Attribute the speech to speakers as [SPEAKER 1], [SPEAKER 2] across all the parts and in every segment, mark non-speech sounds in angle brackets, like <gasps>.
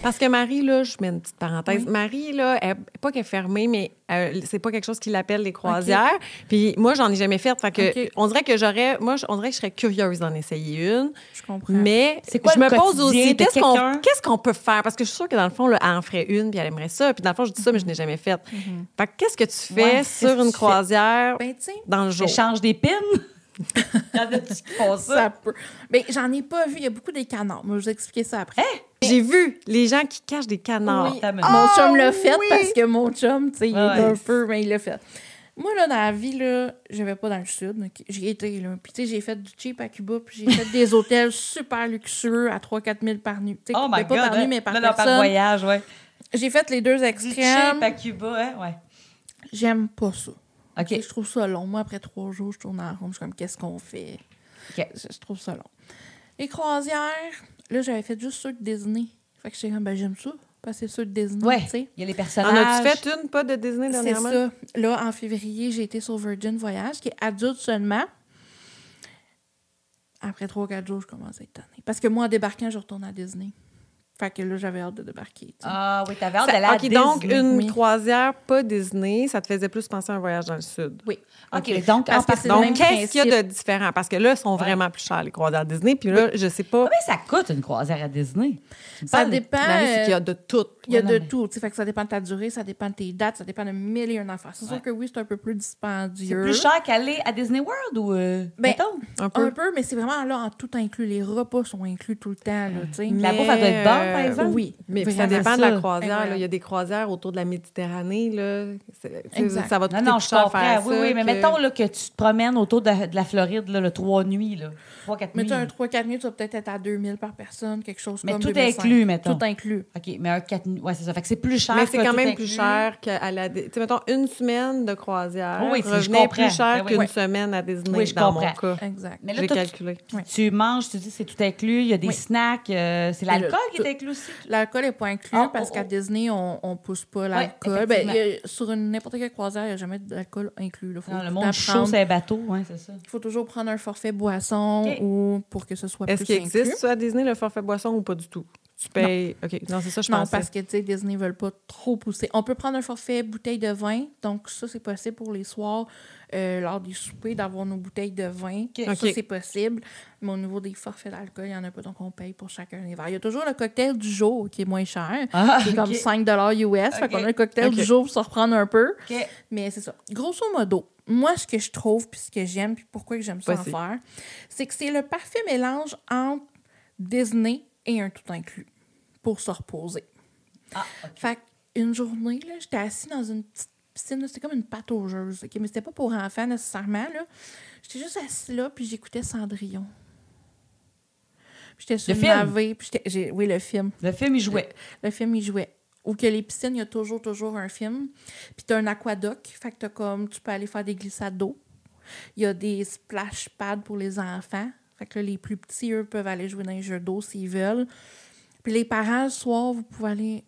[SPEAKER 1] Parce que Marie, là, je mets une petite parenthèse. Marie, là, elle, pas qu'elle est fermée, mais euh, c'est pas quelque chose qui l'appelle les croisières. Puis moi, j'en ai jamais fait. Fait que
[SPEAKER 2] OK.
[SPEAKER 1] on dirait que j'aurais. Moi, je- on dirait que je serais curieuse d'en essayer une.
[SPEAKER 2] Je comprends.
[SPEAKER 1] Mais
[SPEAKER 3] C'est quoi
[SPEAKER 1] je
[SPEAKER 3] le
[SPEAKER 1] me pose
[SPEAKER 3] quotidien
[SPEAKER 1] aussi,
[SPEAKER 3] de
[SPEAKER 1] qu'est-ce qu'on,
[SPEAKER 3] quelqu'un?
[SPEAKER 1] qu'est-ce qu'on peut faire? Parce que je suis sûre que dans le fond, là, elle en ferait une, puis elle aimerait ça. Puis dans le fond, je dis ça, mais je n'ai jamais fait. Fait que qu'est-ce que tu fais
[SPEAKER 3] Mm-hmm. Ouais,
[SPEAKER 1] sur
[SPEAKER 3] qu'est-ce
[SPEAKER 1] une
[SPEAKER 3] que tu fais?
[SPEAKER 1] croisière
[SPEAKER 2] Ben, tu sais,
[SPEAKER 1] dans le jour?
[SPEAKER 3] J'échange des pins. <laughs> Il y en a-tu qui font ça?
[SPEAKER 2] ça peut. Ben, j'en ai pas vu. Il y a beaucoup des canards. Moi, je vais vous expliquer ça après.
[SPEAKER 1] J'ai vu les gens qui cachent des canards.
[SPEAKER 2] Oui.
[SPEAKER 3] ta minute.
[SPEAKER 2] Mon
[SPEAKER 1] Ah,
[SPEAKER 2] chum l'a fait
[SPEAKER 1] oui!
[SPEAKER 2] parce que mon chum, tu sais, il est
[SPEAKER 3] Ouais, ouais.
[SPEAKER 2] un peu, mais il l'a fait. Moi, là, dans la vie, là, je vais pas dans le sud. donc J'y étais, là. Puis, tu sais, j'ai fait du cheap à Cuba, puis j'ai fait
[SPEAKER 3] <laughs>
[SPEAKER 2] des hôtels super luxueux à 3-4 000 par nuit. Tu sais,
[SPEAKER 3] Oh my
[SPEAKER 2] ben, pas
[SPEAKER 3] God.
[SPEAKER 2] par nuit,
[SPEAKER 3] hein.
[SPEAKER 2] mais par
[SPEAKER 3] non, non,
[SPEAKER 2] personne.
[SPEAKER 3] par voyage, ouais.
[SPEAKER 2] j'ai fait les deux
[SPEAKER 3] Du chip à
[SPEAKER 2] extrêmes.
[SPEAKER 3] Cuba, hein? Ouais.
[SPEAKER 2] J'aime pas ça. Tu sais,
[SPEAKER 3] OK.
[SPEAKER 2] Je trouve ça long. Moi, après trois jours, je tourne en rond. Je suis comme, qu'est-ce qu'on fait?
[SPEAKER 3] OK.
[SPEAKER 2] Je, je trouve ça long. Les croisières, là, j'avais fait juste ceux de Disney. Fait que j'étais comme, ben, j'aime ça, parce que c'est ceux de Disney,
[SPEAKER 3] Ouais.
[SPEAKER 2] tu sais.
[SPEAKER 3] Il y a les
[SPEAKER 1] En
[SPEAKER 3] personnages.
[SPEAKER 1] as-tu fait une, pas de Disney
[SPEAKER 2] C'est
[SPEAKER 1] dernièrement?
[SPEAKER 2] ça. Là, en février, j'ai été sur Virgin Voyage, qui est adulte seulement. Après trois, quatre jours, je commence à être tannée. Parce que moi, en débarquant, je retourne à Disney. Fait que là, j'avais hâte de débarquer. tu sais.
[SPEAKER 3] Ah oui, t'avais hâte
[SPEAKER 1] Ça-
[SPEAKER 3] d'aller à
[SPEAKER 1] OK, donc
[SPEAKER 3] Disney.
[SPEAKER 1] une
[SPEAKER 2] Oui.
[SPEAKER 1] croisière pas Disney, ça te faisait plus penser à un voyage dans le sud.
[SPEAKER 2] Oui.
[SPEAKER 3] OK, donc
[SPEAKER 2] Parce
[SPEAKER 3] en
[SPEAKER 2] que c'est le
[SPEAKER 3] partant-
[SPEAKER 1] Donc,
[SPEAKER 2] même
[SPEAKER 1] qu'est-ce qu'il y a
[SPEAKER 2] principe.
[SPEAKER 1] de différent? Parce que là, ils sont vraiment plus chers, les croisières Disney. Puis là, je sais pas.
[SPEAKER 3] Combien Ah, ça coûte une croisière à Disney? Tu me
[SPEAKER 2] Ça
[SPEAKER 3] parles de-
[SPEAKER 2] dépend.
[SPEAKER 1] Marie,
[SPEAKER 2] euh,
[SPEAKER 1] c'est qu'il y a de tout.
[SPEAKER 2] Il y a
[SPEAKER 3] Ouais, non,
[SPEAKER 2] de
[SPEAKER 3] mais-
[SPEAKER 2] tout. tu sais, Fait que ça dépend de ta durée, ça dépend de tes dates, ça dépend de mille et un affaires. C'est
[SPEAKER 3] Ouais.
[SPEAKER 2] sûr que oui, c'est un peu plus
[SPEAKER 3] C'est
[SPEAKER 2] dispendieux.
[SPEAKER 3] plus cher qu'aller à Disney World ou. euh,
[SPEAKER 2] Ben,
[SPEAKER 3] mettons?
[SPEAKER 1] Un
[SPEAKER 2] Un
[SPEAKER 1] peu.
[SPEAKER 2] peu, mais c'est vraiment là en tout inclus. Les repas sont inclus tout le temps. Là, tu sais.
[SPEAKER 1] Mais-
[SPEAKER 3] La bouffe, elle doit être bonne, par
[SPEAKER 1] euh,
[SPEAKER 3] exemple?
[SPEAKER 2] Oui.
[SPEAKER 1] Mais puis ça
[SPEAKER 2] vraiment.
[SPEAKER 1] dépend de la
[SPEAKER 3] ça.
[SPEAKER 1] croisière. là.
[SPEAKER 2] Incroyable.
[SPEAKER 1] Il y a des croisières autour de la Méditerranée. Là. C'est- tu sais,
[SPEAKER 2] Exact.
[SPEAKER 1] Ça va te
[SPEAKER 3] Non,
[SPEAKER 1] coûter
[SPEAKER 3] non,
[SPEAKER 1] plus
[SPEAKER 3] je
[SPEAKER 1] cher
[SPEAKER 3] comprends.
[SPEAKER 1] faire
[SPEAKER 3] oui,
[SPEAKER 1] ça
[SPEAKER 3] oui, mais
[SPEAKER 1] que-
[SPEAKER 3] mettons là, que tu te promènes autour de, de la Floride là, le trois nuits, là. Trois, quatre
[SPEAKER 2] Mais
[SPEAKER 3] nuits.
[SPEAKER 2] tu as un 3-4 minutes, ça va peut-être être à 2000 par personne, quelque chose
[SPEAKER 3] Mais
[SPEAKER 2] comme
[SPEAKER 3] tout
[SPEAKER 2] 2005.
[SPEAKER 3] inclus, mettons.
[SPEAKER 2] Tout inclus.
[SPEAKER 3] OK, mais un quatre nuits. Ouais, c'est ça. Fait que c'est plus cher.
[SPEAKER 1] Mais c'est
[SPEAKER 3] que
[SPEAKER 1] quand
[SPEAKER 3] tout
[SPEAKER 1] même
[SPEAKER 3] inclus.
[SPEAKER 1] plus cher qu'à la. Tu sais, mettons, une semaine de croisière
[SPEAKER 3] Oui, c'est- je
[SPEAKER 1] revenait
[SPEAKER 3] comprends.
[SPEAKER 1] plus cher
[SPEAKER 3] Ben oui.
[SPEAKER 1] qu'une
[SPEAKER 3] Ouais.
[SPEAKER 1] semaine à Disney,
[SPEAKER 3] Oui, je
[SPEAKER 1] dans
[SPEAKER 3] comprends.
[SPEAKER 1] mon cas.
[SPEAKER 2] Exact.
[SPEAKER 3] Mais là,
[SPEAKER 1] J'ai
[SPEAKER 3] toi, tu-
[SPEAKER 1] calculé.
[SPEAKER 2] Ouais.
[SPEAKER 3] Tu manges, tu dis c'est tout inclus. Il y a des
[SPEAKER 2] Oui.
[SPEAKER 3] snacks. euh, c'est
[SPEAKER 2] Et le-
[SPEAKER 3] l'alcool qui
[SPEAKER 2] tout-
[SPEAKER 3] est inclus aussi.
[SPEAKER 2] L'alcool n'est pas inclus
[SPEAKER 3] Ah,
[SPEAKER 2] parce
[SPEAKER 3] oh,
[SPEAKER 2] qu'à
[SPEAKER 3] oh.
[SPEAKER 2] Disney, on ne pousse pas l'alcool.
[SPEAKER 3] Ouais,
[SPEAKER 2] Ben, il y a- sur une- n'importe quelle croisière, il n'y a jamais d'alcool inclus. là. Faut
[SPEAKER 3] Non, le
[SPEAKER 2] tout
[SPEAKER 3] monde chaud,
[SPEAKER 2] prendre.
[SPEAKER 3] c'est un bateau. Ouais, c'est ça.
[SPEAKER 2] Il faut toujours prendre un forfait boisson
[SPEAKER 3] OK.
[SPEAKER 2] ou pour que ce soit
[SPEAKER 1] Est-ce
[SPEAKER 2] plus
[SPEAKER 1] qu'il
[SPEAKER 2] inclus.
[SPEAKER 1] existe ça à Disney, le forfait boisson ou pas du tout? Tu payes. OK. Non, c'est ça, je
[SPEAKER 2] non,
[SPEAKER 1] pensais.
[SPEAKER 2] parce que tu sais, Disney ne veulent pas trop pousser. On peut prendre un forfait bouteille de vin. Donc, ça, c'est possible pour les soirs, euh, lors des soupers, d'avoir nos bouteilles de vin. Ça,
[SPEAKER 1] OK.
[SPEAKER 2] c'est possible. Mais au niveau des forfaits d'alcool, il n'y en a pas. Donc, on paye pour chacun des verres. Il y a toujours le cocktail du jour qui est moins cher.
[SPEAKER 3] Ah,
[SPEAKER 2] qui est comme
[SPEAKER 3] OK.
[SPEAKER 2] 5 US. Fait
[SPEAKER 3] OK.
[SPEAKER 2] qu'on a le cocktail
[SPEAKER 1] OK.
[SPEAKER 2] du jour pour se reprendre un peu.
[SPEAKER 3] OK.
[SPEAKER 2] Mais c'est ça. Grosso modo, moi, ce que je trouve, puis ce que j'aime, puis pourquoi que j'aime ça en
[SPEAKER 1] Vas-y.
[SPEAKER 2] faire, c'est que c'est le parfait mélange entre Disney et un tout inclus pour se reposer.
[SPEAKER 3] Ah,
[SPEAKER 2] Fait que une journée, là, j'étais assise dans une petite piscine, là, c'était comme une pataugeuse, OK? mais c'était pas pour enfants nécessairement. Là. J'étais juste assise là, puis j'écoutais Cendrillon. Puis J'étais sur
[SPEAKER 3] Le
[SPEAKER 2] le
[SPEAKER 3] film?
[SPEAKER 2] puis j'étais- j'ai- oui, le film
[SPEAKER 3] Le film,
[SPEAKER 2] <laughs>
[SPEAKER 3] il jouait.
[SPEAKER 2] le film il jouait. Ou que les piscines, il y a toujours, toujours un film. Puis t'as un aquadoc, fait que t'as comme, tu peux aller faire des glissades d'eau. Il y a des splash pads pour les enfants. Fait que là, les plus petits, eux, peuvent aller jouer dans les jeux d'eau s'ils veulent. Puis les parents, le soir, vous pouvez aller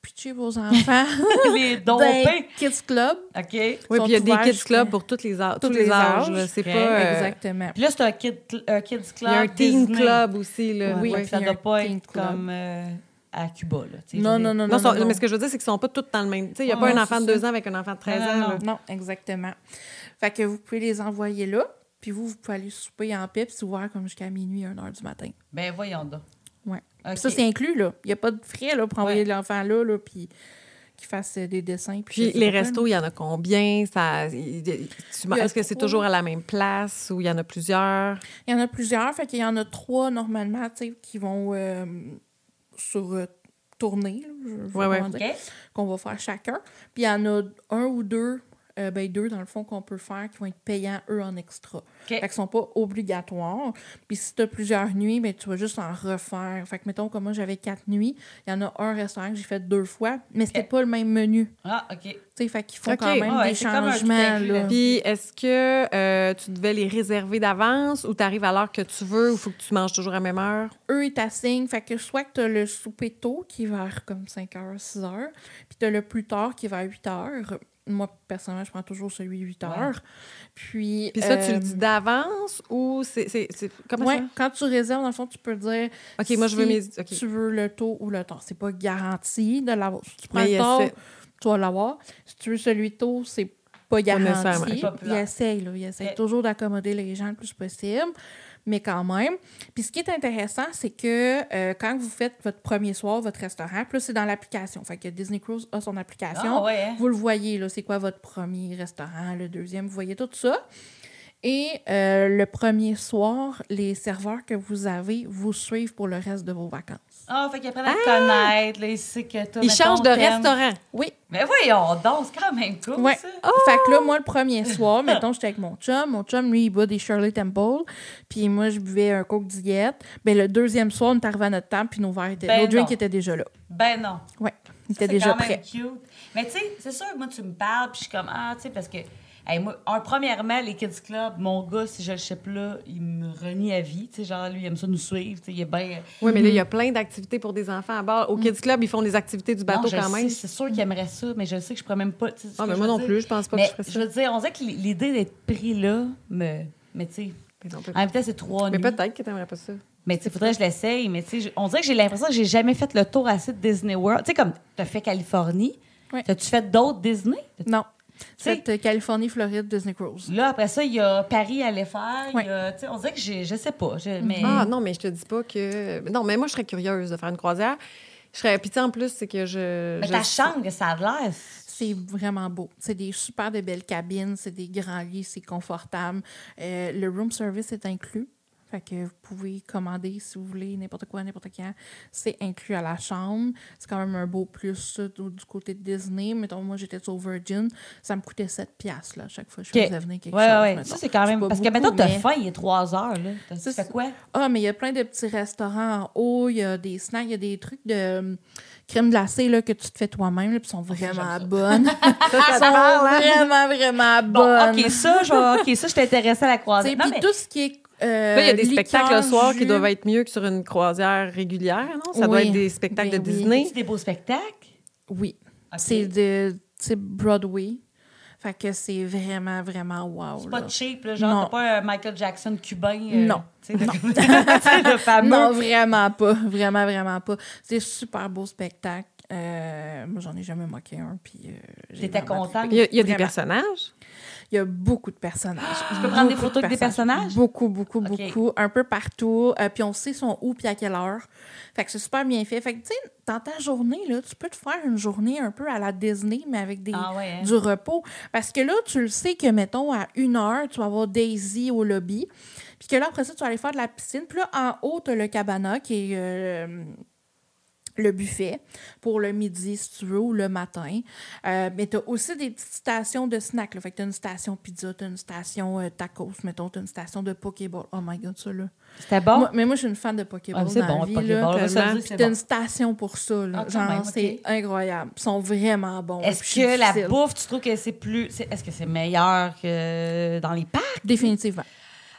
[SPEAKER 2] pitcher vos enfants
[SPEAKER 3] Les
[SPEAKER 2] dans
[SPEAKER 3] dopés.
[SPEAKER 2] Kids Club.
[SPEAKER 3] OK.
[SPEAKER 1] Oui,
[SPEAKER 2] sont
[SPEAKER 1] puis il y a des
[SPEAKER 2] ouverts
[SPEAKER 1] kids
[SPEAKER 2] jusqu'à-
[SPEAKER 1] clubs pour toutes les a- tous
[SPEAKER 2] Toutes
[SPEAKER 1] les
[SPEAKER 2] les
[SPEAKER 1] âges.
[SPEAKER 2] âges.
[SPEAKER 1] là. C'est
[SPEAKER 3] Ok.
[SPEAKER 1] pas. euh,
[SPEAKER 2] Exactement.
[SPEAKER 3] Puis là, c'est un, kid, un kids
[SPEAKER 1] Il y
[SPEAKER 3] club.
[SPEAKER 1] a un teen
[SPEAKER 3] Disney.
[SPEAKER 1] club aussi. Là.
[SPEAKER 3] Oui,
[SPEAKER 2] Ouais.
[SPEAKER 3] ça
[SPEAKER 2] Puis
[SPEAKER 3] doit
[SPEAKER 2] un
[SPEAKER 3] pas
[SPEAKER 2] teen
[SPEAKER 3] être
[SPEAKER 2] club.
[SPEAKER 3] comme euh, à Cuba. Là, tu sais, je veux
[SPEAKER 2] Non,
[SPEAKER 3] dire.
[SPEAKER 2] non, non, non.
[SPEAKER 1] Non, sont-
[SPEAKER 2] non, non.
[SPEAKER 1] mais ce que je veux dire, c'est qu'ils sont pas tous dans le même. Tu sais, il n'y a
[SPEAKER 3] Ouais,
[SPEAKER 1] pas
[SPEAKER 3] non,
[SPEAKER 1] un enfant de
[SPEAKER 3] c'est
[SPEAKER 1] 2 ans avec un enfant de 13
[SPEAKER 3] Non,
[SPEAKER 1] ans.
[SPEAKER 3] non,
[SPEAKER 1] là.
[SPEAKER 2] Non, exactement. Fait que vous pouvez les envoyer là, puis vous, vous pouvez aller souper en paix, puis c'est ouvert comme jusqu'à minuit, 1h du matin.
[SPEAKER 3] Ben voyons donc.
[SPEAKER 2] Ouais.
[SPEAKER 3] OK.
[SPEAKER 2] Puis Ça, c'est inclus, là. Il n'y a pas de frais là, pour envoyer
[SPEAKER 3] Ouais.
[SPEAKER 2] l'enfant là, là puis qu'il fasse euh, des dessins.
[SPEAKER 1] Puis les restos, il y en a combien? Ça, il- il- tu-
[SPEAKER 2] Il y a
[SPEAKER 1] Est-ce que c'est
[SPEAKER 2] trois.
[SPEAKER 1] toujours à la même place ou il y en a plusieurs?
[SPEAKER 2] Il y en a plusieurs, fait qu'il y en a trois normalement, tu sais, qui vont euh, sur euh, tournée, là, je- je sais
[SPEAKER 1] Ouais, ouais.
[SPEAKER 2] comment dire,
[SPEAKER 3] OK.
[SPEAKER 2] qu'on va faire chacun. Puis il y en a un ou deux, euh, ben deux dans le fond, qu'on peut faire qui vont être payants, eux, en extra. Fait qu'ils sont pas obligatoires. Puis si tu as plusieurs nuits, ben, tu vas juste en refaire. Fait que, mettons, comme moi, j'avais quatre nuits, il y en a un restaurant que j'ai fait deux fois, mais c'était
[SPEAKER 3] Ok.
[SPEAKER 2] pas le même menu.
[SPEAKER 3] Ah, OK.
[SPEAKER 2] Tu sais, fait qu'ils font
[SPEAKER 1] Ok.
[SPEAKER 2] quand même
[SPEAKER 3] Ouais,
[SPEAKER 2] des
[SPEAKER 3] c'est comme un
[SPEAKER 2] changements,
[SPEAKER 3] tout inclus,
[SPEAKER 2] là.
[SPEAKER 3] là.
[SPEAKER 1] Puis est-ce que euh, tu devais les réserver d'avance ou tu arrives à l'heure que tu veux ou faut que tu manges toujours à la même heure?
[SPEAKER 2] Eux, ils t'assignent. Fait que soit que t'as le souper tôt, qui est vers comme 5h, 6h, puis t'as le plus tard, qui est vers 8h. moi, personnellement, je prends toujours celui 8 heures. Puis,
[SPEAKER 1] Puis ça, tu
[SPEAKER 2] euh,
[SPEAKER 1] le dis d'avance ou c'est. c'est- c'est- Comment
[SPEAKER 2] ouais, quand tu réserves, dans le fond, tu peux dire
[SPEAKER 1] ça? OK, moi, je veux
[SPEAKER 2] si
[SPEAKER 1] mes. OK.
[SPEAKER 2] tu veux le taux ou le temps. C'est pas garanti de l'avoir. Si tu prends
[SPEAKER 1] Mais il
[SPEAKER 2] le taux,
[SPEAKER 1] essaie.
[SPEAKER 2] tu vas l'avoir. Si tu veux celui tôt, c'est pas
[SPEAKER 1] nécessairement.
[SPEAKER 2] garanti.
[SPEAKER 1] C'est
[SPEAKER 3] pas
[SPEAKER 2] il
[SPEAKER 3] populaire.
[SPEAKER 2] essaye, là. Il essaye
[SPEAKER 3] Mais-
[SPEAKER 2] toujours d'accommoder les gens le plus possible, mais quand même. Puis ce qui est intéressant, c'est que euh, quand vous faites votre premier soir, votre restaurant, plus c'est dans l'application. Fait que Disney Cruise a son application.
[SPEAKER 3] Ah, ouais, hein?
[SPEAKER 2] Vous le voyez, là, c'est quoi votre premier restaurant, le deuxième, vous voyez tout ça. Et euh, le premier soir, les serveurs que vous avez vous suivent pour le reste de vos vacances.
[SPEAKER 3] Ah, fait qu'ils apprennent à te connaître, là, ils savent que toi,
[SPEAKER 1] Il
[SPEAKER 3] mettons,
[SPEAKER 1] change de
[SPEAKER 3] t'aimes-
[SPEAKER 1] restaurant.
[SPEAKER 2] Oui.
[SPEAKER 3] Mais voyons donc, c'est quand même cool,
[SPEAKER 2] Ouais. Ah!
[SPEAKER 3] ça.
[SPEAKER 2] Fait que là,
[SPEAKER 3] Ah!
[SPEAKER 2] moi, le
[SPEAKER 3] <laughs>
[SPEAKER 2] premier soir, mettons, j'étais avec mon chum. Mon chum, lui, il boit des Shirley Temple. Puis moi, je buvais un Coke diète. Ben, le deuxième soir, on est arrivé à notre table, puis nos verres étaient...
[SPEAKER 3] Ben
[SPEAKER 2] nos drinks
[SPEAKER 3] non.
[SPEAKER 2] étaient déjà là.
[SPEAKER 3] Ben non.
[SPEAKER 2] Ouais. Ils
[SPEAKER 3] Ça,
[SPEAKER 2] étaient
[SPEAKER 3] c'est
[SPEAKER 2] déjà
[SPEAKER 3] quand même
[SPEAKER 2] prêts.
[SPEAKER 3] cute. Mais tu sais, c'est sûr que moi, tu me parles, puis je suis comme, ah, tu sais, parce que, hey, moi, un, premièrement, les Kids Club, mon gars, si je le sais là, il me renie à vie. Tu sais, genre, lui, il aime ça nous suivre. Tu sais, il est bien.
[SPEAKER 1] Oui, mais là,
[SPEAKER 2] Mm-hmm.
[SPEAKER 1] il y a plein d'activités pour des enfants à bord.
[SPEAKER 2] Mm.
[SPEAKER 1] Au Kids Club, ils font des activités du bateau
[SPEAKER 3] Non, je
[SPEAKER 1] quand
[SPEAKER 3] le
[SPEAKER 1] même.
[SPEAKER 3] sais, C'est sûr qu'il aimerait ça, mais je sais que je pourrais même pas. tu sais, ce
[SPEAKER 1] Ah,
[SPEAKER 3] que
[SPEAKER 1] mais
[SPEAKER 3] je
[SPEAKER 1] moi
[SPEAKER 3] veux
[SPEAKER 1] non
[SPEAKER 3] dire.
[SPEAKER 1] plus, je pense pas que
[SPEAKER 3] Mais
[SPEAKER 1] je ferais ça.
[SPEAKER 3] Je veux dire, on dirait que l'idée d'être pris là me. Mais tu sais,
[SPEAKER 1] Mais non, peut-
[SPEAKER 2] Ah,
[SPEAKER 3] en même temps, c'est trois
[SPEAKER 1] Mais
[SPEAKER 3] nuits.
[SPEAKER 1] peut-être que t'aimerais pas ça.
[SPEAKER 3] Mais tu sais, faudrait que je l'essaye. Mais tu sais, je- on dirait que j'ai l'impression que j'ai jamais fait le tour assez de Disney World. Tu sais, comme, t'as fait Californie.
[SPEAKER 2] Ouais.
[SPEAKER 3] T'as-tu fait d'autres Disney?
[SPEAKER 2] Non.
[SPEAKER 3] sais-
[SPEAKER 2] Cette Californie, Floride, Disney Cruise.
[SPEAKER 3] Là, après ça, il y a Paris à aller faire. il y a-
[SPEAKER 2] Ouais.
[SPEAKER 3] tu sais, on dirait que j'ai- je sais pas. je- mais
[SPEAKER 1] Ah non, mais je te dis pas que. Non, mais moi, je serais curieuse de faire une croisière. Je serais. Puis tu sais, en plus, c'est que je.
[SPEAKER 3] mais
[SPEAKER 1] je-
[SPEAKER 3] ta chambre, ça a de l'air.
[SPEAKER 2] C'est vraiment beau. C'est des super de belles cabines, c'est des grands lits, c'est confortable. Euh, le room service est inclus. Fait que vous pouvez commander si vous voulez n'importe quoi, n'importe quand. C'est inclus à la chambre. C'est quand même un beau plus ça, du du côté de Disney. Mettons, moi, j'étais sur Virgin. Ça me coûtait 7 piastres là, à chaque fois que je
[SPEAKER 3] Ok.
[SPEAKER 2] faisais venir quelque
[SPEAKER 3] Ouais,
[SPEAKER 2] chose.
[SPEAKER 3] ouais.
[SPEAKER 2] mettons.
[SPEAKER 3] Ça, c'est quand même.
[SPEAKER 2] pas
[SPEAKER 3] Parce que
[SPEAKER 2] beaucoup,
[SPEAKER 3] maintenant, t'as
[SPEAKER 2] mais-
[SPEAKER 3] faim, il est 3 heures. Là. T'as- Tu
[SPEAKER 2] C'est
[SPEAKER 3] fais
[SPEAKER 2] ça.
[SPEAKER 3] quoi?
[SPEAKER 2] Ah, mais il y a plein de petits restaurants en haut, il y a des snacks, il y a des trucs de hum, crème glacée là, que tu te fais toi-même, là, puis sont vraiment bonnes.
[SPEAKER 1] <laughs> Ça, ça te
[SPEAKER 2] sont
[SPEAKER 1] parle, hein?
[SPEAKER 2] vraiment, vraiment bonnes.
[SPEAKER 3] Bon, OK, ça, je, ok, ça, je t'intéressais à la
[SPEAKER 2] Tu sais,
[SPEAKER 3] croisée. Non,
[SPEAKER 2] Puis
[SPEAKER 3] mais
[SPEAKER 2] tout ce qui est. euh,
[SPEAKER 1] Là, il y a des
[SPEAKER 2] liqueur,
[SPEAKER 1] spectacles le soir
[SPEAKER 2] jus.
[SPEAKER 1] qui doivent être mieux que sur une croisière régulière, non? Ça doit
[SPEAKER 2] Oui.
[SPEAKER 1] être des spectacles
[SPEAKER 2] Ben
[SPEAKER 1] de
[SPEAKER 2] oui.
[SPEAKER 1] Disney.
[SPEAKER 3] c'est des beaux spectacles.
[SPEAKER 2] Oui.
[SPEAKER 3] Ok.
[SPEAKER 2] C'est de type Broadway. Fait que c'est vraiment, vraiment wow.
[SPEAKER 3] C'est pas
[SPEAKER 2] là.
[SPEAKER 3] cheap, là, genre,
[SPEAKER 2] Non.
[SPEAKER 3] t'as pas un Michael Jackson cubain. euh,
[SPEAKER 2] Non.
[SPEAKER 3] Tu sais, de- <laughs> tu sais, le fameux.
[SPEAKER 2] Non, vraiment pas. <laughs> Vraiment, vraiment pas. C'est super beau spectacle. Euh, moi, j'en ai jamais manqué un. Puis. euh, j'ai
[SPEAKER 3] T'étais
[SPEAKER 2] vraiment
[SPEAKER 3] contente.
[SPEAKER 2] trippé.
[SPEAKER 1] Il y a, il y a des
[SPEAKER 2] Vraiment.
[SPEAKER 1] personnages.
[SPEAKER 2] Il y a beaucoup de personnages.
[SPEAKER 3] <gasps> Tu peux prendre des
[SPEAKER 2] Beaucoup de
[SPEAKER 3] photos avec des personnages?
[SPEAKER 2] Beaucoup, beaucoup,
[SPEAKER 3] Ok.
[SPEAKER 2] beaucoup. Un peu partout. Euh, puis on sait sont où puis à quelle heure. Fait que c'est super bien fait. Fait que, tu sais, dans ta journée, là, tu peux te faire une journée un peu à la Disney, mais avec des,
[SPEAKER 3] Ah ouais, hein?
[SPEAKER 2] du repos. Parce que là, tu le sais que, mettons, à une heure, tu vas avoir Daisy au lobby. Puis que là, après ça, tu vas aller faire de la piscine. Puis là, en haut, tu le cabana qui est... euh, le buffet pour le midi, si tu veux, ou le matin. Euh, mais tu as aussi des petites stations de snacks. Là. Fait que tu as une station pizza, tu as une station euh, tacos, mettons, tu as une station de Pokéball. Oh my God, ça, là.
[SPEAKER 3] C'était bon?
[SPEAKER 2] Moi- mais moi, je suis une fan de Pokéball.
[SPEAKER 3] Ah, c'est
[SPEAKER 2] dans la
[SPEAKER 3] bon, le
[SPEAKER 2] vie,
[SPEAKER 3] Pokéball,
[SPEAKER 2] là.
[SPEAKER 3] là, ça,
[SPEAKER 2] Tellement.
[SPEAKER 3] c'est
[SPEAKER 2] Puis t'as
[SPEAKER 3] bon.
[SPEAKER 2] une station pour ça. là.
[SPEAKER 3] Ah, quand
[SPEAKER 2] Genre,
[SPEAKER 3] même, ok.
[SPEAKER 2] c'est incroyable. Ils sont vraiment bons.
[SPEAKER 3] Est-ce
[SPEAKER 2] Puis
[SPEAKER 3] que la
[SPEAKER 2] difficiles.
[SPEAKER 3] bouffe, tu trouves que c'est plus. c'est- Est-ce que c'est meilleur que dans les parcs?
[SPEAKER 2] Définitivement.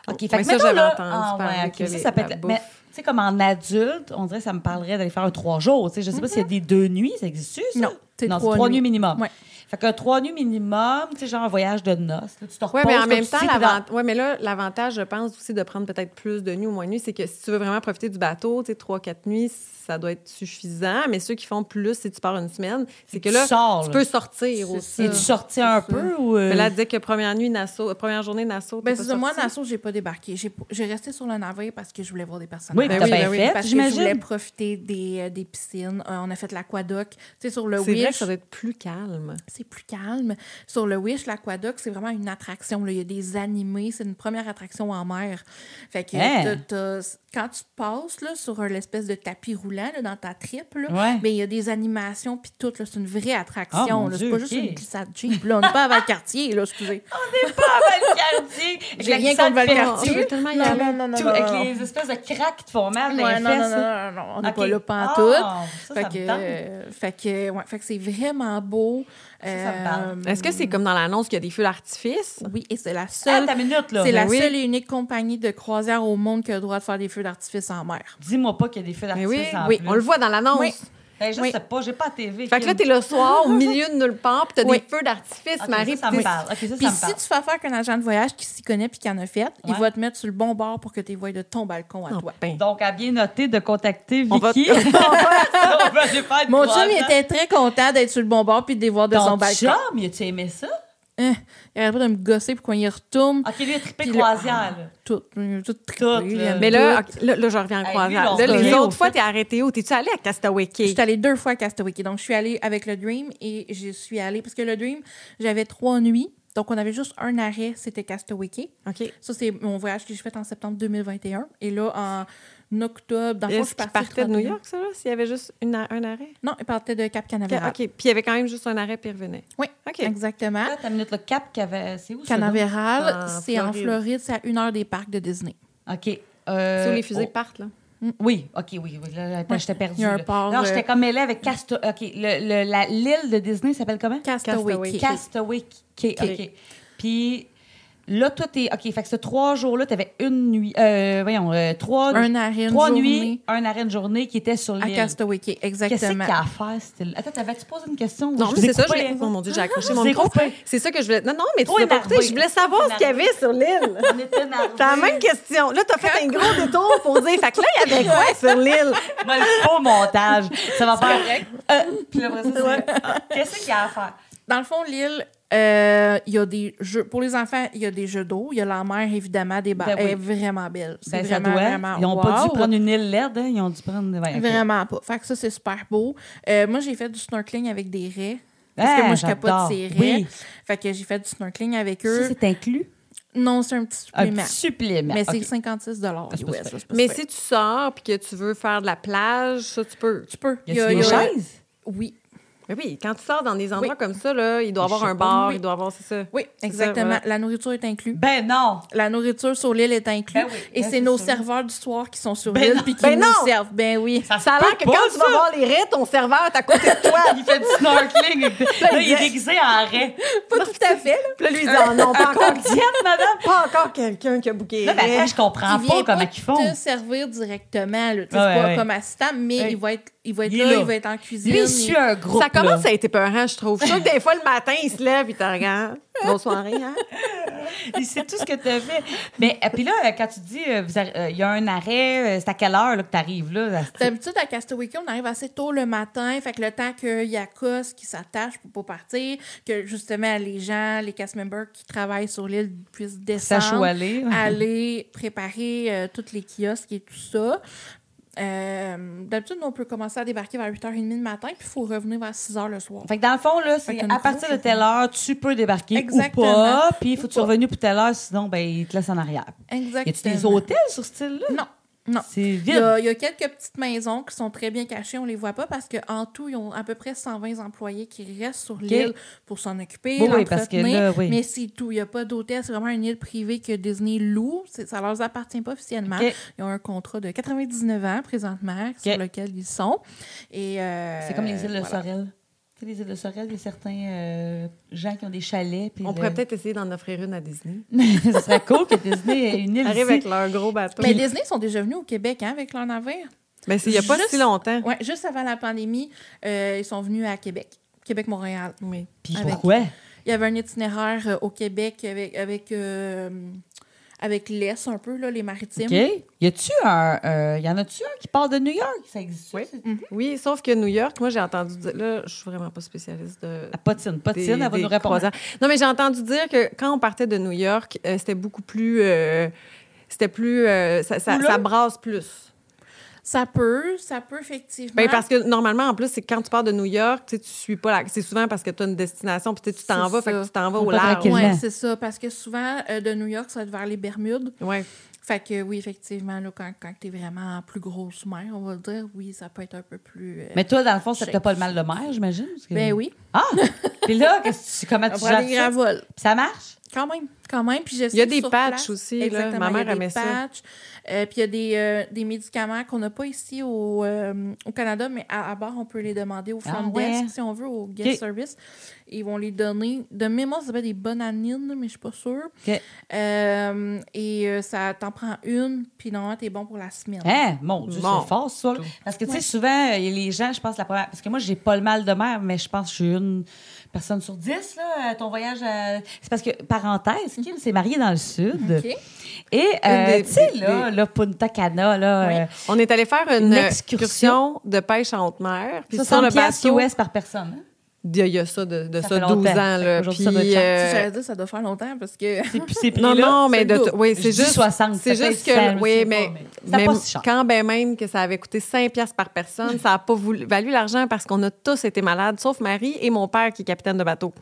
[SPEAKER 2] Oh,
[SPEAKER 3] OK, fait
[SPEAKER 1] Mais
[SPEAKER 3] que
[SPEAKER 1] ça,
[SPEAKER 3] mettons,
[SPEAKER 1] j'avais
[SPEAKER 3] là-
[SPEAKER 1] entendu
[SPEAKER 3] Ah,
[SPEAKER 1] parler
[SPEAKER 3] ouais, ok,
[SPEAKER 1] que
[SPEAKER 3] ça,
[SPEAKER 1] les-
[SPEAKER 3] ça peut
[SPEAKER 1] la
[SPEAKER 3] être- mais,
[SPEAKER 1] bouffe.
[SPEAKER 3] tu sais, comme en adulte, on dirait que ça me parlerait d'aller faire un trois jours. Tu sais, je sais pas s'il y a des deux nuits, ça existe-tu, ça?
[SPEAKER 2] Mhm. Non, c'est
[SPEAKER 3] non, c'est
[SPEAKER 2] trois
[SPEAKER 3] trois nuits
[SPEAKER 2] nuits.
[SPEAKER 3] minimum.
[SPEAKER 2] Ouais.
[SPEAKER 3] Fait qu'un trois nuits minimum, tu sais, genre un voyage de noces. là, tu te
[SPEAKER 1] Oui,
[SPEAKER 3] reposes
[SPEAKER 1] mais en
[SPEAKER 3] comme
[SPEAKER 1] même
[SPEAKER 3] si
[SPEAKER 1] temps,
[SPEAKER 3] t'es dans-
[SPEAKER 1] l'avant- ouais, mais là, l'avantage, je pense aussi de prendre peut-être plus de nuits ou moins de nuits, c'est que si tu veux vraiment profiter du bateau, tu sais, trois, quatre nuits, ça doit être suffisant. Mais ceux qui font plus, si tu pars une semaine, c'est que
[SPEAKER 3] tu
[SPEAKER 1] là,
[SPEAKER 3] sors,
[SPEAKER 1] tu
[SPEAKER 3] là.
[SPEAKER 1] peux sortir
[SPEAKER 2] C'est
[SPEAKER 1] aussi.
[SPEAKER 2] ça.
[SPEAKER 3] Es-tu sorti un
[SPEAKER 2] euh, C'est
[SPEAKER 3] peu ou. euh,
[SPEAKER 1] Mais
[SPEAKER 3] <laughs>
[SPEAKER 1] là, elle disait que première nuit, Nassau, euh, première journée, Nassau, t'es
[SPEAKER 2] Ben,
[SPEAKER 1] pas
[SPEAKER 2] c'est ça, moi,
[SPEAKER 1] sortie.
[SPEAKER 2] Nassau, j'ai pas débarqué. J'ai j'ai resté sur le navire parce que je voulais voir des personnages.
[SPEAKER 3] Oui,
[SPEAKER 1] Ben
[SPEAKER 3] t'as
[SPEAKER 1] oui,
[SPEAKER 3] bien
[SPEAKER 1] ben oui,
[SPEAKER 3] fait,
[SPEAKER 2] parce que je voulais
[SPEAKER 3] j'imagine.
[SPEAKER 2] profiter des, euh, des piscines. Euh, on a fait l'aquadoc. Tu sais, sur le
[SPEAKER 1] C'est vrai que
[SPEAKER 2] Wish,
[SPEAKER 1] ça doit être plus calme.
[SPEAKER 2] c'est plus calme. Sur le Wish, l'aquadoc, c'est vraiment une attraction. là. Il y a des animés. C'est une première attraction en mer. Fait que
[SPEAKER 3] Hein?
[SPEAKER 2] t'as- t'as- quand tu passes là, sur un- l'espèce de tapis roulant là, dans ta tripe, là,
[SPEAKER 3] Ouais.
[SPEAKER 2] ben, il y a des animations puis tout. là. C'est une vraie
[SPEAKER 3] Ah, mon
[SPEAKER 2] attraction. là. c'est
[SPEAKER 3] Dieu,
[SPEAKER 2] pas juste
[SPEAKER 3] ok.
[SPEAKER 2] une glissade Jeep. Là. On n'est pas à Valcartier, là, excusez.
[SPEAKER 3] pas à
[SPEAKER 2] <laughs>
[SPEAKER 3] Valcartier. Avec
[SPEAKER 2] J'ai
[SPEAKER 3] la
[SPEAKER 2] rien
[SPEAKER 3] glissade
[SPEAKER 2] contre Valcartier.
[SPEAKER 1] Je
[SPEAKER 2] <laughs>
[SPEAKER 1] veux
[SPEAKER 3] fertile,
[SPEAKER 1] tellement y
[SPEAKER 2] Non,
[SPEAKER 1] aller.
[SPEAKER 2] non, non, non,
[SPEAKER 3] tout,
[SPEAKER 2] non,
[SPEAKER 3] avec
[SPEAKER 2] non.
[SPEAKER 3] les espèces de craques qui te font mal dans
[SPEAKER 2] Ouais,
[SPEAKER 3] les
[SPEAKER 2] non, non,
[SPEAKER 3] fesses.
[SPEAKER 2] non,
[SPEAKER 3] là.
[SPEAKER 2] non, non, on n'est
[SPEAKER 3] Ok.
[SPEAKER 2] pas là pantoute.
[SPEAKER 3] Ah, ça,
[SPEAKER 2] fait,
[SPEAKER 3] ça me
[SPEAKER 2] que,
[SPEAKER 3] tente.
[SPEAKER 2] euh, fait que, ouais, fait que c'est vraiment beau.
[SPEAKER 3] ça me parle.
[SPEAKER 1] Est-ce que c'est comme dans l'annonce qu'il y a des feux d'artifice?
[SPEAKER 2] Euh, oui, et c'est la
[SPEAKER 3] Ah,
[SPEAKER 2] seule,
[SPEAKER 3] ta minute, là.
[SPEAKER 2] c'est la
[SPEAKER 1] ben oui.
[SPEAKER 2] seule et unique compagnie de croisière au monde qui a le droit de faire des feux d'artifice en mer.
[SPEAKER 3] Dis-moi pas qu'il y a des feux
[SPEAKER 1] Mais
[SPEAKER 3] d'artifice
[SPEAKER 1] oui,
[SPEAKER 3] Ben en
[SPEAKER 1] oui,
[SPEAKER 3] plus.
[SPEAKER 1] on le voit dans l'annonce.
[SPEAKER 2] Oui.
[SPEAKER 3] Ben, je
[SPEAKER 2] Oui.
[SPEAKER 3] sais pas, j'ai pas la TV.
[SPEAKER 1] Fait que là, t'es le soir, au milieu de nulle part, puis t'as
[SPEAKER 2] Oui.
[SPEAKER 1] des feux d'artifice,
[SPEAKER 3] Ok,
[SPEAKER 1] Marie.
[SPEAKER 3] ça, ça
[SPEAKER 1] puis
[SPEAKER 3] me
[SPEAKER 1] t'es-
[SPEAKER 3] parle. Ok, ça, ça
[SPEAKER 2] Puis
[SPEAKER 3] me
[SPEAKER 2] si
[SPEAKER 3] parle.
[SPEAKER 2] tu fais affaire qu'un agent de voyage qui s'y connaît puis qui en a fait, il
[SPEAKER 3] Ouais.
[SPEAKER 2] va te mettre sur le bon bord pour que tu voies de ton balcon à
[SPEAKER 1] Ah,
[SPEAKER 2] toi.
[SPEAKER 1] ben.
[SPEAKER 3] Donc, à bien noter de contacter
[SPEAKER 1] On va-
[SPEAKER 3] Vicky. On va <laughs> aller faire une
[SPEAKER 2] Mon
[SPEAKER 3] croisade.
[SPEAKER 2] chum, il était très content d'être sur le bon bord puis de les voir de son
[SPEAKER 3] Ton
[SPEAKER 2] balcon.
[SPEAKER 3] chum, il a-tu aimé ça?
[SPEAKER 2] Hein, il arrête pas de me gosser pour qu'on y retourne.
[SPEAKER 3] Ok, lui, il a trippé
[SPEAKER 2] Puis le-
[SPEAKER 3] croisière, là.
[SPEAKER 2] Tout, il a tout, trippé,
[SPEAKER 3] Ah. Tout,
[SPEAKER 2] il
[SPEAKER 3] là.
[SPEAKER 2] aime
[SPEAKER 1] Mais
[SPEAKER 2] tout.
[SPEAKER 1] là, ok, là, là, je reviens en
[SPEAKER 3] Hey,
[SPEAKER 1] croisant.
[SPEAKER 3] lui, là, on
[SPEAKER 1] Là, les
[SPEAKER 2] revient au
[SPEAKER 1] autres fois,
[SPEAKER 2] fait.
[SPEAKER 1] t'es arrêté où? T'es-tu allé à Castaway
[SPEAKER 2] Je
[SPEAKER 1] Cay?
[SPEAKER 2] suis allée deux fois à Castaway. Donc, je suis allée avec le Dream et je suis allée. Parce que le Dream, j'avais trois nuits. Donc, on avait juste un arrêt, c'était Castaway. Cay.
[SPEAKER 1] OK.
[SPEAKER 2] Ça, c'est mon voyage que j'ai fait en septembre 2021. Et là, en octobre, dans le fond, je
[SPEAKER 1] Est-ce
[SPEAKER 2] suis
[SPEAKER 1] qu'il
[SPEAKER 2] partie
[SPEAKER 1] partait
[SPEAKER 2] le
[SPEAKER 1] de New
[SPEAKER 2] 31.
[SPEAKER 1] York, ça, là? S'il y avait juste une a- un arrêt?
[SPEAKER 2] Non, il partait de Cap Canaveral.
[SPEAKER 1] OK. Puis il y avait quand même juste un arrêt, puis il revenait.
[SPEAKER 2] Oui,
[SPEAKER 1] OK.
[SPEAKER 2] exactement.
[SPEAKER 3] Là, t'as mis le cap qu'il y avait. C'est où ça?
[SPEAKER 2] Canaveral,
[SPEAKER 1] En
[SPEAKER 2] c'est en
[SPEAKER 1] Floride.
[SPEAKER 2] Floride, c'est à une heure des parcs de Disney.
[SPEAKER 3] OK. Euh,
[SPEAKER 1] C'est où les fusées
[SPEAKER 3] oh,
[SPEAKER 1] partent, là?
[SPEAKER 3] Oui, OK, oui, oui. Là, attends, j'étais perdue.
[SPEAKER 2] Il y a un
[SPEAKER 3] là.
[SPEAKER 2] port,
[SPEAKER 3] Non,
[SPEAKER 2] euh,
[SPEAKER 3] j'étais comme mêlée avec Casto... OK, le- le- la- l'île de Disney s'appelle comment?
[SPEAKER 2] Castaway.
[SPEAKER 1] Castaway
[SPEAKER 2] Cay.
[SPEAKER 3] Castaway Cay.
[SPEAKER 2] Cay.
[SPEAKER 3] OK. Puis là, toi, t'es... OK, fait que ce trois jours-là, t'avais une nuit... euh, voyons, euh, trois...
[SPEAKER 2] Un arrêt, une
[SPEAKER 3] trois
[SPEAKER 2] journée.
[SPEAKER 3] nuits, un arrêt, une journée qui était sur
[SPEAKER 2] À
[SPEAKER 3] l'île.
[SPEAKER 2] Castaway Cay,
[SPEAKER 3] Qu'est-ce qu'il y
[SPEAKER 2] exactement.
[SPEAKER 3] a à faire, cette île? Attends, t'avais-tu posé une question?
[SPEAKER 1] Non,
[SPEAKER 3] Je
[SPEAKER 1] mais
[SPEAKER 3] vous ai
[SPEAKER 1] c'est ça,
[SPEAKER 3] coupé,
[SPEAKER 1] je voulais-
[SPEAKER 3] hein?
[SPEAKER 1] Oh mon Dieu, j'ai accroché
[SPEAKER 3] Je
[SPEAKER 1] mon
[SPEAKER 3] vous ai
[SPEAKER 1] micro.
[SPEAKER 3] coupé.
[SPEAKER 1] C'est ça que je voulais. Non, non, mais tu
[SPEAKER 3] Trop
[SPEAKER 1] l'as pas écouté.
[SPEAKER 3] énervée.
[SPEAKER 1] Je voulais savoir
[SPEAKER 3] Trop
[SPEAKER 1] ce qu'il y avait sur <laughs> l'île.
[SPEAKER 3] On
[SPEAKER 2] <laughs>
[SPEAKER 3] était énervés.
[SPEAKER 1] C'est la même question. Là, t'as fait un gros détour pour dire. Fait que là, il y avait quoi sur l'île?
[SPEAKER 3] <laughs> Moi, le faux montage. Ça va faire. Euh, puis après ça, c'est- Ah, Qu'est-ce qu'il y a à faire?
[SPEAKER 2] Dans le fond, l'île, euh, il y a des jeux. Pour les enfants, il y a des jeux d'eau. Il y a la mer, évidemment, des ba-
[SPEAKER 3] Ben oui.
[SPEAKER 2] Elle est vraiment belle. C'est
[SPEAKER 3] Ben, ça
[SPEAKER 2] vraiment,
[SPEAKER 3] doit.
[SPEAKER 2] vraiment
[SPEAKER 3] Ils n'ont pas dû
[SPEAKER 2] wow.
[SPEAKER 3] prendre une île laide, hein? Ils ont dû prendre. ouais, ok.
[SPEAKER 2] Vraiment pas. Fait que ça, c'est super beau. Euh, moi, j'ai fait du snorkeling avec des raies. Parce que
[SPEAKER 3] Ah,
[SPEAKER 2] moi, je capote
[SPEAKER 3] j'adore.
[SPEAKER 2] ces raies.
[SPEAKER 3] Oui.
[SPEAKER 2] Fait que j'ai fait du snorkeling avec
[SPEAKER 3] Ça,
[SPEAKER 2] eux.
[SPEAKER 3] c'est inclus.
[SPEAKER 2] non, c'est un petit
[SPEAKER 3] Un
[SPEAKER 2] supplément.
[SPEAKER 3] petit supplément.
[SPEAKER 2] Mais
[SPEAKER 3] Ok.
[SPEAKER 2] c'est 56 dollars
[SPEAKER 3] Ah, c'est pas
[SPEAKER 2] US,
[SPEAKER 3] super.
[SPEAKER 2] ça, c'est pas
[SPEAKER 1] Mais
[SPEAKER 2] super.
[SPEAKER 1] si tu sors puis que tu veux faire de la plage, ça, tu peux.
[SPEAKER 2] Tu peux.
[SPEAKER 3] Y a des
[SPEAKER 2] Il y a-
[SPEAKER 3] chaises?
[SPEAKER 2] Oui.
[SPEAKER 1] Mais oui, quand tu sors dans des endroits
[SPEAKER 2] Oui.
[SPEAKER 1] comme ça, là, il doit
[SPEAKER 3] Je
[SPEAKER 1] avoir
[SPEAKER 3] sais
[SPEAKER 1] un
[SPEAKER 3] pas,
[SPEAKER 1] bar,
[SPEAKER 2] oui.
[SPEAKER 1] il doit avoir, c'est ça.
[SPEAKER 2] Oui,
[SPEAKER 1] ça,
[SPEAKER 2] exactement.
[SPEAKER 1] voilà.
[SPEAKER 2] La nourriture est incluse.
[SPEAKER 3] Ben non!
[SPEAKER 2] La nourriture sur l'île est incluse.
[SPEAKER 3] Ben oui,
[SPEAKER 2] et
[SPEAKER 3] ben
[SPEAKER 2] c'est
[SPEAKER 3] c'est
[SPEAKER 2] nos
[SPEAKER 3] ça.
[SPEAKER 2] serveurs du soir qui sont sur
[SPEAKER 3] Ben
[SPEAKER 2] l'île
[SPEAKER 3] non.
[SPEAKER 2] puis qui
[SPEAKER 1] Ben
[SPEAKER 2] nous
[SPEAKER 1] non.
[SPEAKER 2] servent. Ben oui.
[SPEAKER 3] Ça
[SPEAKER 1] Ça a l'air que
[SPEAKER 3] peut
[SPEAKER 1] quand
[SPEAKER 3] pas,
[SPEAKER 1] tu vas
[SPEAKER 3] ça.
[SPEAKER 1] voir les raies, ton serveur est à côté de
[SPEAKER 3] <laughs>
[SPEAKER 1] toi.
[SPEAKER 3] Il fait du
[SPEAKER 2] <laughs>
[SPEAKER 3] snorkeling. Là,
[SPEAKER 2] Ben,
[SPEAKER 3] il est déguisé en raie.
[SPEAKER 2] Pas tout à fait, là.
[SPEAKER 1] Puis là, lui, il dit, Ah non, pas encore,
[SPEAKER 3] Diane, madame!
[SPEAKER 1] pas encore quelqu'un qui a bouqué.
[SPEAKER 3] Là, ben,
[SPEAKER 1] les raies.
[SPEAKER 3] attends, je comprends
[SPEAKER 2] Il
[SPEAKER 3] pas
[SPEAKER 2] vient
[SPEAKER 3] comment ils font.
[SPEAKER 2] te servir directement, là. Tu sais, c'est
[SPEAKER 3] Ouais,
[SPEAKER 2] pas
[SPEAKER 3] ouais.
[SPEAKER 2] comme assistant, mais
[SPEAKER 3] Ouais.
[SPEAKER 2] il va être, il va être
[SPEAKER 3] Il est
[SPEAKER 2] là,
[SPEAKER 3] là.
[SPEAKER 2] il va être en cuisine.
[SPEAKER 3] Lui, il
[SPEAKER 2] il-
[SPEAKER 3] suit un groupe.
[SPEAKER 1] Ça commence
[SPEAKER 3] là.
[SPEAKER 1] à être épeurant, je trouve. Je trouve que des fois, le matin, il se lève, il te
[SPEAKER 3] <laughs>
[SPEAKER 1] regarde. Bonne soirée, hein?
[SPEAKER 3] Il sait tout ce que tu as fait. Mais euh, puis là, euh, quand tu dis euh, vous arri- euh, il y a un arrêt, euh, c'est à quelle heure là, que tu arrives là?
[SPEAKER 2] D'habitude, à Castaway Cay, on arrive assez tôt le matin. Fait que le temps qu'il y a cause qui s'attache pour pas partir, que justement les gens, les cast members qui travaillent sur l'île puissent descendre.
[SPEAKER 3] Sachou <laughs> aller.
[SPEAKER 2] aller préparer euh, tous les kiosques et tout ça. Euh, D'habitude, nous, on peut commencer à débarquer vers 8h30 le matin, puis il faut revenir vers 6h le soir.
[SPEAKER 3] Fait que dans le fond, là,
[SPEAKER 2] Fait
[SPEAKER 3] c'est
[SPEAKER 2] qu'une
[SPEAKER 3] à partir de
[SPEAKER 2] grosse
[SPEAKER 3] telle heure, tu peux débarquer
[SPEAKER 2] Exactement.
[SPEAKER 3] ou pas, puis il faut
[SPEAKER 2] Ou
[SPEAKER 3] que tu sois
[SPEAKER 2] pas.
[SPEAKER 3] revenu pour telle heure, sinon, ben, il te laisse en arrière. Y
[SPEAKER 2] Exactement.
[SPEAKER 3] a-tu des hôtels sur ce style-là?
[SPEAKER 2] Non, non.
[SPEAKER 3] C'est
[SPEAKER 2] Il y,
[SPEAKER 3] vide.
[SPEAKER 2] a, il y a quelques petites maisons qui sont très bien cachées, on les voit pas parce qu'en tout, ils ont à peu près 120 employés qui restent sur l'île pour s'en occuper,
[SPEAKER 3] Oui, oui,
[SPEAKER 2] l'entretenir.
[SPEAKER 3] parce que là, oui.
[SPEAKER 2] Mais c'est tout. Il n'y a pas d'hôtel. C'est vraiment une île privée que Disney loue. C'est- Ça leur appartient pas officiellement.
[SPEAKER 3] OK.
[SPEAKER 2] Ils ont un contrat de 99 ans présentement sur
[SPEAKER 3] OK.
[SPEAKER 2] lequel ils sont. Et euh,
[SPEAKER 3] C'est comme les îles de
[SPEAKER 2] voilà.
[SPEAKER 3] Sorel. Tu sais, les îles de Sorel, il y a certains euh, gens qui ont des chalets. puis
[SPEAKER 1] On
[SPEAKER 3] le-
[SPEAKER 1] pourrait peut-être essayer d'en offrir une à Disney.
[SPEAKER 3] <laughs> Ce serait cool que Disney ait une île
[SPEAKER 1] Arrive
[SPEAKER 3] ici.
[SPEAKER 1] avec leur gros bateau.
[SPEAKER 2] Mais Disney sont déjà venus au Québec hein, avec leur
[SPEAKER 3] <laughs>
[SPEAKER 2] navire.
[SPEAKER 1] Mais c'est- il n'y a pas
[SPEAKER 2] Juste-
[SPEAKER 1] si longtemps.
[SPEAKER 2] Ouais, juste avant la pandémie, euh, ils sont venus à Québec, Québec-Montréal.
[SPEAKER 1] Oui.
[SPEAKER 3] Puis
[SPEAKER 2] Avec-
[SPEAKER 3] pourquoi?
[SPEAKER 2] Il y avait un itinéraire euh, au Québec avec avec, euh, avec l'Est un peu, là, les maritimes.
[SPEAKER 3] OK. Y a-tu un. euh, y en a-tu un qui part de New York? Ça existe.
[SPEAKER 1] Oui. Oui, sauf que New York, moi, j'ai entendu dire. Là, je suis vraiment pas spécialiste de.
[SPEAKER 3] À Potine.
[SPEAKER 1] des-
[SPEAKER 3] Potine, elle va
[SPEAKER 1] des
[SPEAKER 3] nous répondre.
[SPEAKER 1] croisières. Non, mais j'ai entendu dire que quand on partait de New York, euh, c'était beaucoup plus. euh, c'était plus. euh, ça, ça,
[SPEAKER 3] Couleux?
[SPEAKER 1] ça brasse plus.
[SPEAKER 2] Ça peut, ça peut effectivement.
[SPEAKER 3] Hein?
[SPEAKER 1] Ben, parce que normalement, en plus, c'est quand tu pars de New York, tu sais, tu suis pas là. C'est souvent parce que tu as une destination, puis tu sais, tu t'en
[SPEAKER 2] C'est
[SPEAKER 1] vas,
[SPEAKER 2] ça.
[SPEAKER 1] fait que tu t'en vas au
[SPEAKER 3] Pas
[SPEAKER 1] large.
[SPEAKER 3] tranquille.
[SPEAKER 2] Ouais,
[SPEAKER 3] Quasiment.
[SPEAKER 2] c'est ça, parce que souvent, euh, de New York, ça va être vers les Bermudes.
[SPEAKER 1] Ouais.
[SPEAKER 2] Fait que oui, effectivement, là, quand, quand t'es vraiment en plus grosse mer, on va dire, oui, ça peut être un peu plus... euh,
[SPEAKER 3] Mais toi, dans le fond, ça
[SPEAKER 2] Shake.
[SPEAKER 3] t'a pas le mal de mer, j'imagine? parce que-
[SPEAKER 2] ben oui,
[SPEAKER 3] Ah! Puis là, qu'est-ce que tu- comment
[SPEAKER 2] on
[SPEAKER 3] tu
[SPEAKER 2] prend des
[SPEAKER 3] gères ça?
[SPEAKER 2] gravoles.
[SPEAKER 3] Puis ça marche?
[SPEAKER 2] Quand même, quand même. Puis je sais
[SPEAKER 1] Il y a
[SPEAKER 2] que
[SPEAKER 1] des
[SPEAKER 2] sur
[SPEAKER 1] patchs
[SPEAKER 2] place-
[SPEAKER 1] aussi, là.
[SPEAKER 2] Exactement,
[SPEAKER 1] Ma
[SPEAKER 2] il y a
[SPEAKER 1] mère
[SPEAKER 2] des
[SPEAKER 1] aimait ça.
[SPEAKER 2] patchs. Euh, puis il y a des, euh, des médicaments qu'on n'a pas ici au, euh, au Canada, mais à, à bord, on peut les demander au front
[SPEAKER 3] Ah ouais.
[SPEAKER 2] desk, si on veut, au guest
[SPEAKER 3] OK.
[SPEAKER 2] service. Ils vont les donner. De mémoire, ça s'appelle des bonanines, mais je suis pas sûre.
[SPEAKER 3] OK.
[SPEAKER 2] Euh, et euh, ça t'en prend une, puis normalement, t'es bon pour la semaine.
[SPEAKER 3] Hein, mon Dieu,
[SPEAKER 1] Bon.
[SPEAKER 3] c'est fort, ça. là. Parce que, tu sais, souvent, euh, les gens, je pense, la première. Parce que moi, j'ai pas le mal de mer, mais je pense que je suis une personne sur dix, là, à ton voyage. à- C'est parce que, parenthèse, Kim s'est mariée dans le Sud.
[SPEAKER 2] OK?
[SPEAKER 3] Et,
[SPEAKER 1] Une
[SPEAKER 3] euh,
[SPEAKER 1] des-
[SPEAKER 3] tu sais,
[SPEAKER 1] des-
[SPEAKER 3] là, là, Punta Cana, là.
[SPEAKER 2] Oui.
[SPEAKER 3] euh,
[SPEAKER 1] On est allé faire une,
[SPEAKER 3] Une excursion.
[SPEAKER 1] excursion de pêche en haute mer. Puis sur
[SPEAKER 3] 60
[SPEAKER 1] le
[SPEAKER 3] piastres
[SPEAKER 1] bateau,
[SPEAKER 3] US par personne. hein.
[SPEAKER 1] il y a- il y a ça de, de
[SPEAKER 3] Ça
[SPEAKER 1] ça,
[SPEAKER 3] fait
[SPEAKER 1] 12 ans.
[SPEAKER 3] longtemps.
[SPEAKER 1] Là,
[SPEAKER 3] Aujourd'hui,
[SPEAKER 1] puis,
[SPEAKER 3] ça doit être cher.
[SPEAKER 1] euh,
[SPEAKER 2] Ça, j'allais dire, ça doit faire longtemps parce que. <laughs>
[SPEAKER 3] C'est plus ces
[SPEAKER 1] non,
[SPEAKER 3] prix-là.
[SPEAKER 1] non, mais
[SPEAKER 2] c'est
[SPEAKER 1] de,
[SPEAKER 2] double.
[SPEAKER 1] oui,
[SPEAKER 3] Je
[SPEAKER 1] c'est
[SPEAKER 3] dis
[SPEAKER 1] juste
[SPEAKER 3] 60,
[SPEAKER 1] c'est
[SPEAKER 3] peut-être
[SPEAKER 1] juste que
[SPEAKER 3] 100, je sais
[SPEAKER 1] oui,
[SPEAKER 3] pas,
[SPEAKER 1] mais,
[SPEAKER 3] mais c'est pas
[SPEAKER 1] même
[SPEAKER 3] si cher.
[SPEAKER 1] quand ben même que ça avait coûté 5 piastres par personne, ça n'a pas voulu, valu l'argent parce qu'on a tous été malades, sauf Marie et mon père qui est capitaine de bateau.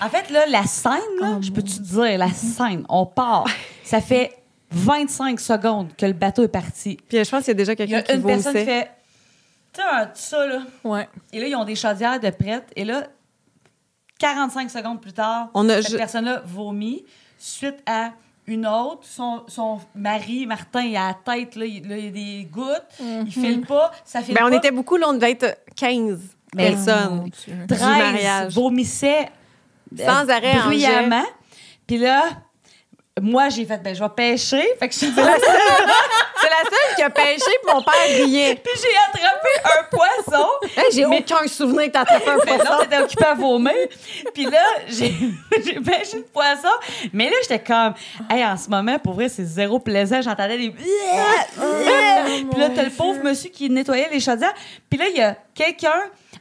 [SPEAKER 3] En fait, là, la scène, là, je peux te dire, la scène, on part. Ça fait 25 secondes que le bateau est parti.
[SPEAKER 1] Puis euh, je pense qu'il y a déjà
[SPEAKER 3] Il y
[SPEAKER 1] quelqu'un
[SPEAKER 3] a
[SPEAKER 1] qui
[SPEAKER 3] une personne qui
[SPEAKER 1] vomissait.
[SPEAKER 3] fait. Tu sais, un- ça, là.
[SPEAKER 2] Ouais.
[SPEAKER 3] Et là, ils ont des chaudières de prêtes. Et là, 45 secondes plus tard,
[SPEAKER 1] On a
[SPEAKER 3] cette
[SPEAKER 1] ju-
[SPEAKER 3] personne-là vomit suite à une autre. Son, son mari, Martin, il a la tête, là, il, là, il y a des gouttes. Il file pas. Ça fait
[SPEAKER 1] Mhm. Ben, on était beaucoup, là, on devait être 15
[SPEAKER 3] Mais-
[SPEAKER 1] Ben, personnes. du
[SPEAKER 3] 13
[SPEAKER 1] mariage.
[SPEAKER 3] vomissait euh,
[SPEAKER 1] Sans arrêt, en
[SPEAKER 3] bruyamment. Puis là, moi, j'ai fait, ben, je vais pêcher. Fait <laughs> que je suis
[SPEAKER 1] C'est la seule qui a pêché, puis mon père riait.
[SPEAKER 3] Puis j'ai attrapé un poisson.
[SPEAKER 1] <laughs> Hey, J'ai
[SPEAKER 3] Mais-
[SPEAKER 1] aucun souvenir que t'as fait un
[SPEAKER 3] Mais là,
[SPEAKER 1] poisson.
[SPEAKER 3] on était occupé à vomir. Puis là, j'ai <laughs> j'ai pêché le poisson. Mais là, j'étais comme, hey, en ce moment, pour vrai, c'est zéro plaisant. J'entendais des.
[SPEAKER 1] Oh
[SPEAKER 2] Oh,
[SPEAKER 3] Puis là, t'as le pauvre monsieur qui nettoyait les chaudières. Puis là, il y a quelqu'un.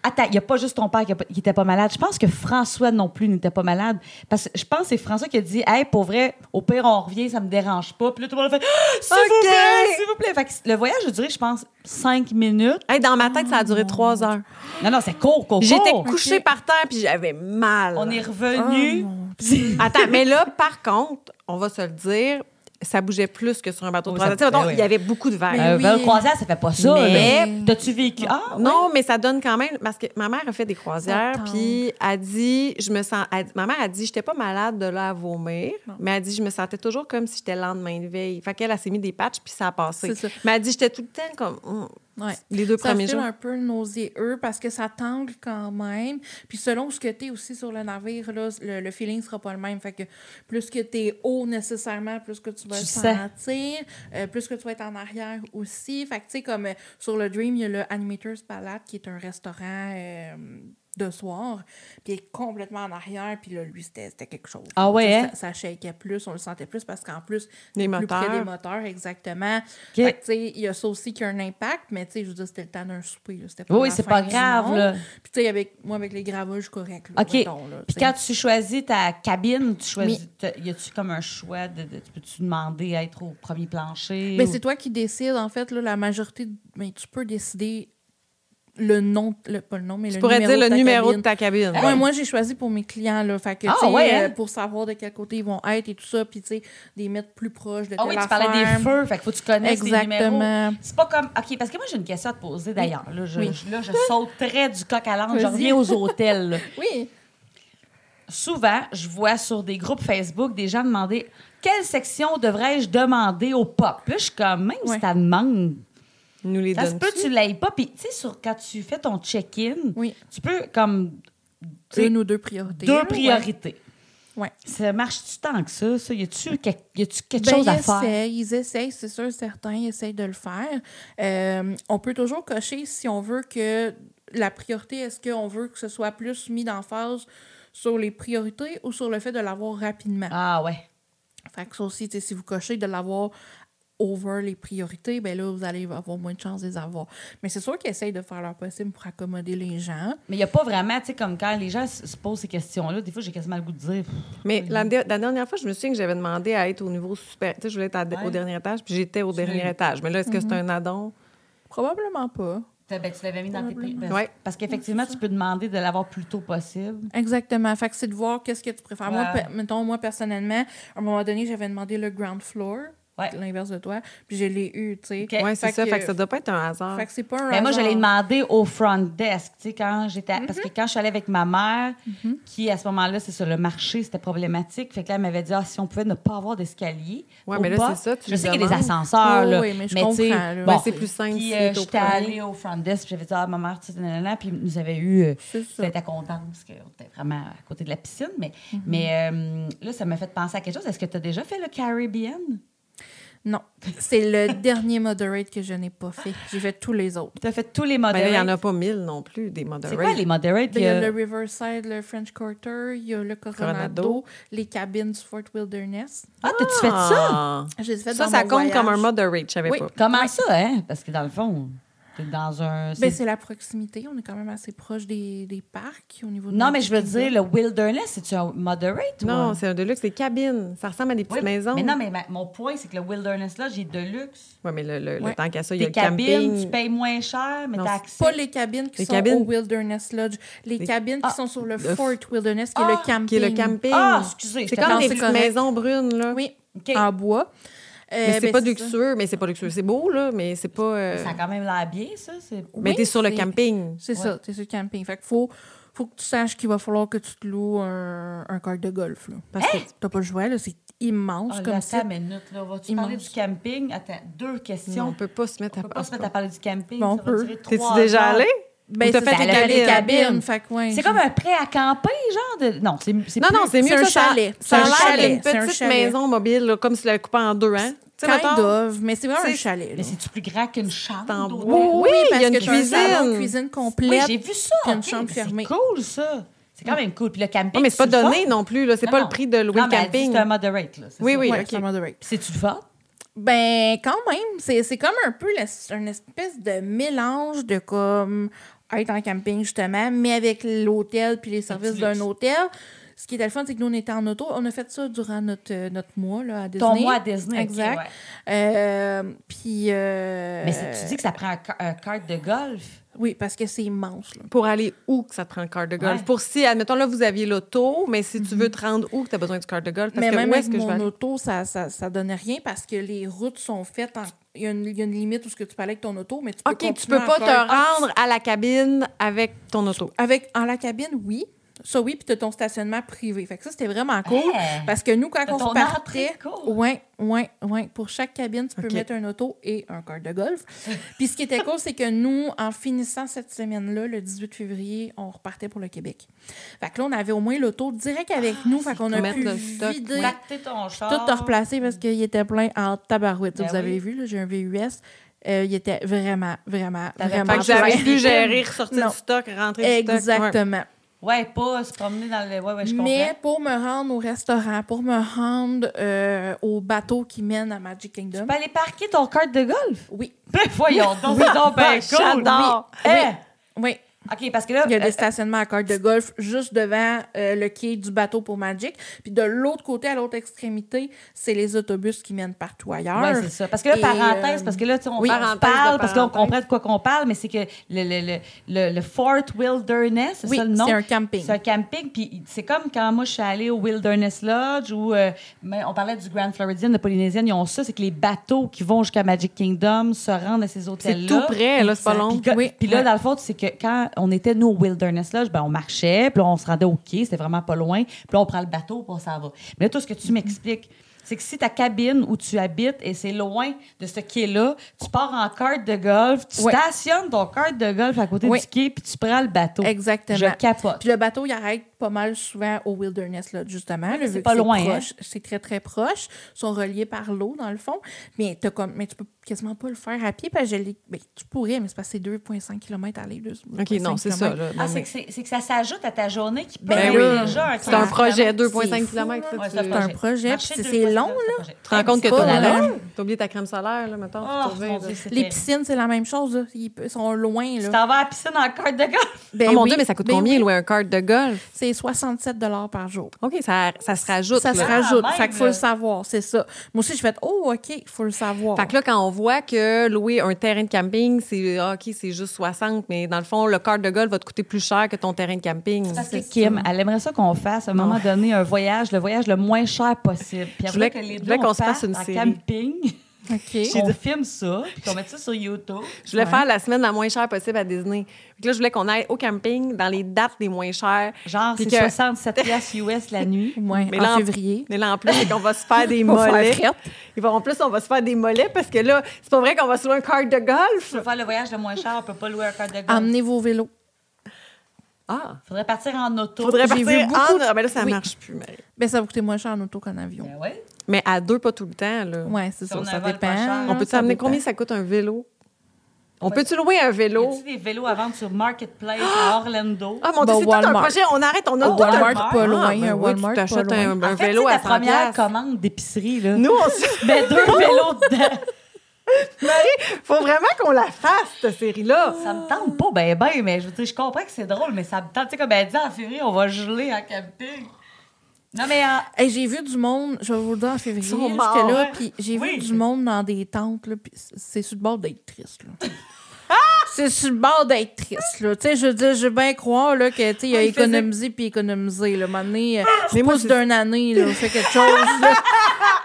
[SPEAKER 3] Attends, il n'y a pas juste ton père qui, a pas- qui était pas malade. Je pense que François non plus n'était pas malade. Parce que je pense que c'est François qui a dit Hey, pour vrai, au pire, on revient, ça me dérange pas. Puis là, tout le monde a fait Ah, S'il vous
[SPEAKER 1] Ok.
[SPEAKER 3] plaît, s'il vous plaît. Fait que le voyage a duré, je pense, cinq minutes.
[SPEAKER 1] Hey, dans ma tête, ça a duré trois heures.
[SPEAKER 3] Non, non, c'est court, court, court.
[SPEAKER 1] J'étais couchée par terre, puis j'avais mal.
[SPEAKER 3] On est
[SPEAKER 2] Oh,
[SPEAKER 3] revenu. Puis-
[SPEAKER 1] Attends, mais là, par contre, on va se le dire, ça bougeait plus que sur un bateau de
[SPEAKER 3] Oui,
[SPEAKER 1] trois
[SPEAKER 3] ça-
[SPEAKER 1] ans. Tu sais, mettons,
[SPEAKER 3] ben oui.
[SPEAKER 1] il y avait beaucoup de vagues.
[SPEAKER 2] Ben
[SPEAKER 3] Euh,
[SPEAKER 2] oui. Mm.
[SPEAKER 3] ben, le croisière, ça fait pas ça.
[SPEAKER 1] Mais-
[SPEAKER 3] là. T'as-tu vécu? Ah, ouais.
[SPEAKER 1] Non, mais ça donne quand même parce que ma mère a fait des croisières
[SPEAKER 2] tente.
[SPEAKER 1] puis a dit je me sens elle- ma mère a dit j'étais pas malade de là à vomir mais elle dit je me sentais toujours comme si j'étais le lendemain de veille. Fait qu'elle elle s'est mis des patchs puis ça a passé.
[SPEAKER 2] C'est ça.
[SPEAKER 1] Mais elle dit j'étais tout le temps comme hum,
[SPEAKER 2] Ouais.
[SPEAKER 1] les deux
[SPEAKER 2] Ça
[SPEAKER 1] premiers
[SPEAKER 2] file
[SPEAKER 1] jours.
[SPEAKER 2] un peu nauséeux parce que ça tangle quand même. Puis selon ce que t'es aussi sur le navire, là, le, le feeling sera pas le même. Fait que plus que t'es haut nécessairement, plus que tu vas
[SPEAKER 3] Tu
[SPEAKER 2] te
[SPEAKER 3] sens.
[SPEAKER 2] sentir, euh, plus que tu vas être en arrière aussi. Fait que tu sais, comme euh, sur le Dream, il y a le Animator's Palette qui est un restaurant euh, de soir. Puis il est complètement en arrière. Puis là, lui, c'était c'était quelque chose.
[SPEAKER 3] Ah ouais,
[SPEAKER 2] Tu sais,
[SPEAKER 3] hein?
[SPEAKER 2] ça, ça shakeait plus, on le sentait plus parce qu'en plus,
[SPEAKER 1] Les
[SPEAKER 2] plus près
[SPEAKER 1] moteurs.
[SPEAKER 2] des moteurs, exactement.
[SPEAKER 3] Ok.
[SPEAKER 2] Fait que, tu sais, il y a ça aussi qui a un impact, mais tu sais, je veux dire, c'était le temps d'un souper. là. C'était
[SPEAKER 3] Oui,
[SPEAKER 2] la
[SPEAKER 3] c'est
[SPEAKER 2] fin
[SPEAKER 3] pas
[SPEAKER 2] du
[SPEAKER 3] grave,
[SPEAKER 2] monde.
[SPEAKER 3] là.
[SPEAKER 2] Puis, tu sais, avec, moi, avec les gravages corrects. Là,
[SPEAKER 3] OK.
[SPEAKER 2] mettons, là, tu
[SPEAKER 3] Puis
[SPEAKER 2] sais.
[SPEAKER 3] quand tu choisis ta cabine, tu choisis. t'as- Y a-tu comme un choix de. de- tu Peux-tu demander à être au premier plancher?
[SPEAKER 2] Ben,
[SPEAKER 3] ou-
[SPEAKER 2] c'est toi qui décides, en fait, là, la majorité. Mais tu peux décider le nom, le, pas le nom, mais
[SPEAKER 1] Tu
[SPEAKER 2] le
[SPEAKER 1] pourrais
[SPEAKER 2] numéro.
[SPEAKER 1] dire le
[SPEAKER 2] de ta
[SPEAKER 1] numéro
[SPEAKER 2] cabine.
[SPEAKER 1] de ta cabine.
[SPEAKER 2] Ouais, moi, j'ai choisi pour mes clients, là. Fait que,
[SPEAKER 3] Ah,
[SPEAKER 2] tu sais,
[SPEAKER 3] ouais, hein?
[SPEAKER 2] euh, pour savoir de quel côté ils vont être et tout ça, puis, tu sais, des mettre plus proches de
[SPEAKER 3] Ah oui,
[SPEAKER 2] telle
[SPEAKER 3] tu parlais
[SPEAKER 2] affaire.
[SPEAKER 3] des feux, fait que faut que tu connaisses les
[SPEAKER 2] Exactement.
[SPEAKER 3] numéros. C'est pas comme. OK, parce que moi, j'ai une question à te poser d'ailleurs. Là, je,
[SPEAKER 2] Oui.
[SPEAKER 3] je- là, je saute très du coq à l'âne. Je
[SPEAKER 2] Vas-y.
[SPEAKER 3] reviens aux hôtels. là.
[SPEAKER 2] Oui.
[SPEAKER 3] Souvent, je vois sur des groupes Facebook des gens demander quelle section devrais-je demander au pop. Là, je suis comme, même
[SPEAKER 2] Ouais.
[SPEAKER 3] si t'as demande,
[SPEAKER 1] Nous les
[SPEAKER 3] Ça se
[SPEAKER 1] donne.
[SPEAKER 3] peut que tu l'aies pas. Puis, tu sais, sur- quand tu fais ton check-in,
[SPEAKER 2] Oui.
[SPEAKER 3] tu peux, comme, tu sais,
[SPEAKER 2] Une ou deux priorités. là,
[SPEAKER 3] deux
[SPEAKER 2] ouais.
[SPEAKER 3] priorités.
[SPEAKER 2] Ouais.
[SPEAKER 3] Ça marche-tu tant que ça? ça? Y a-tu quelque, y a-tu quelque
[SPEAKER 2] Ben,
[SPEAKER 3] chose à
[SPEAKER 2] ils
[SPEAKER 3] faire?
[SPEAKER 2] essayent, ils essayent, c'est sûr, certains ils essayent de le faire. Euh, on peut toujours cocher si on veut que la priorité, est-ce qu'on veut que ce soit plus mis en phase sur les priorités ou sur le fait de l'avoir rapidement?
[SPEAKER 3] Ah, ouais.
[SPEAKER 2] Fait que ça aussi, tu sais, si vous cochez de l'avoir over les priorités, ben là, vous allez avoir moins de chances de les avoir. Mais c'est sûr qu'ils essayent de faire leur possible pour accommoder les gens.
[SPEAKER 3] Mais il n'y a pas vraiment, tu sais, comme quand les gens se se posent ces questions-là, des fois, j'ai quasiment le goût de dire. pff,
[SPEAKER 1] Mais la, de- la dernière fois, je me souviens que j'avais demandé à être au niveau super. Tu sais, je voulais être à-
[SPEAKER 3] Ouais.
[SPEAKER 1] au dernier étage, puis j'étais au dernier
[SPEAKER 3] l'as eu.
[SPEAKER 1] étage. Mais là, est-ce que
[SPEAKER 2] Mm-hmm.
[SPEAKER 1] c'est un addon?
[SPEAKER 2] Probablement pas.
[SPEAKER 3] t'as- ben, tu l'avais mis dans tes prix.
[SPEAKER 2] Probablement.
[SPEAKER 3] Parce,
[SPEAKER 1] Ouais.
[SPEAKER 3] parce qu'effectivement, tu peux demander de l'avoir plus tôt possible.
[SPEAKER 2] Exactement. Fait que c'est de voir qu'est-ce que tu préfères. Moi,
[SPEAKER 3] Ouais.
[SPEAKER 2] pe- mettons, moi, personnellement, à un moment donné, j'avais demandé le ground floor.
[SPEAKER 3] Ouais.
[SPEAKER 2] l'inverse de toi. Puis je l'ai eu, tu sais.
[SPEAKER 3] OK.
[SPEAKER 2] Fait
[SPEAKER 3] Ouais,
[SPEAKER 1] Oui, c'est
[SPEAKER 2] Eh, Fait
[SPEAKER 1] ça.
[SPEAKER 2] que-
[SPEAKER 1] Fait que ça doit pas être un hasard.
[SPEAKER 2] que c'est pas un
[SPEAKER 3] Ben, moi,
[SPEAKER 2] hasard.
[SPEAKER 3] j'allais demander au front desk, tu sais, quand j'étais... Parce
[SPEAKER 1] Mm-hmm.
[SPEAKER 3] que quand je suis allée avec ma mère, qui, à ce moment-là, c'est sur le marché, c'était problématique. Fait que là, elle m'avait dit, ah, si on pouvait ne pas avoir d'escalier
[SPEAKER 1] Ouais,
[SPEAKER 3] au
[SPEAKER 1] mais là,
[SPEAKER 3] bas.
[SPEAKER 1] c'est ça, tu
[SPEAKER 3] Je
[SPEAKER 1] le
[SPEAKER 3] sais qu'il y a des
[SPEAKER 1] demandes.
[SPEAKER 3] ascenseurs,
[SPEAKER 2] Oui,
[SPEAKER 3] là.
[SPEAKER 2] oui, mais je
[SPEAKER 3] tu sais,
[SPEAKER 2] comprends, là.
[SPEAKER 1] Ouais,
[SPEAKER 3] bon.
[SPEAKER 1] c'est plus simple
[SPEAKER 3] Puis
[SPEAKER 1] si
[SPEAKER 3] euh,
[SPEAKER 1] t'es au
[SPEAKER 3] j'étais
[SPEAKER 1] premier.
[SPEAKER 3] allée au front desk, puis j'avais dit, ah, ma mère, tu sais, nanana, puis ils nous avait eu... euh,
[SPEAKER 2] C'est ça.
[SPEAKER 3] C'était contente parce qu'on était vraiment à côté de la piscine. Mais,
[SPEAKER 1] Mm-hmm.
[SPEAKER 3] mais euh, là, ça m'a fait penser à quelque chose. Est-ce que tu as déjà fait le Caribbean?
[SPEAKER 2] Non. C'est le <laughs> dernier moderate que je n'ai pas fait. J'ai fait tous les autres.
[SPEAKER 3] Tu as fait tous les
[SPEAKER 1] Ben là,
[SPEAKER 3] modèles.
[SPEAKER 1] il y en a pas mille non plus, des moderates.
[SPEAKER 3] C'est quoi les moderates?
[SPEAKER 1] Ben,
[SPEAKER 2] Il y a
[SPEAKER 3] que- euh,
[SPEAKER 2] le Riverside, le French Quarter, il y a le Coronado,
[SPEAKER 1] Coronado.
[SPEAKER 2] les cabines du Fort Wilderness.
[SPEAKER 3] Ah, t'as-tu fait ça?
[SPEAKER 2] Je les ai faites
[SPEAKER 1] Ça,
[SPEAKER 2] dans
[SPEAKER 1] ça
[SPEAKER 2] mon
[SPEAKER 1] compte comme un
[SPEAKER 2] voyage.
[SPEAKER 1] moderate, je savais
[SPEAKER 2] Oui.
[SPEAKER 1] pas.
[SPEAKER 3] Comment ça, hein? Parce que dans le fond, t'es dans un...
[SPEAKER 2] Ben,
[SPEAKER 3] c'est-
[SPEAKER 2] c'est la proximité. On est quand même assez proche des, des parcs au niveau de
[SPEAKER 3] non,
[SPEAKER 2] notre
[SPEAKER 3] mais je veux
[SPEAKER 2] visa.
[SPEAKER 3] dire, le wilderness, c'est-tu un moderate? ou
[SPEAKER 1] Non,
[SPEAKER 3] un-
[SPEAKER 1] c'est un deluxe, c'est cabine. Ça ressemble à des petites
[SPEAKER 3] Oui,
[SPEAKER 1] maisons.
[SPEAKER 3] Mais non, mais ma- mon point, c'est que le wilderness, là, j'ai de luxe.
[SPEAKER 1] Ouais, mais le, le- le
[SPEAKER 2] Ouais.
[SPEAKER 1] temps qu'à ça, il y a
[SPEAKER 3] Tes
[SPEAKER 1] le
[SPEAKER 3] cabines, tu
[SPEAKER 1] camping.
[SPEAKER 3] payes moins cher, mais
[SPEAKER 1] Non,
[SPEAKER 3] t'as
[SPEAKER 1] c'est
[SPEAKER 3] accès...
[SPEAKER 2] Pas les cabines qui
[SPEAKER 1] Les
[SPEAKER 2] sont
[SPEAKER 1] cabines-
[SPEAKER 2] au Wilderness Lodge. Les
[SPEAKER 1] Les-
[SPEAKER 2] cabines qui
[SPEAKER 3] Ah,
[SPEAKER 2] sont sur
[SPEAKER 1] le
[SPEAKER 2] le
[SPEAKER 1] f-
[SPEAKER 2] Fort Wilderness, qui est le camping.
[SPEAKER 1] Qui est le camping.
[SPEAKER 3] Ah, excusez.
[SPEAKER 1] c'est
[SPEAKER 3] j'étais dans-
[SPEAKER 1] comme des
[SPEAKER 2] c'est
[SPEAKER 1] petites
[SPEAKER 2] correct.
[SPEAKER 1] maisons brunes, là.
[SPEAKER 2] Oui,
[SPEAKER 3] OK.
[SPEAKER 2] en bois. Euh,
[SPEAKER 1] Mais c'est
[SPEAKER 2] ben,
[SPEAKER 1] pas
[SPEAKER 2] ça.
[SPEAKER 1] luxueux, mais c'est pas luxueux. C'est beau, là, mais c'est pas. euh,
[SPEAKER 3] Ça a quand même l'air bien, ça. c'est-
[SPEAKER 1] Mais
[SPEAKER 2] Oui,
[SPEAKER 1] t'es sur le
[SPEAKER 2] c'est-
[SPEAKER 1] camping.
[SPEAKER 2] C'est ça, t'es sur le camping. Fait que faut, faut que tu saches qu'il va falloir que tu te loues un, un cart de golf. Là. Parce que t'as pas joué, là, c'est immense
[SPEAKER 3] Ah,
[SPEAKER 2] comme
[SPEAKER 3] là,
[SPEAKER 2] ça.
[SPEAKER 3] attends une minute, là. Vas-tu parler
[SPEAKER 2] Immense.
[SPEAKER 3] du camping? Attends, deux questions.
[SPEAKER 1] on peut pas se mettre
[SPEAKER 3] On
[SPEAKER 1] à
[SPEAKER 3] peut pas
[SPEAKER 1] part.
[SPEAKER 3] se mettre à parler du camping.
[SPEAKER 2] Bon, on
[SPEAKER 3] ça va
[SPEAKER 2] peut.
[SPEAKER 3] durer
[SPEAKER 1] T'es-tu
[SPEAKER 3] trois
[SPEAKER 1] déjà
[SPEAKER 3] heures.
[SPEAKER 1] allé? Ou
[SPEAKER 2] Ben,
[SPEAKER 1] t'as
[SPEAKER 2] c'est
[SPEAKER 1] fait
[SPEAKER 2] ça,
[SPEAKER 1] les
[SPEAKER 2] t'as les
[SPEAKER 1] cabines.
[SPEAKER 2] cabines. Fait que, ouais,
[SPEAKER 3] C'est comme un prêt à camper, genre de. Non, c'est c'est
[SPEAKER 1] Non,
[SPEAKER 3] plus-
[SPEAKER 1] non, c'est mieux
[SPEAKER 2] C'est un
[SPEAKER 1] ça, ça.
[SPEAKER 2] chalet.
[SPEAKER 1] Ça
[SPEAKER 2] C'est un
[SPEAKER 1] a l'air
[SPEAKER 2] chalet.
[SPEAKER 1] d'une
[SPEAKER 2] C'est un
[SPEAKER 1] petite
[SPEAKER 2] chalet.
[SPEAKER 1] maison mobile, là, comme si tu l'avais coupée en deux, hein. Tu sais,
[SPEAKER 2] Kind
[SPEAKER 1] mettons,
[SPEAKER 2] of, mais c'est vraiment un
[SPEAKER 1] C'est-
[SPEAKER 2] chalet. là.
[SPEAKER 3] Mais c'est-tu plus grand qu'une chambre?
[SPEAKER 1] t'en-
[SPEAKER 3] d'hôtel?
[SPEAKER 1] Oui, oui, il y a une
[SPEAKER 2] parce que t'as un salon,
[SPEAKER 1] cuisine.
[SPEAKER 2] cuisine
[SPEAKER 3] Oui,
[SPEAKER 2] complète.
[SPEAKER 3] j'ai vu ça.
[SPEAKER 2] puis une
[SPEAKER 3] ok,
[SPEAKER 2] chambre
[SPEAKER 3] mais
[SPEAKER 2] fermée.
[SPEAKER 3] C'est cool, ça. C'est quand même cool. Puis le camping.
[SPEAKER 1] Non, mais c'est pas
[SPEAKER 3] tu le
[SPEAKER 1] donné
[SPEAKER 3] fais?
[SPEAKER 1] non plus, là. C'est
[SPEAKER 3] Non,
[SPEAKER 1] pas
[SPEAKER 3] non.
[SPEAKER 1] le prix de louer
[SPEAKER 3] Non,
[SPEAKER 1] le
[SPEAKER 3] mais elle dit
[SPEAKER 1] camping.
[SPEAKER 3] C'est un moderate, là. c'est
[SPEAKER 1] Oui,
[SPEAKER 3] ça.
[SPEAKER 1] oui.
[SPEAKER 2] Ouais,
[SPEAKER 1] ok.
[SPEAKER 2] c'est un moderate.
[SPEAKER 3] Puis c'est-tu le fun?
[SPEAKER 2] Ben, quand même, c'est c'est comme un peu la- une espèce de mélange de comme être en camping, justement, mais avec l'hôtel puis les services
[SPEAKER 3] petit
[SPEAKER 2] d'un
[SPEAKER 3] luxe.
[SPEAKER 2] hôtel. Ce qui était le fun, c'est que nous, on était en auto. On a fait ça durant notre, euh, notre mois là, à Disney.
[SPEAKER 3] Ton mois à Disney. ok,
[SPEAKER 2] Exact.
[SPEAKER 3] ouais.
[SPEAKER 2] Euh, puis. euh,
[SPEAKER 3] Mais c'est- tu dis que ça prend un, ca- un cart de golf.
[SPEAKER 2] Oui, parce que c'est immense. Là.
[SPEAKER 1] Pour aller où que ça te prend le cart de golf?
[SPEAKER 3] Ouais.
[SPEAKER 1] Pour si, admettons, là, vous aviez l'auto, mais si tu veux te rendre où que t'as besoin du cart de golf? Parce
[SPEAKER 2] mais
[SPEAKER 1] que
[SPEAKER 2] même
[SPEAKER 1] où est-ce
[SPEAKER 2] avec
[SPEAKER 1] que je vais
[SPEAKER 2] mon
[SPEAKER 1] aller?
[SPEAKER 2] auto, ça, ça, ça donnait rien parce que les routes sont faites en. Il y, a une, il y a une limite où ce que tu peux aller avec ton auto, mais tu peux
[SPEAKER 1] OK, tu
[SPEAKER 2] continuer
[SPEAKER 1] peux pas
[SPEAKER 2] encore.
[SPEAKER 1] te rendre à la cabine avec ton auto.
[SPEAKER 2] Avec, en la cabine, oui. Ça, oui, puis t'as ton stationnement privé. Fait que ça, c'était vraiment cool.
[SPEAKER 3] Hey!
[SPEAKER 2] Parce que nous, quand
[SPEAKER 3] Ah! T'as
[SPEAKER 2] on
[SPEAKER 3] ton
[SPEAKER 2] repartait...
[SPEAKER 3] entrée de cours.
[SPEAKER 2] Ouais, ouais, ouais. Pour chaque cabine, tu peux
[SPEAKER 1] OK.
[SPEAKER 2] mettre un auto et un cart de
[SPEAKER 3] <laughs>
[SPEAKER 2] golf. puis ce qui était cool, c'est que nous, en finissant cette semaine-là, le 18 février, on repartait pour le Québec. Fait que là, on avait au moins l'auto direct avec
[SPEAKER 3] Ah,
[SPEAKER 2] nous. Fait qu'on a
[SPEAKER 1] mettre
[SPEAKER 2] pu
[SPEAKER 1] le stock,
[SPEAKER 2] vider...
[SPEAKER 1] oui.
[SPEAKER 3] Pacter ton char.
[SPEAKER 2] Tout a replacé parce qu'il était plein en tabarouette.
[SPEAKER 3] Ben
[SPEAKER 2] Vous avez
[SPEAKER 3] oui.
[SPEAKER 2] vu, là, j'ai un VUS. Euh, il était vraiment, vraiment,
[SPEAKER 3] T'avais
[SPEAKER 2] vraiment
[SPEAKER 1] Fait que j'avais
[SPEAKER 2] plein.
[SPEAKER 1] pu
[SPEAKER 2] <laughs>
[SPEAKER 1] gérer, ressortir
[SPEAKER 2] Non.
[SPEAKER 1] du stock, rentrer du stock. Ouais.
[SPEAKER 2] Exactement.
[SPEAKER 3] Ouais, pas se promener dans le. Ouais, ouais, je comprends.
[SPEAKER 2] Mais pour me rendre au restaurant, pour me rendre euh, au bateau qui mène à Magic Kingdom.
[SPEAKER 3] Tu peux aller parquer ton cart de golf? <laughs>
[SPEAKER 2] Oui.
[SPEAKER 3] Ben voyons donc, c'est donc ben
[SPEAKER 1] Ben, <laughs>
[SPEAKER 3] cool.
[SPEAKER 1] j'adore.
[SPEAKER 3] Oui. Eh,
[SPEAKER 2] Oui.
[SPEAKER 3] OK, parce que là,
[SPEAKER 2] Il y a
[SPEAKER 3] euh,
[SPEAKER 2] des stationnements à carte de golf juste devant euh, le quai du bateau pour Magic. Puis de l'autre côté, à l'autre extrémité, c'est les autobus qui mènent partout ailleurs.
[SPEAKER 3] Ouais, Ben, c'est ça. Parce que là,
[SPEAKER 2] Et,
[SPEAKER 3] parenthèse,
[SPEAKER 2] euh,
[SPEAKER 3] parce que là, tu sais, on
[SPEAKER 1] oui,
[SPEAKER 3] parle,
[SPEAKER 1] parenthèse de
[SPEAKER 3] parle, parce qu'on
[SPEAKER 1] parenthèse.
[SPEAKER 3] comprend de quoi qu'on parle, mais c'est que le, le, le, le, le Fort Wilderness, c'est
[SPEAKER 2] Oui,
[SPEAKER 3] ça le nom?
[SPEAKER 2] c'est un camping.
[SPEAKER 3] C'est un camping, puis c'est comme quand moi, je suis allée au Wilderness Lodge, où euh, mais on parlait du Grand Floridian, de Polynésien, ils ont ça, c'est que les bateaux qui vont jusqu'à Magic Kingdom se rendent à ces hôtels-là.
[SPEAKER 1] C'est tout près, là, c'est pas
[SPEAKER 2] Exact.
[SPEAKER 1] long.
[SPEAKER 3] Puis que-
[SPEAKER 2] Oui,
[SPEAKER 3] Puis là,
[SPEAKER 2] ouais.
[SPEAKER 3] dans le fond, c'est que quand on était, nous, au Wilderness Lodge, ben, on marchait, puis là, on se rendait au quai, c'était vraiment pas loin. Puis là, on prend le bateau, puis on s'en va. Mais là, tout ce que tu m'expliques, c'est que si ta cabine où tu habites et c'est loin de ce quai-là, tu pars en carte de golf, tu
[SPEAKER 2] Ouais.
[SPEAKER 3] stationnes ton carte de golf à côté
[SPEAKER 2] Oui.
[SPEAKER 3] du quai, puis tu prends le bateau.
[SPEAKER 2] Exactement.
[SPEAKER 3] Je capote.
[SPEAKER 2] Puis le bateau, il arrête pas mal souvent au Wilderness, là, justement. là,
[SPEAKER 3] c'est
[SPEAKER 2] vu que
[SPEAKER 3] pas loin, hein?
[SPEAKER 2] proche. C'est très, très proche. Ils sont reliés par l'eau, dans le fond. Mais, t'as comme, mais tu peux quasiment pas le faire à pied. Parce que je l'ai- ben, tu pourrais, mais c'est parce que c'est 2,5 km à deux.
[SPEAKER 1] OK, non, c'est ça. Là,
[SPEAKER 3] Ah,
[SPEAKER 1] Non,
[SPEAKER 3] c'est
[SPEAKER 1] mais-
[SPEAKER 3] que, c'est- c'est que ça s'ajoute à ta journée qui peut
[SPEAKER 2] Ben
[SPEAKER 3] être
[SPEAKER 2] oui.
[SPEAKER 3] déjà un Ah,
[SPEAKER 1] C'est un projet,
[SPEAKER 2] C'est
[SPEAKER 1] 2,5
[SPEAKER 2] fou,
[SPEAKER 1] km.
[SPEAKER 2] là.
[SPEAKER 1] Tu
[SPEAKER 3] Ouais,
[SPEAKER 1] te
[SPEAKER 2] un projet,
[SPEAKER 3] Marcher
[SPEAKER 2] puis c'est-
[SPEAKER 3] deux
[SPEAKER 2] c'est
[SPEAKER 3] fois,
[SPEAKER 2] long,
[SPEAKER 3] c'est
[SPEAKER 2] là.
[SPEAKER 3] un projet.
[SPEAKER 1] rends compte que
[SPEAKER 2] C'est pas
[SPEAKER 1] t'as
[SPEAKER 2] long.
[SPEAKER 1] t'as oublié ta crème solaire, là, mettons.
[SPEAKER 3] Oh,
[SPEAKER 1] faut te
[SPEAKER 3] mon
[SPEAKER 1] dire,
[SPEAKER 3] Dieu,
[SPEAKER 1] là.
[SPEAKER 3] c'est
[SPEAKER 2] Les
[SPEAKER 3] terrible.
[SPEAKER 2] piscines, c'est la même chose. là. Ils ils sont loin.
[SPEAKER 3] Tu
[SPEAKER 2] Là.
[SPEAKER 3] t'en vas à la piscine en carte de golf.
[SPEAKER 2] Ben
[SPEAKER 1] oh mon
[SPEAKER 2] oui,
[SPEAKER 1] Dieu, mais ça coûte
[SPEAKER 2] ben
[SPEAKER 1] combien
[SPEAKER 2] oui.
[SPEAKER 1] louer un cart de golf?
[SPEAKER 2] C'est c'est 67 par jour.
[SPEAKER 1] OK, ça, ça se rajoute.
[SPEAKER 2] Ça se
[SPEAKER 1] là.
[SPEAKER 2] rajoute.
[SPEAKER 3] Ah,
[SPEAKER 2] fait
[SPEAKER 3] même,
[SPEAKER 2] qu'il faut
[SPEAKER 3] là.
[SPEAKER 2] le savoir, c'est ça. Moi aussi, je fais Oh, OK, faut le savoir.
[SPEAKER 1] Fait que là, quand on voit que louer un terrain de camping, c'est ah, OK, c'est juste 60, mais dans le fond, le quart de golf va te coûter plus cher que ton terrain de camping.
[SPEAKER 3] Parce que
[SPEAKER 2] C'est
[SPEAKER 3] Kim,
[SPEAKER 2] ça.
[SPEAKER 3] elle aimerait ça qu'on fasse à un moment donné un voyage, le voyage le moins cher possible. Puis
[SPEAKER 1] voulais-
[SPEAKER 3] après que les
[SPEAKER 1] je
[SPEAKER 3] deux
[SPEAKER 1] voulais qu'on
[SPEAKER 3] on
[SPEAKER 1] se fasse
[SPEAKER 3] parte
[SPEAKER 1] une
[SPEAKER 3] en
[SPEAKER 1] série. <laughs>
[SPEAKER 3] camping,
[SPEAKER 2] OK.
[SPEAKER 3] qu'on filme ça, puis qu'on mette ça sur YouTube.
[SPEAKER 1] Je voulais
[SPEAKER 2] Ouais.
[SPEAKER 1] faire la semaine la moins chère possible à Disney. Fait que là, je voulais qu'on aille au camping dans les dates les moins chères.
[SPEAKER 3] Genre,
[SPEAKER 1] Puis
[SPEAKER 3] c'est
[SPEAKER 1] que-
[SPEAKER 3] 67 piastres US la
[SPEAKER 1] <laughs>
[SPEAKER 3] nuit.
[SPEAKER 2] Ouais,
[SPEAKER 1] Mais
[SPEAKER 2] en
[SPEAKER 1] là, en-
[SPEAKER 2] février.
[SPEAKER 1] Mais là, en plus, c'est qu'on va se
[SPEAKER 2] <laughs>
[SPEAKER 1] faire des
[SPEAKER 2] On va faire
[SPEAKER 1] mollets.
[SPEAKER 2] frette.
[SPEAKER 1] Il va- en plus, on va se faire des mollets parce que là, c'est pas vrai qu'on va se louer un quart de golf.
[SPEAKER 3] Je veux faire le voyage le moins cher, on peut pas louer un carte de golf.
[SPEAKER 2] Amenez vos vélos.
[SPEAKER 1] Ah!
[SPEAKER 3] Faudrait partir en auto.
[SPEAKER 1] Faudrait
[SPEAKER 2] J'ai
[SPEAKER 1] partir
[SPEAKER 2] vu beaucoup
[SPEAKER 1] en- Ah, mais là, ça
[SPEAKER 2] Oui.
[SPEAKER 1] marche plus, Marie.
[SPEAKER 2] Ben, ça va coûter moins cher en auto qu'en avion.
[SPEAKER 3] Ben ouais.
[SPEAKER 1] Mais à deux, pas tout le temps, là.
[SPEAKER 2] Ouais, c'est
[SPEAKER 3] on
[SPEAKER 2] ça. Ça
[SPEAKER 3] avale pas
[SPEAKER 2] dépend.
[SPEAKER 3] cher.
[SPEAKER 1] On peut-tu
[SPEAKER 2] ça
[SPEAKER 1] amener
[SPEAKER 2] dépend.
[SPEAKER 1] combien ça coûte un vélo? On
[SPEAKER 3] Ouais.
[SPEAKER 1] peut-tu louer un
[SPEAKER 3] Y
[SPEAKER 1] vélo?
[SPEAKER 3] a-t-il des vélos à vendre sur Marketplace à Orlando?
[SPEAKER 1] Ah, mon Dieu,
[SPEAKER 2] Bah,
[SPEAKER 1] c'est tout un
[SPEAKER 2] Walmart.
[SPEAKER 1] projet. On arrête, on a
[SPEAKER 3] Oh,
[SPEAKER 1] tout un...
[SPEAKER 2] Walmart,
[SPEAKER 3] Walmart.
[SPEAKER 2] pas
[SPEAKER 1] Ah,
[SPEAKER 2] loin.
[SPEAKER 1] ben
[SPEAKER 2] un
[SPEAKER 1] oui,
[SPEAKER 2] Walmart,
[SPEAKER 1] tu
[SPEAKER 2] pas
[SPEAKER 1] t'achètes
[SPEAKER 2] loin.
[SPEAKER 1] ben, un,
[SPEAKER 3] En
[SPEAKER 1] un
[SPEAKER 3] fait,
[SPEAKER 1] vélo
[SPEAKER 3] c'est
[SPEAKER 1] à
[SPEAKER 3] ta
[SPEAKER 1] 100
[SPEAKER 3] première
[SPEAKER 1] piastres.
[SPEAKER 3] commande d'épicerie, là.
[SPEAKER 1] Nous, on se... <laughs>
[SPEAKER 3] Ben, deux vélos dedans.
[SPEAKER 1] faut vraiment qu'on la fasse, cette série-là.
[SPEAKER 3] Ça me tente pas, ben, ben, mais je veux dire, je comprends que c'est drôle, mais ça me tente. Tu sais, comme elle dit, en février, on va geler en camping. Non, mais euh, en-
[SPEAKER 2] Hey, j'ai vu du monde, je vais vous le dire en février,
[SPEAKER 1] sont
[SPEAKER 2] j'étais
[SPEAKER 1] morts,
[SPEAKER 2] là,
[SPEAKER 3] ouais.
[SPEAKER 2] puis j'ai
[SPEAKER 3] Oui.
[SPEAKER 2] vu du monde dans des tentes, là, puis c'est sur le bord d'être triste, <laughs> là. Ah! C'est sur le bord d'être triste, là. Tu sais, je veux dire, je veux bien croire, là, que, tu sais, il a
[SPEAKER 1] Ah, il faisait- Ah,
[SPEAKER 2] économisé puis économisé, là. Mané,
[SPEAKER 1] Mais
[SPEAKER 2] mais
[SPEAKER 1] moi,
[SPEAKER 2] moi, d'une année, là, fait quelque chose,
[SPEAKER 1] <laughs>
[SPEAKER 2] là.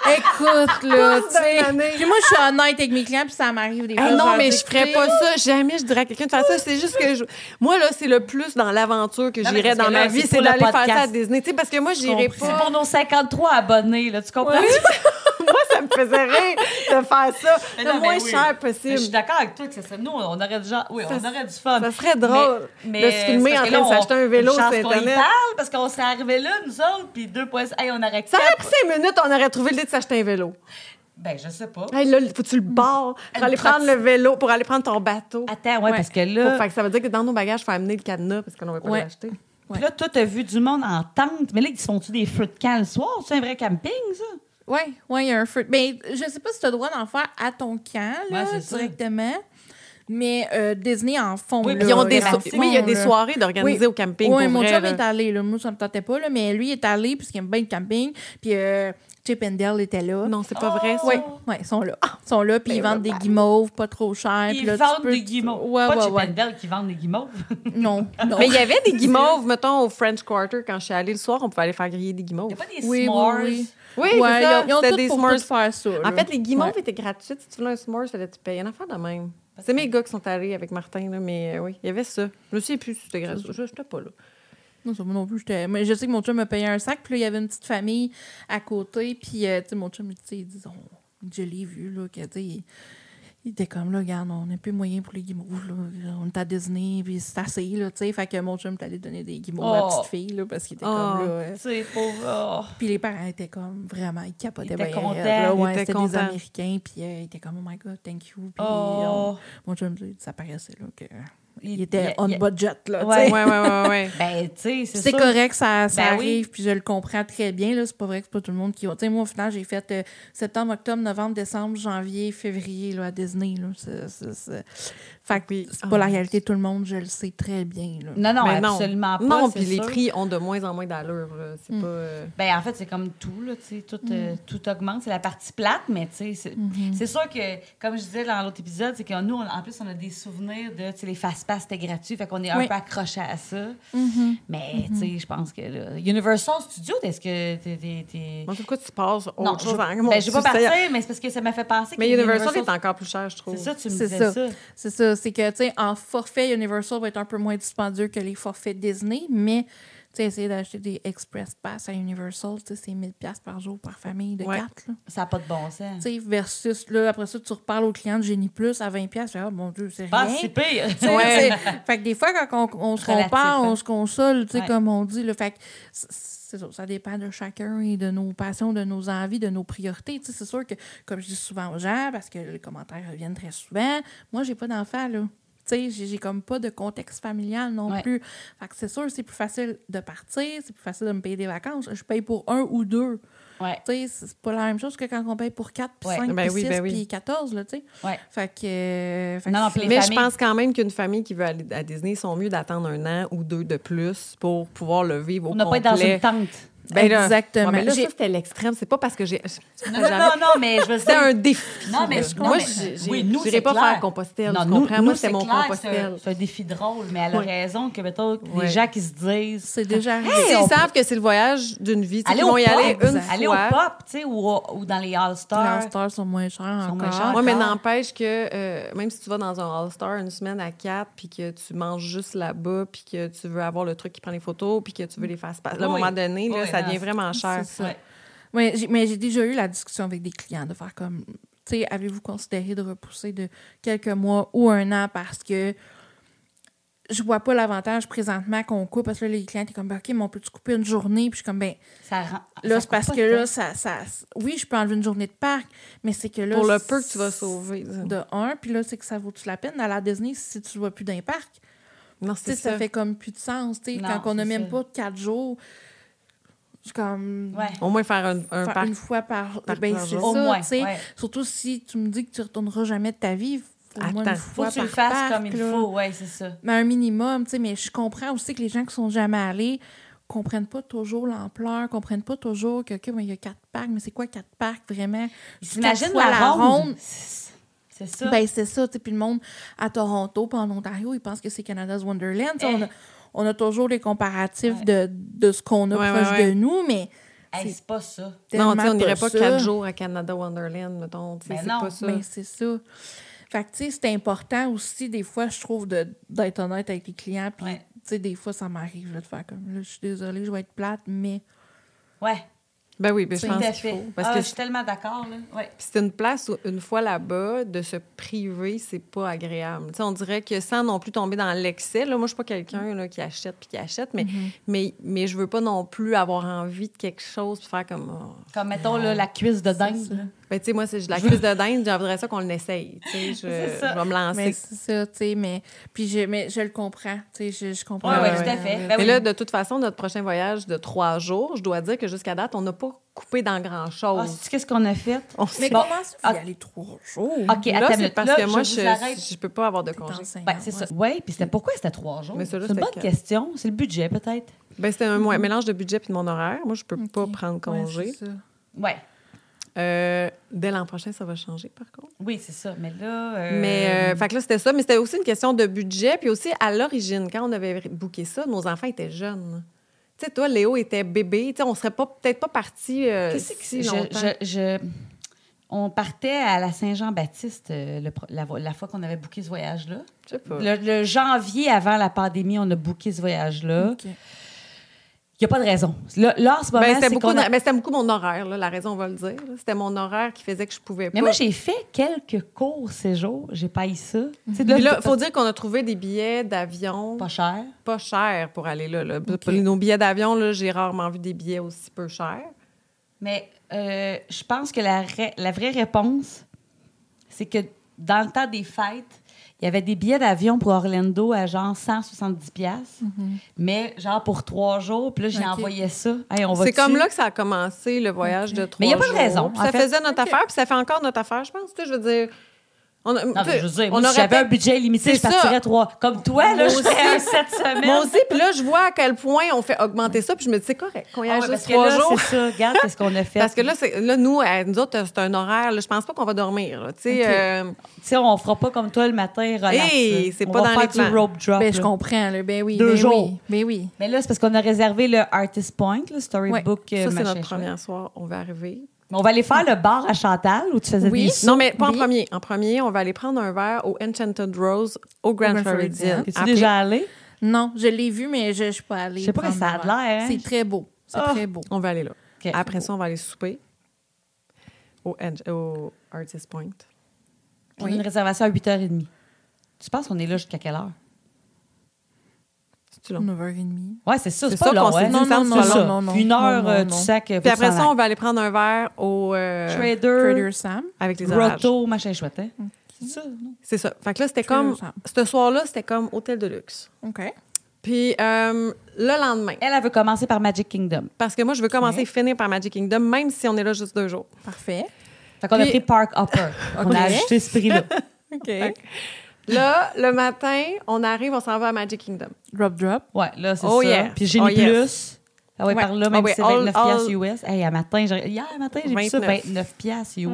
[SPEAKER 2] Écoute, là, tu
[SPEAKER 1] d'une année.
[SPEAKER 2] sais. Puis moi, je suis honnête avec mes clients, puis ça m'arrive des fois.
[SPEAKER 1] Hey, non,
[SPEAKER 2] genre,
[SPEAKER 1] mais
[SPEAKER 2] tu
[SPEAKER 1] je
[SPEAKER 2] sais,
[SPEAKER 1] ferais pas ça. Jamais je dirais à quelqu'un de faire ça. C'est juste que je- moi, là, c'est le plus dans l'aventure que
[SPEAKER 3] Non, mais
[SPEAKER 1] j'irais
[SPEAKER 3] parce
[SPEAKER 1] dans
[SPEAKER 3] que
[SPEAKER 1] ma
[SPEAKER 3] là,
[SPEAKER 1] vie,
[SPEAKER 3] c'est
[SPEAKER 1] c'est
[SPEAKER 3] pour le
[SPEAKER 1] d'aller faire ça à
[SPEAKER 3] podcast.
[SPEAKER 1] Disney. Tu sais, parce que moi, j'irais
[SPEAKER 2] comprends.
[SPEAKER 1] pas.
[SPEAKER 3] c'est pour nos 53 abonnés, là, tu
[SPEAKER 1] <laughs>
[SPEAKER 3] comprends? <laughs>
[SPEAKER 1] moi, ça me faisait rire de faire <laughs> ça
[SPEAKER 3] Mais
[SPEAKER 1] le
[SPEAKER 3] non, mais
[SPEAKER 1] moins
[SPEAKER 3] oui.
[SPEAKER 1] cher
[SPEAKER 3] Mais Je suis
[SPEAKER 1] possible.
[SPEAKER 3] d'accord avec toi que ça serait- nous, on aurait du genre, oui,
[SPEAKER 1] Ça-
[SPEAKER 3] on aurait du fun.
[SPEAKER 1] ça serait drôle de se filmer
[SPEAKER 3] c'est
[SPEAKER 1] en
[SPEAKER 3] parce
[SPEAKER 1] train
[SPEAKER 3] que
[SPEAKER 1] de
[SPEAKER 3] là, on-
[SPEAKER 1] s'acheter un vélo
[SPEAKER 3] une chance
[SPEAKER 1] sur
[SPEAKER 3] qu'on
[SPEAKER 1] Internet.
[SPEAKER 3] y parle parce qu'on serait arrivés là, nous autres, puis deux points, hey, on aurait
[SPEAKER 1] Ça
[SPEAKER 3] quatre-
[SPEAKER 1] aurait pris cinq minutes, on aurait trouvé le lit de s'acheter un vélo.
[SPEAKER 3] Ben, je sais pas.
[SPEAKER 1] Hey, là, faut-tu le barres pour
[SPEAKER 3] Une
[SPEAKER 1] aller
[SPEAKER 3] trotte.
[SPEAKER 1] prendre le vélo, pour aller prendre ton bateau?
[SPEAKER 3] Attends, ouais, parce que
[SPEAKER 1] Faut-
[SPEAKER 3] là,
[SPEAKER 1] fait que ça veut dire que dans nos bagages, il faut amener le cadenas parce qu'on n'aurait pas
[SPEAKER 2] Ouais.
[SPEAKER 1] l'acheter.
[SPEAKER 3] puis là, toi, t'as vu du monde en tente, mais là, ils se font-tu des feux de camp le soir? C'est un vrai camping, ça?
[SPEAKER 2] Oui, ouais, il y a un feu. Mais je sais pas si tu as le droit d'en faire à ton camp, là,
[SPEAKER 3] Ouais, c'est ça.
[SPEAKER 2] directement. Mais euh, Disney en font.
[SPEAKER 3] Oui,
[SPEAKER 2] là,
[SPEAKER 1] Puis ils ont des
[SPEAKER 2] en
[SPEAKER 1] so-
[SPEAKER 2] font,
[SPEAKER 1] oui, il y a des
[SPEAKER 2] là.
[SPEAKER 1] soirées d'organiser
[SPEAKER 2] Oui.
[SPEAKER 1] au camping.
[SPEAKER 2] Oui,
[SPEAKER 1] pour
[SPEAKER 2] mon
[SPEAKER 1] vrai,
[SPEAKER 2] chum
[SPEAKER 1] là.
[SPEAKER 2] est allé, là. Moi, ça me tentait pas, là, mais lui il est allé parce qu'il aime bien le camping. Puis euh, Chip and Dale était là.
[SPEAKER 1] Non, c'est pas vrai, ça. Ben
[SPEAKER 2] Oui, ouais, ils sont là. Ah, Ils sont là, puis ils vendent des guimauves pas trop chères. Hein, puis
[SPEAKER 3] Ils
[SPEAKER 2] là, tu
[SPEAKER 3] vendent
[SPEAKER 2] peux-
[SPEAKER 3] des guimauves.
[SPEAKER 2] Ouais,
[SPEAKER 3] pas
[SPEAKER 2] ouais,
[SPEAKER 3] Chip
[SPEAKER 2] ouais.
[SPEAKER 3] and Dale qui vendent des guimauves. <laughs>
[SPEAKER 2] Non, non.
[SPEAKER 1] Mais il y avait des guimauves, mettons, au French Quarter. Quand je suis allée le soir, on pouvait aller faire griller des
[SPEAKER 3] Il
[SPEAKER 1] guimauves.
[SPEAKER 3] n'y a pas des
[SPEAKER 2] Oui,
[SPEAKER 3] s'mores.
[SPEAKER 2] oui, oui.
[SPEAKER 1] Oui,
[SPEAKER 2] Ouais,
[SPEAKER 1] c'est ça.
[SPEAKER 2] ils ont, ils ont
[SPEAKER 1] C'était
[SPEAKER 2] tout
[SPEAKER 1] des
[SPEAKER 2] pour
[SPEAKER 1] s'mores.
[SPEAKER 2] tout faire ça. là.
[SPEAKER 1] En fait, les guimauves
[SPEAKER 2] Ouais.
[SPEAKER 1] étaient gratuites. Si tu voulais un s'more, fallait que tu payes. Il y en a affaire de même. C'est mes gars qui sont allés avec Martin, là, mais euh, oui, il y avait ça. Je sais plus si c'était gratuit. Je n'étais pas là.
[SPEAKER 2] Non, ça, moi non plus. j'étais- Mais je sais que mon chum m'a payé un sac, puis là, il y avait une petite famille à côté, puis euh, tu sais, mon chum, tu sais, il dit, on- je l'ai vu, là, que, tu sais, il... il était comme, là, regarde, on n'a plus moyen pour les guimauves, là. On est à Disney, puis c'est assez, là, tu sais. Fait que mon chum est allé donner des guimauves à la
[SPEAKER 3] Oh.
[SPEAKER 2] petite fille, là, parce qu'il était
[SPEAKER 1] Oh.
[SPEAKER 2] comme, là. euh,
[SPEAKER 3] Tu sais, pauvre. oh.
[SPEAKER 2] Puis les parents étaient comme, vraiment, ils capotaient
[SPEAKER 3] Ils étaient
[SPEAKER 2] bien
[SPEAKER 3] contents,
[SPEAKER 2] raide, là.
[SPEAKER 1] ils
[SPEAKER 2] Ouais,
[SPEAKER 1] étaient
[SPEAKER 2] c'était des
[SPEAKER 1] contents.
[SPEAKER 2] Américains, puis euh, ils étaient comme, oh my God, thank you. Puis euh,
[SPEAKER 3] Oh.
[SPEAKER 2] mon chum, tu sais, ça paraissait, là, que...
[SPEAKER 3] Il-
[SPEAKER 2] Il était
[SPEAKER 3] il-
[SPEAKER 2] on
[SPEAKER 3] il-
[SPEAKER 2] budget, là, tu
[SPEAKER 3] Ouais.
[SPEAKER 2] sais.
[SPEAKER 1] Ouais, ouais, ouais, ouais.
[SPEAKER 3] Ben, tu sais, c'est
[SPEAKER 2] C'est
[SPEAKER 3] sûr.
[SPEAKER 2] correct, ça, ça
[SPEAKER 3] Ben oui.
[SPEAKER 2] arrive, puis je le comprends très bien. là. C'est pas vrai que c'est pas tout le monde qui va. Tu sais, moi, au final, j'ai fait euh, septembre, octobre, novembre, décembre, janvier, février là, à Disney. Là. C'est- c'est- c'est- Fait que
[SPEAKER 1] Oui.
[SPEAKER 2] c'est
[SPEAKER 1] Ah,
[SPEAKER 2] pas la
[SPEAKER 1] mon
[SPEAKER 2] réalité de tout le monde, je le sais très bien. là.
[SPEAKER 3] <laughs> Non, non,
[SPEAKER 1] Mais
[SPEAKER 3] absolument pas.
[SPEAKER 1] Non,
[SPEAKER 3] c'est
[SPEAKER 1] puis les
[SPEAKER 3] sûr.
[SPEAKER 1] prix ont de moins en moins d'allure. là. C'est pas. euh,
[SPEAKER 3] Ben, en fait, c'est comme tout, là, tu sais, tout,
[SPEAKER 2] Mm.
[SPEAKER 3] euh, tout augmente. C'est la partie plate, mais tu sais, c'est
[SPEAKER 2] Mm-hmm.
[SPEAKER 3] c'est sûr que, comme je disais dans l'autre épisode, c'est que nous, on- en plus, on a des souvenirs de, tu sais, les fast-pass, c'était gratuit, fait qu'on est un
[SPEAKER 2] Oui. Mm-hmm.
[SPEAKER 3] peu accroché à ça. Mais, tu sais, je pense que, là, Universal Studios, est-ce que t'es... t'es- t'es-
[SPEAKER 1] Moi, pourquoi tu passes autre
[SPEAKER 3] Non, je
[SPEAKER 1] chose
[SPEAKER 3] veux-
[SPEAKER 1] en- mon
[SPEAKER 3] ben, je veux pas
[SPEAKER 1] Dieu,
[SPEAKER 3] partir, mais c'est parce que ça m'a fait penser que
[SPEAKER 1] Mais Universal, est encore plus cher, je trouve.
[SPEAKER 3] C'est ça, tu me
[SPEAKER 2] C'est
[SPEAKER 3] disais ça.
[SPEAKER 2] ça. C'est ça, c'est que, tu sais, en forfait, Universal va être un peu moins dispendieux que les forfaits Disney, mais, tu sais, essayer d'acheter des Express Pass à Universal, tu sais, c'est 1000$ piastres par jour par famille de
[SPEAKER 1] Ouais.
[SPEAKER 2] quatre. là.
[SPEAKER 3] Ça n'a pas de bon
[SPEAKER 2] Tu
[SPEAKER 3] sens.
[SPEAKER 2] sais, versus, là, après ça, tu reparles au client de Génie Plus à 20$, piastres, tu fais, ah, mon Dieu, c'est rien.
[SPEAKER 3] Pas si <laughs> pire.
[SPEAKER 2] Tu sais,
[SPEAKER 1] Ouais.
[SPEAKER 2] c'est- fait que des fois, quand on, on se
[SPEAKER 3] Relatif,
[SPEAKER 2] compare,
[SPEAKER 3] hein.
[SPEAKER 2] on se console, tu sais,
[SPEAKER 3] Ouais.
[SPEAKER 2] comme on dit. Là, fait que c- c'est ça, ça dépend de chacun et de nos passions, de nos envies, de nos priorités. Tu sais, c'est sûr que, comme je dis souvent aux gens, parce que les commentaires reviennent très souvent, moi, j'ai pas d'enfant, là. Tu sais, j'ai j'ai comme pas de contexte familial non
[SPEAKER 3] Ouais.
[SPEAKER 2] plus. Fait que c'est sûr, c'est plus facile de partir, c'est plus facile de me payer des vacances. Je paye pour un ou deux.
[SPEAKER 3] Ouais.
[SPEAKER 2] Tu sais, c'est pas la même chose que quand on paye pour 4, puis
[SPEAKER 3] Ouais.
[SPEAKER 2] 5,
[SPEAKER 1] Ben
[SPEAKER 2] puis
[SPEAKER 1] oui,
[SPEAKER 2] 6,
[SPEAKER 1] ben oui.
[SPEAKER 2] puis 14, là, tu sais.
[SPEAKER 3] Ouais.
[SPEAKER 2] Fait que... euh, fait
[SPEAKER 3] Non,
[SPEAKER 2] que
[SPEAKER 3] non,
[SPEAKER 2] c'est-
[SPEAKER 3] puis les
[SPEAKER 1] Mais
[SPEAKER 3] familles-
[SPEAKER 1] je pense quand même qu'une famille qui veut aller à Disney, ils sont mieux d'attendre un an ou deux de plus pour pouvoir le vivre au
[SPEAKER 3] On n'a pas été dans
[SPEAKER 1] complet.
[SPEAKER 3] une tente.
[SPEAKER 1] Ben là,
[SPEAKER 2] Exactement.
[SPEAKER 1] ouais, mais là,
[SPEAKER 2] J'ai-
[SPEAKER 1] ça, c'était l'extrême. C'est pas parce que j'ai...
[SPEAKER 3] Non, non, non, mais je veux
[SPEAKER 1] <laughs> C'était
[SPEAKER 3] dire-
[SPEAKER 1] un défi.
[SPEAKER 3] Non, mais
[SPEAKER 1] là.
[SPEAKER 3] je comprends.
[SPEAKER 1] Moi,
[SPEAKER 3] mais-
[SPEAKER 1] j'ai- j'ai-
[SPEAKER 3] oui, nous,
[SPEAKER 1] j'irais
[SPEAKER 3] c'est
[SPEAKER 1] pas
[SPEAKER 3] clair.
[SPEAKER 1] faire compostel,
[SPEAKER 3] Non,
[SPEAKER 1] tu
[SPEAKER 3] nous-
[SPEAKER 1] comprends?
[SPEAKER 3] nous,
[SPEAKER 1] Moi, c'était mon
[SPEAKER 3] clair que c'est un-
[SPEAKER 1] compostel.
[SPEAKER 3] C'est un défi drôle, mais elle a
[SPEAKER 1] Oui.
[SPEAKER 3] raison que, mettons,
[SPEAKER 1] Oui.
[SPEAKER 3] les gens qui se disent.
[SPEAKER 2] C'est déjà arrivé.
[SPEAKER 1] Tu sais,
[SPEAKER 3] on
[SPEAKER 1] Ils
[SPEAKER 3] peut-
[SPEAKER 1] savent que c'est le voyage d'une vie. tu sais,
[SPEAKER 3] Aller
[SPEAKER 1] Ils
[SPEAKER 3] au
[SPEAKER 1] vont y
[SPEAKER 3] pop,
[SPEAKER 1] aller une
[SPEAKER 2] exact.
[SPEAKER 3] Aller au
[SPEAKER 1] fois.
[SPEAKER 3] pop, tu sais, ou, au- ou dans les All-Stars.
[SPEAKER 2] Les stars sont moins chers
[SPEAKER 3] Sont
[SPEAKER 2] encore.
[SPEAKER 3] moins chères.
[SPEAKER 1] Oui, mais
[SPEAKER 3] D'accord.
[SPEAKER 1] n'empêche que euh, même si tu vas dans un All-Star une semaine à quatre, puis que tu manges juste là-bas, puis que tu veux avoir le truc qui prend les photos, puis que tu veux les faire passer, à un
[SPEAKER 3] Oui.
[SPEAKER 1] moment donné, là,
[SPEAKER 3] Oui,
[SPEAKER 1] ça
[SPEAKER 3] non,
[SPEAKER 1] devient vraiment cher.
[SPEAKER 2] c'est ça.
[SPEAKER 3] Ouais.
[SPEAKER 2] Ouais, j'ai- mais j'ai déjà eu la discussion avec des clients de faire comme, tu sais, avez-vous considéré de repousser de quelques mois ou un an parce que je vois pas l'avantage présentement qu'on coupe parce que là, les clients étaient comme, Ben, OK, mais on peut-tu couper une journée? Puis je suis comme, ben
[SPEAKER 3] Ça rend- ça
[SPEAKER 1] Ah,
[SPEAKER 2] là, c'est
[SPEAKER 3] coûte
[SPEAKER 2] parce
[SPEAKER 3] pas
[SPEAKER 2] que
[SPEAKER 3] de
[SPEAKER 2] là,
[SPEAKER 3] temps.
[SPEAKER 2] ça, ça. Oui, je peux enlever une journée de parc, mais c'est que là.
[SPEAKER 1] Pour le peu que tu vas sauver. ça.
[SPEAKER 2] De un, puis là, c'est que ça vaut-tu la peine d'aller à Disney si tu vois plus d'un parc?
[SPEAKER 1] Non,
[SPEAKER 2] Tu
[SPEAKER 1] c'est
[SPEAKER 2] sais,
[SPEAKER 1] ça.
[SPEAKER 2] ça fait comme plus de sens, tu sais,
[SPEAKER 3] Non,
[SPEAKER 2] quand on n'a
[SPEAKER 3] c'est
[SPEAKER 2] même
[SPEAKER 3] ça.
[SPEAKER 2] pas quatre jours. Je suis comme.
[SPEAKER 3] Ouais.
[SPEAKER 1] Au moins faire un, un
[SPEAKER 2] Faire
[SPEAKER 1] parc.
[SPEAKER 2] une fois par,
[SPEAKER 1] par
[SPEAKER 2] ben,
[SPEAKER 1] par
[SPEAKER 2] c'est
[SPEAKER 1] jour.
[SPEAKER 3] Au
[SPEAKER 2] ça,
[SPEAKER 3] moins,
[SPEAKER 2] tu sais.
[SPEAKER 3] ouais.
[SPEAKER 2] Surtout si tu me dis que tu retourneras jamais de ta vie, faut au moins une
[SPEAKER 1] Attends.
[SPEAKER 3] Faut
[SPEAKER 2] fois
[SPEAKER 3] que tu le
[SPEAKER 2] par
[SPEAKER 3] fasses
[SPEAKER 2] parc,
[SPEAKER 3] comme il
[SPEAKER 2] là.
[SPEAKER 3] faut, ouais, c'est ça.
[SPEAKER 2] Mais un minimum, tu sais, mais je comprends aussi que les gens qui sont jamais allés comprennent pas toujours l'ampleur, comprennent pas toujours que, OK, ben, il y a quatre parcs, mais c'est quoi quatre parcs vraiment?
[SPEAKER 3] T'imagines
[SPEAKER 2] Quatre fois
[SPEAKER 3] la, ronde? C'est ça.
[SPEAKER 2] Ben, c'est ça, tu sais. Puis le monde à Toronto, puis en Ontario, ils pensent que c'est Canada's Wonderland. Tu sais,
[SPEAKER 3] Eh.
[SPEAKER 2] On, a, on a toujours les comparatifs de, de ce qu'on a
[SPEAKER 1] Ouais, ouais,
[SPEAKER 2] proche
[SPEAKER 1] ouais.
[SPEAKER 2] de nous, mais
[SPEAKER 3] Hey,
[SPEAKER 2] c'est
[SPEAKER 3] c'est pas ça.
[SPEAKER 1] Non, tu sais, on
[SPEAKER 2] tellement
[SPEAKER 1] n'irait
[SPEAKER 2] pas
[SPEAKER 1] pas
[SPEAKER 2] ça.
[SPEAKER 1] quatre jours à Canada Wonderland, mettons. tu sais,
[SPEAKER 3] Mais
[SPEAKER 1] C'est
[SPEAKER 3] non.
[SPEAKER 1] pas ça.
[SPEAKER 2] Ben, c'est ça. Fait que, tu sais, c'est important aussi, des fois, je trouve, de- d'être honnête avec les clients. Puis,
[SPEAKER 3] Ouais.
[SPEAKER 2] tu sais, des fois, ça m'arrive là, de faire comme, là, je suis désolée, je vais être plate, mais
[SPEAKER 3] Ouais,
[SPEAKER 1] Ben oui, ben je
[SPEAKER 2] C'est
[SPEAKER 3] tout
[SPEAKER 1] pense
[SPEAKER 3] à
[SPEAKER 1] qu'il
[SPEAKER 3] fait.
[SPEAKER 1] faut. Parce
[SPEAKER 3] Ah,
[SPEAKER 1] que
[SPEAKER 3] je suis tellement d'accord, là. Ouais.
[SPEAKER 1] Puis c'est une place où, une fois là-bas, de se priver, c'est pas agréable. Tu sais, on dirait que sans non plus tomber dans l'excès, là, moi, je suis pas quelqu'un là, qui achète puis qui achète, mais,
[SPEAKER 3] Mm-hmm.
[SPEAKER 1] mais, mais je veux pas non plus avoir envie de quelque chose puis faire comme... oh.
[SPEAKER 3] Comme, mettons, là, la cuisse de
[SPEAKER 2] ça.
[SPEAKER 3] dingue.
[SPEAKER 1] Ben, tu sais, moi, c'est j'ai la cuisse de dinde, j'aimerais ça qu'on l'essaye. Tu sais,
[SPEAKER 3] <laughs> C'est
[SPEAKER 1] je,
[SPEAKER 3] ça.
[SPEAKER 1] je vais me lancer.
[SPEAKER 2] mais c'est ça, tu sais, mais... Puis, je, mais je le comprends, tu sais, je, je comprends.
[SPEAKER 3] Ouais, ouais,
[SPEAKER 1] ouais,
[SPEAKER 3] tout à fait.
[SPEAKER 2] Euh,
[SPEAKER 3] Ben
[SPEAKER 1] Mais
[SPEAKER 3] oui.
[SPEAKER 1] là, de toute façon, notre prochain voyage de trois jours, je dois dire que jusqu'à date, on n'a pas coupé dans
[SPEAKER 3] Ah,
[SPEAKER 1] grand-chose.
[SPEAKER 3] sais-tu qu'est-ce qu'on a fait?
[SPEAKER 1] on
[SPEAKER 2] Mais
[SPEAKER 1] s'est...
[SPEAKER 3] Bon,
[SPEAKER 2] comment ça,
[SPEAKER 3] ah-
[SPEAKER 2] vous y allez trois jours?
[SPEAKER 3] OK,
[SPEAKER 1] là,
[SPEAKER 3] attends,
[SPEAKER 1] c'est
[SPEAKER 3] minute.
[SPEAKER 1] parce
[SPEAKER 3] Là,
[SPEAKER 1] que moi,
[SPEAKER 3] je,
[SPEAKER 1] je,
[SPEAKER 3] vous arrête.
[SPEAKER 1] je peux pas avoir de
[SPEAKER 2] T'es
[SPEAKER 1] congé.
[SPEAKER 2] enceinte,
[SPEAKER 3] Ben, c'est
[SPEAKER 2] ouais.
[SPEAKER 3] ça. Oui, puis c'était pourquoi c'était trois jours?
[SPEAKER 1] Mais
[SPEAKER 3] C'est
[SPEAKER 1] ça, là,
[SPEAKER 3] une bonne
[SPEAKER 1] c'était quatre.
[SPEAKER 3] question. C'est le budget, peut-être.
[SPEAKER 1] Ben, c'était un
[SPEAKER 3] Mm-hmm.
[SPEAKER 1] mo- mélange de budget et de mon horaire. Moi, je peux pas
[SPEAKER 2] Ok.
[SPEAKER 1] prendre
[SPEAKER 2] Ouais,
[SPEAKER 1] congé.
[SPEAKER 2] c'est ça.
[SPEAKER 3] Oui.
[SPEAKER 1] Euh, dès l'an prochain, ça va changer, par contre.
[SPEAKER 3] Oui, c'est ça. Mais là. euh,
[SPEAKER 1] Mais, euh, fait que là, c'était ça. Mais c'était aussi une question de budget. Puis aussi, à l'origine, quand on avait booké ça, nos enfants étaient jeunes. Tu sais, toi, Léo était bébé. Tu sais, on serait pas, peut-être pas partis euh,
[SPEAKER 3] Qu'est-ce que
[SPEAKER 1] si
[SPEAKER 3] c'est? Je-
[SPEAKER 1] longtemps.
[SPEAKER 3] je- je- On partait à la Saint-Jean-Baptiste euh, le pro- la, vo- la fois qu'on avait booké ce voyage-là.
[SPEAKER 1] Je sais pas. Ben,
[SPEAKER 3] Le, le janvier avant la pandémie, on a booké ce voyage-là.
[SPEAKER 2] OK.
[SPEAKER 3] Il n'y a pas de raison. Là, là, en ce moment,
[SPEAKER 1] Ben,
[SPEAKER 3] c'est
[SPEAKER 1] c'était beaucoup,
[SPEAKER 3] qu'on a-
[SPEAKER 1] de- ben, c'était beaucoup mon horaire, là, la raison, on va le dire. là. C'était mon horaire qui faisait que je pouvais pas.
[SPEAKER 3] Mais moi, j'ai fait quelques cours ces jours. J'ai payé ça. Tu sais,
[SPEAKER 1] Puis Mhm. là,
[SPEAKER 3] t'as-
[SPEAKER 1] faut dire qu'on a trouvé des billets d'avion
[SPEAKER 3] pas cher.
[SPEAKER 1] pas chers pour aller là. là.
[SPEAKER 2] OK.
[SPEAKER 1] Pour Nos billets d'avion, là, j'ai rarement vu des billets aussi peu chers.
[SPEAKER 3] Mais euh, je pense que la, ra- la vraie réponse, c'est que dans le temps des fêtes, il y avait des billets d'avion pour Orlando à genre 170$, piastres,
[SPEAKER 1] Mhm.
[SPEAKER 3] mais genre pour trois jours. Puis là, j'ai
[SPEAKER 2] Ok.
[SPEAKER 3] envoyé ça. Hey, on
[SPEAKER 1] C'est
[SPEAKER 3] va-tu?
[SPEAKER 1] comme là que ça a commencé le voyage de trois
[SPEAKER 3] Mais y a pas de
[SPEAKER 1] jours.
[SPEAKER 3] raison,
[SPEAKER 1] Puis
[SPEAKER 3] en
[SPEAKER 1] Ça
[SPEAKER 3] fait.
[SPEAKER 1] faisait notre affaire, puis ça fait encore notre affaire, je pense. Tu sais, je veux dire. On, a-
[SPEAKER 3] Non,
[SPEAKER 1] tu
[SPEAKER 3] mais
[SPEAKER 1] sais,
[SPEAKER 3] je veux dire,
[SPEAKER 1] on
[SPEAKER 3] moi, si
[SPEAKER 1] aurait
[SPEAKER 3] j'avais un
[SPEAKER 1] peut-être-
[SPEAKER 3] budget illimité, je
[SPEAKER 1] C'est ça.
[SPEAKER 3] partirais trois. Comme toi, là,
[SPEAKER 1] Moi
[SPEAKER 3] je serais
[SPEAKER 1] aussi.
[SPEAKER 3] <laughs>
[SPEAKER 1] Ah
[SPEAKER 3] cette semaine.
[SPEAKER 1] Moi aussi, puis là, je vois à quel point on fait augmenter ça, puis je me dis, c'est correct qu'on y
[SPEAKER 3] Ah
[SPEAKER 1] aille
[SPEAKER 3] ouais, parce
[SPEAKER 1] juste
[SPEAKER 3] que
[SPEAKER 1] trois
[SPEAKER 3] là,
[SPEAKER 1] jours.
[SPEAKER 3] c'est ça. Regarde
[SPEAKER 1] <laughs>
[SPEAKER 3] qu'est-ce qu'on a fait.
[SPEAKER 1] Parce que là, c'est- là nous, à- nous autres, c'est un horaire. là, je pense pas qu'on va dormir. là, Tu sais,
[SPEAKER 2] OK.
[SPEAKER 1] euh,
[SPEAKER 3] Tu sais, on fera pas comme toi le matin, relax.
[SPEAKER 1] Hey,
[SPEAKER 3] là.
[SPEAKER 1] c'est
[SPEAKER 3] on
[SPEAKER 1] pas
[SPEAKER 3] va
[SPEAKER 1] dans
[SPEAKER 3] faire
[SPEAKER 1] les
[SPEAKER 3] du
[SPEAKER 1] plans.
[SPEAKER 3] rope drop.
[SPEAKER 2] Ben, je
[SPEAKER 3] là.
[SPEAKER 2] comprends, là. Ben oui.
[SPEAKER 3] Deux
[SPEAKER 2] ben
[SPEAKER 3] jours.
[SPEAKER 2] Oui, ben oui.
[SPEAKER 3] Mais là, c'est parce qu'on a réservé le Artist Point, le Storybook.
[SPEAKER 1] ça, c'est
[SPEAKER 3] euh, machin
[SPEAKER 1] notre
[SPEAKER 3] chouette.
[SPEAKER 1] premier soir. On va arriver.
[SPEAKER 3] Mais on va aller faire le bar à Chantal où tu faisais
[SPEAKER 2] Oui.
[SPEAKER 3] des sous.
[SPEAKER 1] Non, mais pas en
[SPEAKER 2] oui.
[SPEAKER 1] premier. En premier, on va aller prendre un verre au Enchanted Rose au Grand,
[SPEAKER 2] Grand Floridian.
[SPEAKER 1] Floridian.
[SPEAKER 3] Es-tu
[SPEAKER 1] Après-
[SPEAKER 3] déjà allé?
[SPEAKER 2] Non, je l'ai vu, mais je ne suis pas allée.
[SPEAKER 3] Je sais pas que
[SPEAKER 2] prendre
[SPEAKER 3] ça a
[SPEAKER 2] le
[SPEAKER 3] de l'air,
[SPEAKER 2] verre.
[SPEAKER 3] hein.
[SPEAKER 2] C'est très beau. C'est
[SPEAKER 3] Ah.
[SPEAKER 2] très beau.
[SPEAKER 1] On va aller là.
[SPEAKER 3] OK.
[SPEAKER 1] Après ça, on va aller souper au, Eng- au Artist Point.
[SPEAKER 3] Puis On a une réservation à 8h30. Tu penses qu'on est là jusqu'à quelle heure?
[SPEAKER 1] C'est-tu long?
[SPEAKER 2] 9h30.
[SPEAKER 3] Ouais, c'est ça. C'est
[SPEAKER 1] C'est ça
[SPEAKER 3] pas
[SPEAKER 1] qu'on
[SPEAKER 3] long,
[SPEAKER 1] s'est
[SPEAKER 3] hein?
[SPEAKER 1] dit, Non, ça, non,
[SPEAKER 3] C'est
[SPEAKER 1] non,
[SPEAKER 3] ça.
[SPEAKER 2] non, non,
[SPEAKER 3] Une
[SPEAKER 2] non,
[SPEAKER 3] heure
[SPEAKER 2] non,
[SPEAKER 3] euh,
[SPEAKER 2] non.
[SPEAKER 3] du sac. euh,
[SPEAKER 1] Puis
[SPEAKER 3] pour
[SPEAKER 1] après
[SPEAKER 3] s'en
[SPEAKER 1] ça, on
[SPEAKER 3] aller.
[SPEAKER 1] va aller prendre un verre au euh,
[SPEAKER 3] Trader,
[SPEAKER 2] Trader Sam.
[SPEAKER 1] avec les orages.
[SPEAKER 3] Roto, machin chouette. hein?
[SPEAKER 1] Mm.
[SPEAKER 3] C'est ça, non?
[SPEAKER 1] C'est ça. Fait que là, c'était
[SPEAKER 2] Trader
[SPEAKER 1] comme
[SPEAKER 2] Sam.
[SPEAKER 1] ce soir-là, c'était comme hôtel de luxe.
[SPEAKER 2] OK.
[SPEAKER 1] Puis Puis euh, le lendemain,
[SPEAKER 3] Elle, elle veut commencer par Magic Kingdom.
[SPEAKER 1] parce que moi, je veux commencer
[SPEAKER 3] Ouais.
[SPEAKER 1] finir par Magic Kingdom, même si on est là juste deux jours.
[SPEAKER 2] Parfait.
[SPEAKER 3] Fait qu'on a
[SPEAKER 1] Puis-
[SPEAKER 3] pris Park
[SPEAKER 1] <laughs>
[SPEAKER 3] Hopper. On a ajouté ce prix-là.
[SPEAKER 2] OK.
[SPEAKER 1] Là, le matin, on arrive, on s'en va à Magic Kingdom.
[SPEAKER 2] Drop, drop.
[SPEAKER 3] Ouais, là, c'est
[SPEAKER 1] Oh
[SPEAKER 3] ça.
[SPEAKER 1] yeah.
[SPEAKER 3] Puis j'ai
[SPEAKER 1] Oh
[SPEAKER 3] mis
[SPEAKER 1] yes.
[SPEAKER 3] plus. Ah ouais,
[SPEAKER 2] Ouais.
[SPEAKER 3] par là, même
[SPEAKER 1] Ah ouais,
[SPEAKER 3] si c'est
[SPEAKER 1] all-
[SPEAKER 3] 29 piastres US. Hey, à matin, j'ai- hier matin, j'ai vu ça,
[SPEAKER 1] 29.
[SPEAKER 3] 29
[SPEAKER 1] Mm.
[SPEAKER 3] piastres US.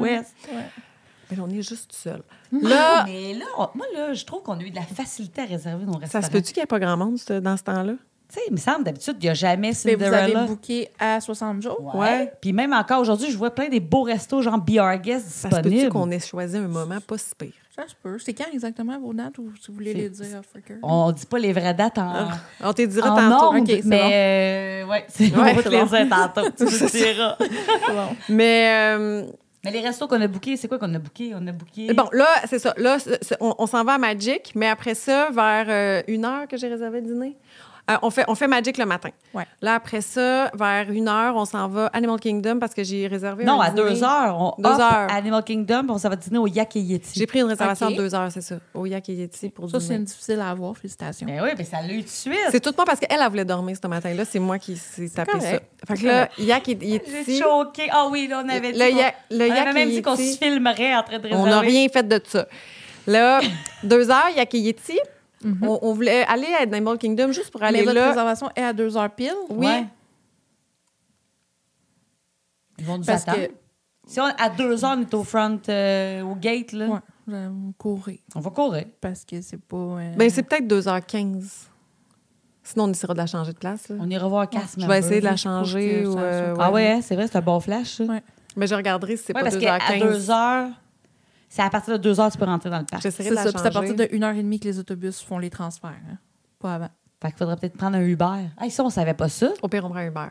[SPEAKER 1] Mais on est juste seul. Là,
[SPEAKER 3] Oh, Mais là, on- moi, là, je trouve qu'on a eu de la facilité à réserver nos restaurants.
[SPEAKER 1] ça se peut-tu qu'il n'y ait pas grand monde ce- dans ce temps-là?
[SPEAKER 3] Tu sais, il me semble, d'habitude, il n'y a jamais
[SPEAKER 2] Mais Ben, vous avez
[SPEAKER 3] Cinderella.
[SPEAKER 2] booké à 60 jours.
[SPEAKER 1] Ouais.
[SPEAKER 3] Puis même encore aujourd'hui, je vois plein des beaux restos, genre Be Our Guest
[SPEAKER 1] Ça se peut-tu
[SPEAKER 3] disponibles.
[SPEAKER 1] qu'on ait choisi un moment pas si pire?
[SPEAKER 2] Ça se peut. C'est quand exactement vos dates ou si vous voulez les dire, off record?
[SPEAKER 3] On ne dit pas les vraies dates
[SPEAKER 1] Ah.
[SPEAKER 3] en,
[SPEAKER 1] On te dira
[SPEAKER 3] en
[SPEAKER 1] tantôt.
[SPEAKER 3] ondes,
[SPEAKER 2] Ok, c'est
[SPEAKER 3] mais euh, ouais, c'est-
[SPEAKER 1] <laughs> Ouais,
[SPEAKER 3] on va
[SPEAKER 1] c'est
[SPEAKER 3] te les
[SPEAKER 1] bon.
[SPEAKER 3] dire tantôt,
[SPEAKER 1] <laughs>
[SPEAKER 3] tu nous
[SPEAKER 1] C'est
[SPEAKER 3] diras.
[SPEAKER 1] Mais euh,
[SPEAKER 3] mais les restos qu'on a bookés, c'est quoi qu'on a booké? On a booké...
[SPEAKER 1] bon, là, c'est ça. Là, c'est- c'est- on, on s'en va à Magic, mais après ça, vers euh, une heure que j'ai réservé le dîner, euh, on, fait, on fait Magic le matin.
[SPEAKER 2] Ouais.
[SPEAKER 1] Là, après ça, vers une heure, on s'en va Animal Kingdom parce que j'ai réservé
[SPEAKER 3] Non,
[SPEAKER 1] un
[SPEAKER 3] à
[SPEAKER 1] dîner.
[SPEAKER 3] deux heures. On
[SPEAKER 1] Deux
[SPEAKER 3] hop,
[SPEAKER 1] heures.
[SPEAKER 3] Animal Kingdom, puis on s'en va dîner au Yak et Yeti.
[SPEAKER 1] J'ai pris une réservation
[SPEAKER 2] Ok.
[SPEAKER 1] à deux heures, c'est ça, au Yak et Yeti pour
[SPEAKER 2] Ça, c'est
[SPEAKER 1] dîner.
[SPEAKER 2] difficile à avoir. Félicitations.
[SPEAKER 3] Mais oui, mais ça l'a eu tout de
[SPEAKER 1] C'est
[SPEAKER 3] suite.
[SPEAKER 1] tout moi parce qu'elle, elle voulait dormir ce matin-là. C'est moi qui s'est tapé ça.
[SPEAKER 2] correct.
[SPEAKER 1] Fait que là, Yak et Yeti...
[SPEAKER 3] J'ai choqué. Ah oui, là, on avait dit.
[SPEAKER 1] Le
[SPEAKER 3] qu'on-
[SPEAKER 1] ya- le
[SPEAKER 3] on
[SPEAKER 1] Yak
[SPEAKER 3] avait
[SPEAKER 1] et
[SPEAKER 3] même dit qu'on
[SPEAKER 1] Yeti.
[SPEAKER 3] se filmerait en train de réserver.
[SPEAKER 1] On n'a rien fait de ça. Là, deux heures, Yak et Yeti. on, on voulait aller à Animal Kingdom juste pour aller
[SPEAKER 2] Mais votre
[SPEAKER 1] là.
[SPEAKER 2] réservation est à 2 heures pile.
[SPEAKER 1] Oui.
[SPEAKER 3] Ouais. Ils vont nous
[SPEAKER 2] Parce
[SPEAKER 3] attendre.
[SPEAKER 2] que-
[SPEAKER 3] Si on, à deux heures, on est au front, euh, au gate, là,
[SPEAKER 2] Ouais, vous courez
[SPEAKER 3] on va courir.
[SPEAKER 2] parce que c'est pas. euh,
[SPEAKER 1] Ben, c'est peut-être 2h15. Sinon, on essaiera de la changer de place. là.
[SPEAKER 3] On ira voir Cass.
[SPEAKER 1] Je vais essayer de la
[SPEAKER 2] juste pour
[SPEAKER 1] changer.
[SPEAKER 2] que
[SPEAKER 1] ou,
[SPEAKER 2] ça
[SPEAKER 1] euh,
[SPEAKER 2] soit-
[SPEAKER 3] Ah
[SPEAKER 1] ouais.
[SPEAKER 3] ouais, hein, c'est vrai, c'est un bon flash. ça.
[SPEAKER 2] Ouais.
[SPEAKER 1] Mais je regarderai si c'est
[SPEAKER 3] Ouais,
[SPEAKER 1] pas
[SPEAKER 3] parce qu'à
[SPEAKER 1] 2h15.
[SPEAKER 3] deux heures, c'est à partir de deux heures que tu peux rentrer dans le parc.
[SPEAKER 1] J'essaierai
[SPEAKER 2] c'est
[SPEAKER 1] de
[SPEAKER 2] ça.
[SPEAKER 1] la
[SPEAKER 2] Puis c'est à partir
[SPEAKER 1] changer.
[SPEAKER 2] de 1h30 que les autobus font les transferts. hein. Pas avant.
[SPEAKER 3] Fait qu'il faudrait peut-être prendre un Uber. Ah, ça, on savait pas ça.
[SPEAKER 1] Au pire, on prend un Uber.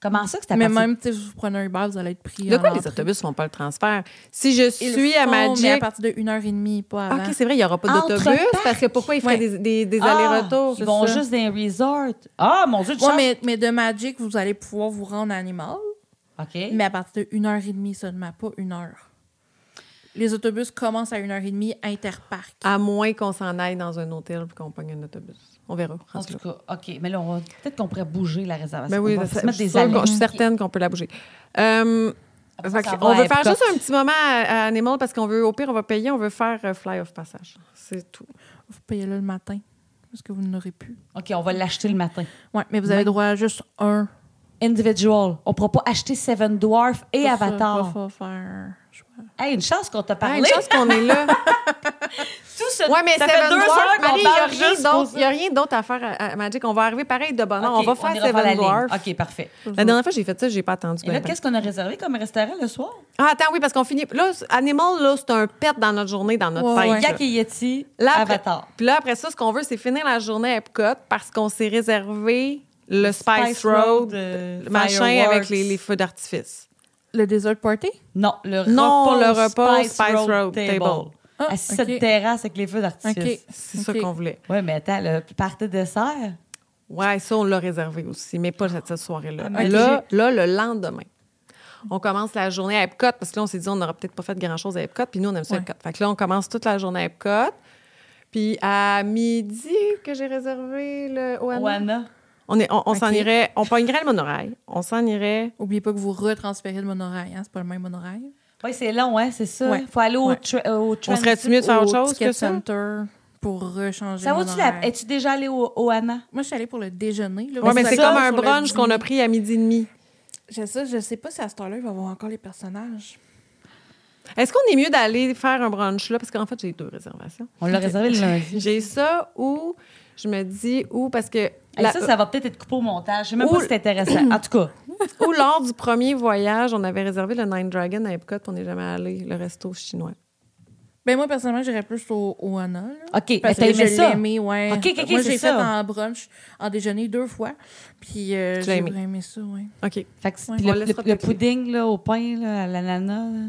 [SPEAKER 3] Comment ça que c'était
[SPEAKER 2] Mais
[SPEAKER 3] à partir
[SPEAKER 2] même, tu sais, si vous prenez un Uber, vous allez être pris.
[SPEAKER 1] De
[SPEAKER 2] en
[SPEAKER 1] quoi les
[SPEAKER 2] entrée.
[SPEAKER 1] autobus font pas le transfert? Si je
[SPEAKER 2] Ils
[SPEAKER 1] suis
[SPEAKER 2] le
[SPEAKER 1] à
[SPEAKER 2] font, Mais à
[SPEAKER 1] Magic...
[SPEAKER 2] partir de 1h30, pas
[SPEAKER 1] Ah,
[SPEAKER 2] avant.
[SPEAKER 1] OK, c'est vrai, il n'y aura pas
[SPEAKER 3] Entre
[SPEAKER 1] d'autobus.
[SPEAKER 3] parcs.
[SPEAKER 1] Parce que pourquoi ils feraient
[SPEAKER 2] Ouais.
[SPEAKER 1] des, des- des
[SPEAKER 3] Ah,
[SPEAKER 1] allers-retours?
[SPEAKER 3] Ils vont
[SPEAKER 1] c'est ça?
[SPEAKER 3] juste dans un resort. Ah, mon Dieu, tu
[SPEAKER 2] Ouais,
[SPEAKER 3] changes.
[SPEAKER 2] mais, mais de Magic, vous allez pouvoir vous rendre à Animal,
[SPEAKER 3] OK.
[SPEAKER 2] mais à partir de 1h30 seulement, pas une heure. Les autobus commencent à 1h30 interparc.
[SPEAKER 1] À moins qu'on s'en aille dans un hôtel et qu'on pogne un autobus. On verra.
[SPEAKER 3] En
[SPEAKER 1] rendu là.
[SPEAKER 3] tout cas, OK. Mais là, on va... peut-être qu'on pourrait bouger la réservation.
[SPEAKER 1] Ben oui,
[SPEAKER 3] on va
[SPEAKER 1] ça-
[SPEAKER 3] se mettre
[SPEAKER 1] je, suis
[SPEAKER 3] des
[SPEAKER 1] sûre
[SPEAKER 3] allées.
[SPEAKER 1] qu'on- je suis certaine qu'on peut la bouger. Euh,
[SPEAKER 3] Après ça,
[SPEAKER 1] fait
[SPEAKER 3] ça
[SPEAKER 1] que
[SPEAKER 3] va
[SPEAKER 1] on
[SPEAKER 3] à
[SPEAKER 1] veut faire
[SPEAKER 3] Epcot.
[SPEAKER 1] juste un petit moment à, à Animal parce qu'on veut, au pire, on va payer, on veut faire euh, Fly Off Passage. C'est tout.
[SPEAKER 2] Vous payez là le matin, parce que vous n'aurez plus.
[SPEAKER 3] OK, on va l'acheter le matin.
[SPEAKER 2] Ouais, mais vous avez droit à juste un.
[SPEAKER 3] Individual. On ne pourra pas acheter Seven Dwarfs et
[SPEAKER 2] Ça,
[SPEAKER 3] Avatar.
[SPEAKER 2] faut faire un choix.
[SPEAKER 3] Hey, une chance qu'on t'a
[SPEAKER 1] Ah,
[SPEAKER 3] parlé.
[SPEAKER 1] une chance qu'on est là.
[SPEAKER 3] Tout ce...
[SPEAKER 1] <laughs> Ouais, mais
[SPEAKER 3] ça
[SPEAKER 1] Seven
[SPEAKER 3] fait deux
[SPEAKER 1] Dwarfs,
[SPEAKER 3] heures
[SPEAKER 1] Marie,
[SPEAKER 3] qu'on
[SPEAKER 1] il n'y a,
[SPEAKER 3] parle
[SPEAKER 1] rien
[SPEAKER 3] juste
[SPEAKER 1] d'autre-
[SPEAKER 3] pour
[SPEAKER 1] il y a rien d'autre à faire à, à Magic. On va arriver pareil de bonheur.
[SPEAKER 3] OK,
[SPEAKER 1] on va faire
[SPEAKER 3] ira la
[SPEAKER 1] Seven
[SPEAKER 3] ligne.
[SPEAKER 1] Dwarfs.
[SPEAKER 3] OK, parfait.
[SPEAKER 1] La dernière fois, j'ai fait ça, j'ai pas attendu.
[SPEAKER 3] Et là,
[SPEAKER 1] ben, ben.
[SPEAKER 3] qu'est-ce qu'on a réservé comme restaurant le soir?
[SPEAKER 1] Ah, attends, oui, parce qu'on finit. Là, c- Animal, là, c'est un pet dans notre journée, dans notre
[SPEAKER 2] Ouais,
[SPEAKER 1] tête.
[SPEAKER 2] ouais.
[SPEAKER 1] là.
[SPEAKER 3] Yak et Yeti,
[SPEAKER 1] Là, après-
[SPEAKER 3] Avatar.
[SPEAKER 1] Puis là, après ça, ce qu'on veut, c'est finir la journée à Epcot parce qu'on s'est réservé le Spice, Road,
[SPEAKER 3] euh,
[SPEAKER 1] le machin
[SPEAKER 3] Fireworks.
[SPEAKER 1] avec les, les feux d'artifice.
[SPEAKER 2] Le dessert party?
[SPEAKER 3] Non, le
[SPEAKER 1] Non,
[SPEAKER 3] repas,
[SPEAKER 1] le repas
[SPEAKER 3] Spice, Road, Table.
[SPEAKER 2] Ah,
[SPEAKER 3] Assis
[SPEAKER 2] ok.
[SPEAKER 3] sur une terrasse avec les feux
[SPEAKER 2] OK.
[SPEAKER 3] d'artifice.
[SPEAKER 1] C'est
[SPEAKER 2] OK.
[SPEAKER 1] ça qu'on voulait.
[SPEAKER 3] Oui, mais attends, le party dessert.
[SPEAKER 1] Ouais, ça, on l'a réservé aussi, mais pas cette, cette soirée-là.
[SPEAKER 3] Ah, ok.
[SPEAKER 1] Là, là, le lendemain, on commence la journée à Epcot parce que là, on s'est dit, on n'aura peut-être pas fait grand-chose à Epcot, puis nous, on aime ça
[SPEAKER 2] Ouais.
[SPEAKER 1] Epcot. Fait que là, on commence toute la journée à Epcot. Puis à midi, que j'ai réservé le Oana.
[SPEAKER 3] Oana.
[SPEAKER 1] On, est- on, on s'en
[SPEAKER 2] Ok.
[SPEAKER 1] irait, on pognerait le monorail, on s'en irait
[SPEAKER 2] Oubliez pas que vous retransférez le monorail, hein? C'est pas le même monorail.
[SPEAKER 3] Oui, c'est long, hein, c'est ça.
[SPEAKER 2] Ouais.
[SPEAKER 3] Faut aller au,
[SPEAKER 2] Ouais.
[SPEAKER 3] tra- euh, au
[SPEAKER 1] On
[SPEAKER 3] transit.
[SPEAKER 1] serait-tu mieux de faire
[SPEAKER 2] Au
[SPEAKER 1] autre chose
[SPEAKER 2] Ticket
[SPEAKER 1] que ça?
[SPEAKER 2] Center pour rechanger
[SPEAKER 3] Ça
[SPEAKER 2] le
[SPEAKER 3] vaut-tu
[SPEAKER 2] monorail.
[SPEAKER 3] la... Es-tu déjà allé au Oana?
[SPEAKER 2] Moi, je suis allée pour le déjeuner. là.
[SPEAKER 1] Oui, mais
[SPEAKER 2] Vous
[SPEAKER 1] c'est
[SPEAKER 2] allez
[SPEAKER 1] comme un
[SPEAKER 2] sur le
[SPEAKER 1] brunch qu'on a
[SPEAKER 2] dîner.
[SPEAKER 1] pris à midi et demi.
[SPEAKER 2] Je sais, je sais pas si à cette heure-là, il va y avoir encore les personnages.
[SPEAKER 1] Est-ce qu'on est mieux d'aller faire un brunch là? Parce qu'en fait, j'ai deux
[SPEAKER 3] <laughs>
[SPEAKER 1] réservations.
[SPEAKER 3] On l'a réservé le lundi.
[SPEAKER 1] J'ai ça ou je me dis ou parce que.
[SPEAKER 3] Hey,
[SPEAKER 1] la-
[SPEAKER 3] ça, ça va peut-être être coupé au montage. Je sais même
[SPEAKER 1] Ou-
[SPEAKER 3] pas si c'est intéressant. En tout cas,
[SPEAKER 1] <laughs> ou lors du premier voyage, on avait réservé le Nine Dragon à Epcot, puis on n'est jamais allé, le resto chinois.
[SPEAKER 2] Ben moi, personnellement, j'irais plus au Oana. là.
[SPEAKER 3] OK, mais
[SPEAKER 2] Parce
[SPEAKER 3] t'as
[SPEAKER 2] que je
[SPEAKER 3] aimé
[SPEAKER 2] l'ai
[SPEAKER 3] ça?
[SPEAKER 2] aimé, ouais.
[SPEAKER 3] Ok, ok, ok,
[SPEAKER 2] moi,
[SPEAKER 3] c'est
[SPEAKER 2] j'ai fait
[SPEAKER 3] ça.
[SPEAKER 2] en brunch, en déjeuner deux fois. Puis euh,
[SPEAKER 1] Tu l'as
[SPEAKER 2] j'ai
[SPEAKER 1] aimé.
[SPEAKER 2] vraiment aimé ça, ouais.
[SPEAKER 1] OK.
[SPEAKER 3] Fait que c'est-
[SPEAKER 2] Ouais,
[SPEAKER 3] puis
[SPEAKER 1] on
[SPEAKER 3] le,
[SPEAKER 1] laissera
[SPEAKER 3] le- le
[SPEAKER 1] peut-être les-
[SPEAKER 3] pudding là, au pain, là, à l'ananas.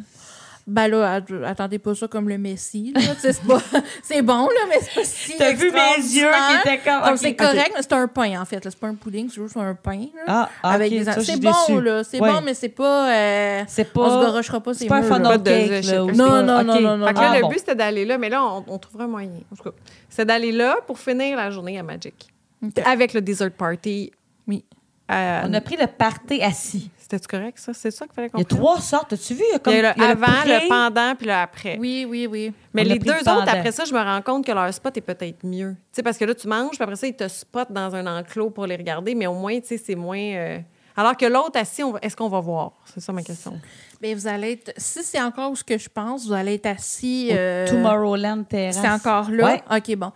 [SPEAKER 2] Ben là, att- attendez pas ça comme le Messi. là. <laughs> Tu sais, C'est pas... c'est bon, là, mais c'est pas si. extraordinaire.
[SPEAKER 3] comme...
[SPEAKER 2] Comme
[SPEAKER 3] ok,
[SPEAKER 2] c'est
[SPEAKER 3] Ah, ok.
[SPEAKER 2] correct, mais c'est un pain, en fait. là. C'est pas un pudding, c'est juste un pain. là.
[SPEAKER 3] Ah, ah,
[SPEAKER 2] avec
[SPEAKER 3] ok,
[SPEAKER 2] des
[SPEAKER 3] ça, je suis
[SPEAKER 2] C'est bon,
[SPEAKER 3] déçue.
[SPEAKER 2] là. C'est
[SPEAKER 3] Ouais.
[SPEAKER 2] bon, mais c'est pas. euh,
[SPEAKER 3] C'est pas...
[SPEAKER 2] On se garochera pas, c'est
[SPEAKER 3] C'est pas un
[SPEAKER 1] mûr,
[SPEAKER 3] funnel
[SPEAKER 1] là. Pas de-
[SPEAKER 3] cake,
[SPEAKER 1] je-
[SPEAKER 3] là. ou
[SPEAKER 2] Non,
[SPEAKER 3] c'est
[SPEAKER 2] non,
[SPEAKER 3] pas-
[SPEAKER 2] non,
[SPEAKER 3] ok.
[SPEAKER 2] non, non,
[SPEAKER 1] Fait que
[SPEAKER 2] non.
[SPEAKER 1] là,
[SPEAKER 3] Ah,
[SPEAKER 1] le
[SPEAKER 3] bon.
[SPEAKER 1] but, c'était d'aller là, mais là, on, on trouverait un moyen. En tout cas, c'est d'aller là pour finir la journée à Magic.
[SPEAKER 2] OK.
[SPEAKER 3] Ah.
[SPEAKER 1] avec le dessert party.
[SPEAKER 2] Oui.
[SPEAKER 1] euh,
[SPEAKER 3] On a pris le party assis.
[SPEAKER 1] C'était-tu correct, ça? C'est ça qu'il fallait
[SPEAKER 3] Il y a
[SPEAKER 1] comprendre?
[SPEAKER 3] trois sortes, as-tu vu? Il y a comme-
[SPEAKER 1] Il y a le
[SPEAKER 3] il y a
[SPEAKER 1] avant, le
[SPEAKER 3] pré-
[SPEAKER 1] pendant, puis le après.
[SPEAKER 2] Oui, oui, oui.
[SPEAKER 1] Mais
[SPEAKER 3] On a
[SPEAKER 1] les
[SPEAKER 3] pris
[SPEAKER 1] deux
[SPEAKER 3] le pendant.
[SPEAKER 1] autres, après ça, je me rends compte que leur spot est peut-être mieux. Tu sais, parce que là, tu manges, puis après ça, ils te spotent dans un enclos pour les regarder, mais au moins, tu sais, c'est moins. euh, Alors que l'autre, assis, on va- est-ce qu'on va voir? C'est ça ma question.
[SPEAKER 2] Mais vous allez être. Si c'est encore ce que je pense, vous allez être assis.
[SPEAKER 3] Au
[SPEAKER 2] euh,
[SPEAKER 3] Tomorrowland Terrace.
[SPEAKER 2] C'est encore là.
[SPEAKER 3] Ouais.
[SPEAKER 2] OK, bon.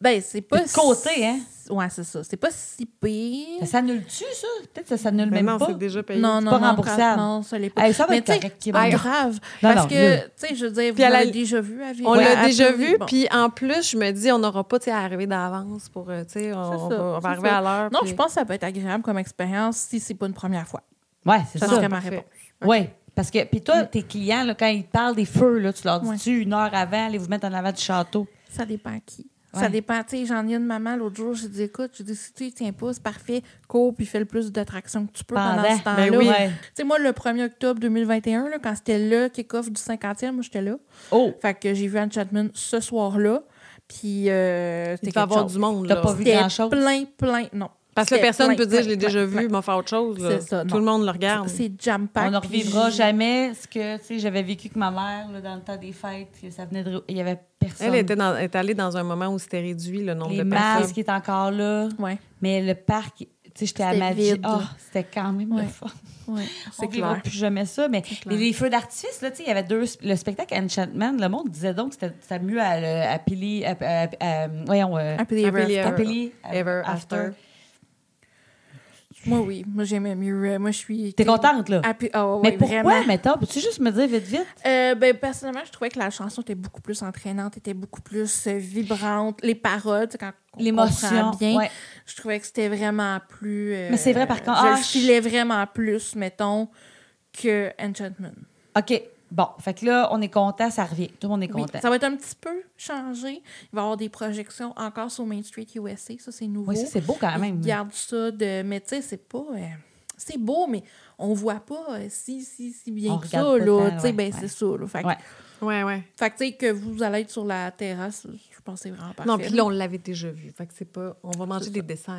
[SPEAKER 2] Ben, c'est pas.
[SPEAKER 3] De côté, hein?
[SPEAKER 2] si- Ouais, c'est ça. C'est pas si pire.
[SPEAKER 3] Ça s'annule-tu, ça? Peut-être que ça s'annule
[SPEAKER 1] Mais
[SPEAKER 3] même
[SPEAKER 1] non,
[SPEAKER 3] pas.
[SPEAKER 1] c'est déjà payé.
[SPEAKER 2] Non, non,
[SPEAKER 3] pas
[SPEAKER 2] non,
[SPEAKER 3] remboursable.
[SPEAKER 2] Non, ça l'est pas.
[SPEAKER 3] Hey, ça va
[SPEAKER 2] Mais
[SPEAKER 3] être
[SPEAKER 2] tu sais,
[SPEAKER 3] correct,
[SPEAKER 2] c'est
[SPEAKER 3] Kim.
[SPEAKER 2] pas grave.
[SPEAKER 3] Non,
[SPEAKER 2] parce
[SPEAKER 3] non,
[SPEAKER 2] que, tu sais, je veux dire, vous
[SPEAKER 1] Puis à la-
[SPEAKER 2] l'avez déjà vu à Vivo,
[SPEAKER 1] On
[SPEAKER 2] à-
[SPEAKER 1] l'a
[SPEAKER 2] à
[SPEAKER 1] déjà
[SPEAKER 2] Paris,
[SPEAKER 1] vu,
[SPEAKER 2] bon.
[SPEAKER 1] puis en plus, je me dis, on n'aura pas, tu sais, à arriver d'avance pour, euh, tu sais, on,
[SPEAKER 2] C'est
[SPEAKER 1] on
[SPEAKER 2] ça,
[SPEAKER 1] va, on va
[SPEAKER 2] c'est
[SPEAKER 1] arriver
[SPEAKER 2] ça.
[SPEAKER 1] à l'heure.
[SPEAKER 2] Non,
[SPEAKER 1] puis-
[SPEAKER 2] je pense que ça peut être agréable comme expérience si c'est pas une première fois.
[SPEAKER 3] Ouais, c'est
[SPEAKER 2] Ça
[SPEAKER 3] ça.
[SPEAKER 2] serait ma
[SPEAKER 1] parfait.
[SPEAKER 2] réponse.
[SPEAKER 3] Oui. Parce que, puis toi, tes clients, là, quand ils parlent des feux, là, tu leur
[SPEAKER 2] Ouais.
[SPEAKER 3] dis-tu une heure avant, allez vous mettre en avant du château?
[SPEAKER 2] Ça dépend qui.
[SPEAKER 3] Ouais.
[SPEAKER 2] Ça dépend. Tu sais, j'en ai une maman l'autre jour, j'ai dit, écoute, j'ai dit, si tu y tiens pas, c'est parfait, cours puis fais le plus d'attractions que tu peux pendant,
[SPEAKER 3] Pendant.
[SPEAKER 2] ce temps-là.
[SPEAKER 3] Ben oui. Ouais.
[SPEAKER 2] Tu sais, moi, le 1er octobre 2021, là, quand c'était le kick-off du 50e, moi, j'étais là.
[SPEAKER 3] Oh!
[SPEAKER 2] Fait que j'ai vu Anne Chapman ce soir-là. Puis, euh, c'était
[SPEAKER 1] Il va
[SPEAKER 2] quelque
[SPEAKER 1] avoir
[SPEAKER 2] chose.
[SPEAKER 1] du monde,
[SPEAKER 3] T'as
[SPEAKER 1] là.
[SPEAKER 3] pas vu
[SPEAKER 2] C'était
[SPEAKER 3] grand-chose.
[SPEAKER 2] plein, plein, non.
[SPEAKER 1] Parce que
[SPEAKER 2] C'était
[SPEAKER 1] personne
[SPEAKER 2] plein,
[SPEAKER 1] peut dire,
[SPEAKER 2] plein,
[SPEAKER 1] je l'ai déjà
[SPEAKER 2] plein,
[SPEAKER 1] vu, m'en faire autre chose. là.
[SPEAKER 2] C'est ça,
[SPEAKER 1] Tout
[SPEAKER 2] non.
[SPEAKER 1] le monde le
[SPEAKER 2] plein.
[SPEAKER 1] regarde.
[SPEAKER 2] C'est jam-pack.
[SPEAKER 3] On ne revivra
[SPEAKER 2] puis-
[SPEAKER 3] jamais ce que tu sais, j'avais vécu que ma mère là, dans le temps des fêtes, que ça venait de. Il n'y avait personne.
[SPEAKER 1] Elle était dans- est allée dans un moment où c'était réduit le nombre
[SPEAKER 3] Les
[SPEAKER 1] de
[SPEAKER 3] masques
[SPEAKER 1] personnes.
[SPEAKER 3] qui est encore là.
[SPEAKER 2] Ouais,
[SPEAKER 3] Mais le parc, tu sais, j'étais à
[SPEAKER 2] C'était
[SPEAKER 3] ma
[SPEAKER 2] vide.
[SPEAKER 3] Ah, c'était quand même
[SPEAKER 2] Ouais.
[SPEAKER 3] le fun.
[SPEAKER 2] ouais.
[SPEAKER 3] On
[SPEAKER 2] C'est
[SPEAKER 3] ne
[SPEAKER 2] clair.
[SPEAKER 3] plus jamais ça. Mais
[SPEAKER 2] clair.
[SPEAKER 3] les, les feux d'artifice, là, tu sais, il y avait deux. Le spectacle Enchantment, le monde disait donc que c'était- c'était mieux à, le- à Pili. À, à- à- voyons. euh,
[SPEAKER 2] Happily
[SPEAKER 1] Happily
[SPEAKER 2] Ever
[SPEAKER 1] Ever.
[SPEAKER 3] à
[SPEAKER 2] After.
[SPEAKER 3] Pili, à-
[SPEAKER 1] Ever After.
[SPEAKER 2] Moi, oui. Moi, j'aimais mieux. euh, Moi, je suis.
[SPEAKER 3] T'es contente, là?
[SPEAKER 2] Happy- Ah, ouais,
[SPEAKER 3] mais
[SPEAKER 2] ouais,
[SPEAKER 3] pourquoi,
[SPEAKER 2] vraiment.
[SPEAKER 3] mettons? Peux-tu juste me dire vite, vite?
[SPEAKER 2] Euh, ben, personnellement, je trouvais que la chanson était beaucoup plus entraînante, était beaucoup plus euh, vibrante. Les paroles, tu sais, quand on
[SPEAKER 3] L'émotion.
[SPEAKER 2] comprend bien,
[SPEAKER 3] ouais.
[SPEAKER 2] je trouvais que c'était vraiment plus... euh,
[SPEAKER 3] Mais c'est vrai, par contre,
[SPEAKER 2] Je
[SPEAKER 3] ah,
[SPEAKER 2] le filais vraiment plus, mettons, que Enchantment.
[SPEAKER 3] OK. Bon, fait que là, on est content, ça revient. Tout le monde est
[SPEAKER 2] Oui,
[SPEAKER 3] content.
[SPEAKER 2] ça va être un petit peu changé. Il va y avoir des projections encore sur Main Street USA. Ça, c'est nouveau.
[SPEAKER 3] Oui, ça, c'est beau quand même.
[SPEAKER 2] Ils gardent ça de... Mais tu sais, c'est pas... euh, c'est beau, mais on voit pas euh, si, si, si bien
[SPEAKER 3] On
[SPEAKER 2] que ça,
[SPEAKER 3] regarde pas
[SPEAKER 2] là.
[SPEAKER 3] tant,
[SPEAKER 2] Tu sais,
[SPEAKER 3] ouais,
[SPEAKER 2] ben,
[SPEAKER 3] ouais.
[SPEAKER 2] c'est ça, là. Fait que
[SPEAKER 3] Ouais.
[SPEAKER 1] Ouais, ouais.
[SPEAKER 2] Fait que, tu sais, que vous allez être sur la terrasse, je pense que c'est vraiment parfait.
[SPEAKER 1] Non, puis là, on l'avait déjà vu. Fait que c'est pas. On va manger des desserts.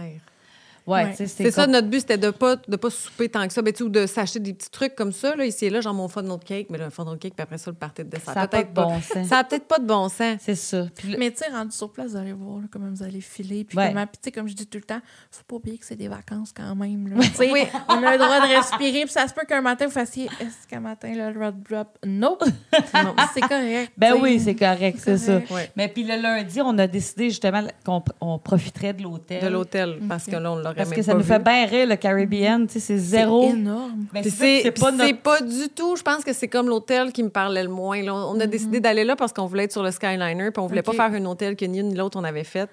[SPEAKER 3] Ouais,
[SPEAKER 2] Ouais.
[SPEAKER 3] tu sais,
[SPEAKER 1] C'est ça,
[SPEAKER 3] com-
[SPEAKER 1] notre but, c'était de pas, de pas souper tant que ça, ben, tu sais, ou de s'acheter des petits trucs comme ça, là, ici et là, genre mon fondant de cake, mais le fondant de cake, puis après ça, le party de dessert.
[SPEAKER 3] Ça a pas de
[SPEAKER 1] Peut-être
[SPEAKER 3] bon sens.
[SPEAKER 1] Ça a peut-être pas de bon sens.
[SPEAKER 3] C'est ça. Puis le-
[SPEAKER 2] Mais tu sais, rendu sur place, vous allez voir là, comment vous allez filer. Puis
[SPEAKER 3] Ouais.
[SPEAKER 2] comment, puis tu sais, comme je dis tout le temps, faut pas oublier que c'est des vacances quand même.
[SPEAKER 3] <laughs>
[SPEAKER 2] là. Tu sais, on a le droit de respirer. Puis ça se peut qu'un matin, vous fassiez est-ce qu'un matin, là, le road drop? Non.
[SPEAKER 3] <laughs>
[SPEAKER 2] non. C'est correct.
[SPEAKER 3] Ben
[SPEAKER 2] tu sais.
[SPEAKER 3] oui, c'est correct, c'est ça.
[SPEAKER 2] correct.
[SPEAKER 1] Ouais.
[SPEAKER 3] Mais puis le lundi, on a décidé justement qu'on pr- on profiterait de l'hôtel.
[SPEAKER 1] De l'hôtel, parce
[SPEAKER 2] Ok.
[SPEAKER 1] que là, on l'aurait même
[SPEAKER 3] Parce
[SPEAKER 1] pas
[SPEAKER 3] que ça nous
[SPEAKER 1] vu.
[SPEAKER 3] fait bien rire, le Caribbean. Tu sais, c'est
[SPEAKER 2] C'est
[SPEAKER 3] zéro.
[SPEAKER 2] énorme.
[SPEAKER 3] Ben,
[SPEAKER 1] Puis
[SPEAKER 3] ça, puis
[SPEAKER 1] c'est puis c'est
[SPEAKER 3] notre-
[SPEAKER 1] pas du tout. Je pense que c'est comme l'hôtel qui me parlait le moins. là. On a décidé d'aller là parce qu'on voulait être sur le Skyliner, puis on voulait
[SPEAKER 2] Ok.
[SPEAKER 1] pas faire un hôtel que ni une ni l'autre on avait fait.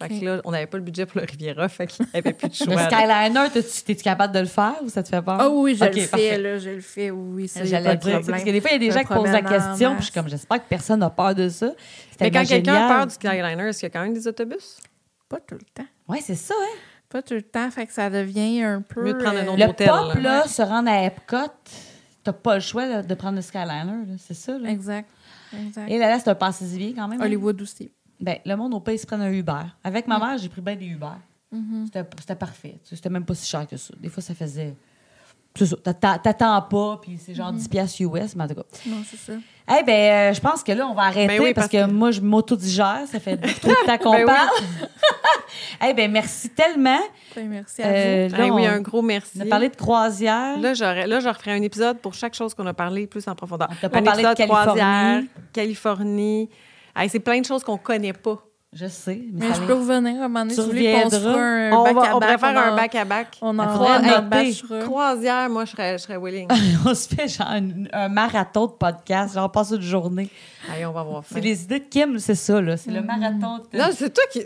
[SPEAKER 1] Fait
[SPEAKER 2] Ok.
[SPEAKER 1] que là, on n'avait pas le budget pour le Riviera, fait qu'il n'y avait plus
[SPEAKER 3] <laughs>
[SPEAKER 1] de
[SPEAKER 3] Le
[SPEAKER 1] choix. là.
[SPEAKER 3] Skyliner, t'as-tu- t'es-tu capable de le faire ou ça te fait peur?
[SPEAKER 2] Ah oui, je
[SPEAKER 3] Ok,
[SPEAKER 2] le fais,
[SPEAKER 3] parfait.
[SPEAKER 2] là, je le fais, oui, c'est
[SPEAKER 3] J'allais
[SPEAKER 2] pas de
[SPEAKER 3] dire. tu sais, Parce que
[SPEAKER 2] problème.
[SPEAKER 3] des fois, il y a des
[SPEAKER 2] Un
[SPEAKER 3] gens qui posent la
[SPEAKER 2] promenade en
[SPEAKER 3] question, puis je
[SPEAKER 2] masse.
[SPEAKER 3] suis comme, j'espère que personne n'a peur de ça.
[SPEAKER 1] Mais quand quelqu'un part du Skyliner, est-ce qu'il y a quand même des autobus?
[SPEAKER 2] Pas tout le temps.
[SPEAKER 3] Oui, c'est ça, hein?
[SPEAKER 2] Pas tout le temps, fait que ça devient un peu...
[SPEAKER 1] Mieux de prendre un
[SPEAKER 2] euh,
[SPEAKER 1] autre
[SPEAKER 3] Le
[SPEAKER 1] L'hôtel,
[SPEAKER 3] pop,
[SPEAKER 1] là.
[SPEAKER 3] là, se rendre à Epcot, t'as pas le choix là, de prendre le Skyliner, là, c'est ça, là.
[SPEAKER 2] Exact. Exact.
[SPEAKER 3] Et là, là, c'est un passé bien quand même. hein.
[SPEAKER 2] Hollywood aussi.
[SPEAKER 3] Ben, le monde au pays se prend un Uber. Avec ma mère, j'ai pris bien des Uber.
[SPEAKER 1] Mm-hmm.
[SPEAKER 3] C'était- C'était parfait. Tu sais, C'était même pas si cher que ça. Des fois, ça faisait. C'est ça. T'attends t'attends pas, puis c'est
[SPEAKER 1] Mm-hmm.
[SPEAKER 3] genre 10 piastres US, mais en tout cas.
[SPEAKER 2] Non, c'est ça.
[SPEAKER 3] Eh ben, euh, je pense que là, on va arrêter
[SPEAKER 1] Ben oui,
[SPEAKER 3] parce,
[SPEAKER 1] parce
[SPEAKER 3] que,
[SPEAKER 1] que-
[SPEAKER 3] moi, je m'autodigère. Ça fait beaucoup trop de temps
[SPEAKER 1] <laughs>
[SPEAKER 3] qu'on
[SPEAKER 1] Ben oui.
[SPEAKER 3] parle. <laughs> Eh ben, merci tellement.
[SPEAKER 2] Ben, merci à
[SPEAKER 3] Euh,
[SPEAKER 2] vous.
[SPEAKER 3] là,
[SPEAKER 1] Eh oui,
[SPEAKER 3] on-
[SPEAKER 1] un gros merci.
[SPEAKER 3] on a parlé de croisière.
[SPEAKER 1] Là, j'aurais, là, je referais un épisode pour chaque chose qu'on a parlé plus en profondeur.
[SPEAKER 3] On t'a pas
[SPEAKER 1] un
[SPEAKER 3] parlé de
[SPEAKER 1] épisode
[SPEAKER 3] Californie.
[SPEAKER 1] croisière, Californie. Hey, c'est plein de choses qu'on connaît pas.
[SPEAKER 3] Je sais, mais,
[SPEAKER 2] Mais
[SPEAKER 3] ça
[SPEAKER 2] je
[SPEAKER 3] l'est-
[SPEAKER 2] peux revenir un moment donné si
[SPEAKER 3] Tu
[SPEAKER 2] vous voulez qu'on se
[SPEAKER 3] reviendras.
[SPEAKER 2] fera un
[SPEAKER 1] on,
[SPEAKER 2] bac
[SPEAKER 1] va,
[SPEAKER 2] à
[SPEAKER 1] on pourrait
[SPEAKER 2] bac.
[SPEAKER 1] faire
[SPEAKER 2] on
[SPEAKER 1] un
[SPEAKER 2] en-
[SPEAKER 1] bac à bac.
[SPEAKER 2] On
[SPEAKER 3] La
[SPEAKER 2] en
[SPEAKER 3] croix
[SPEAKER 2] reviendra.
[SPEAKER 3] notée.
[SPEAKER 1] Croisière, moi, je serais, je serais willing.
[SPEAKER 3] <laughs> on se fait genre un, un marathon de podcast. Genre, on passe une journée.
[SPEAKER 1] Allez, on va voir.
[SPEAKER 3] C'est les idées de Kim, c'est ça, là. C'est le
[SPEAKER 1] Mm-hmm.
[SPEAKER 3] marathon. de-
[SPEAKER 1] Non, c'est toi qui.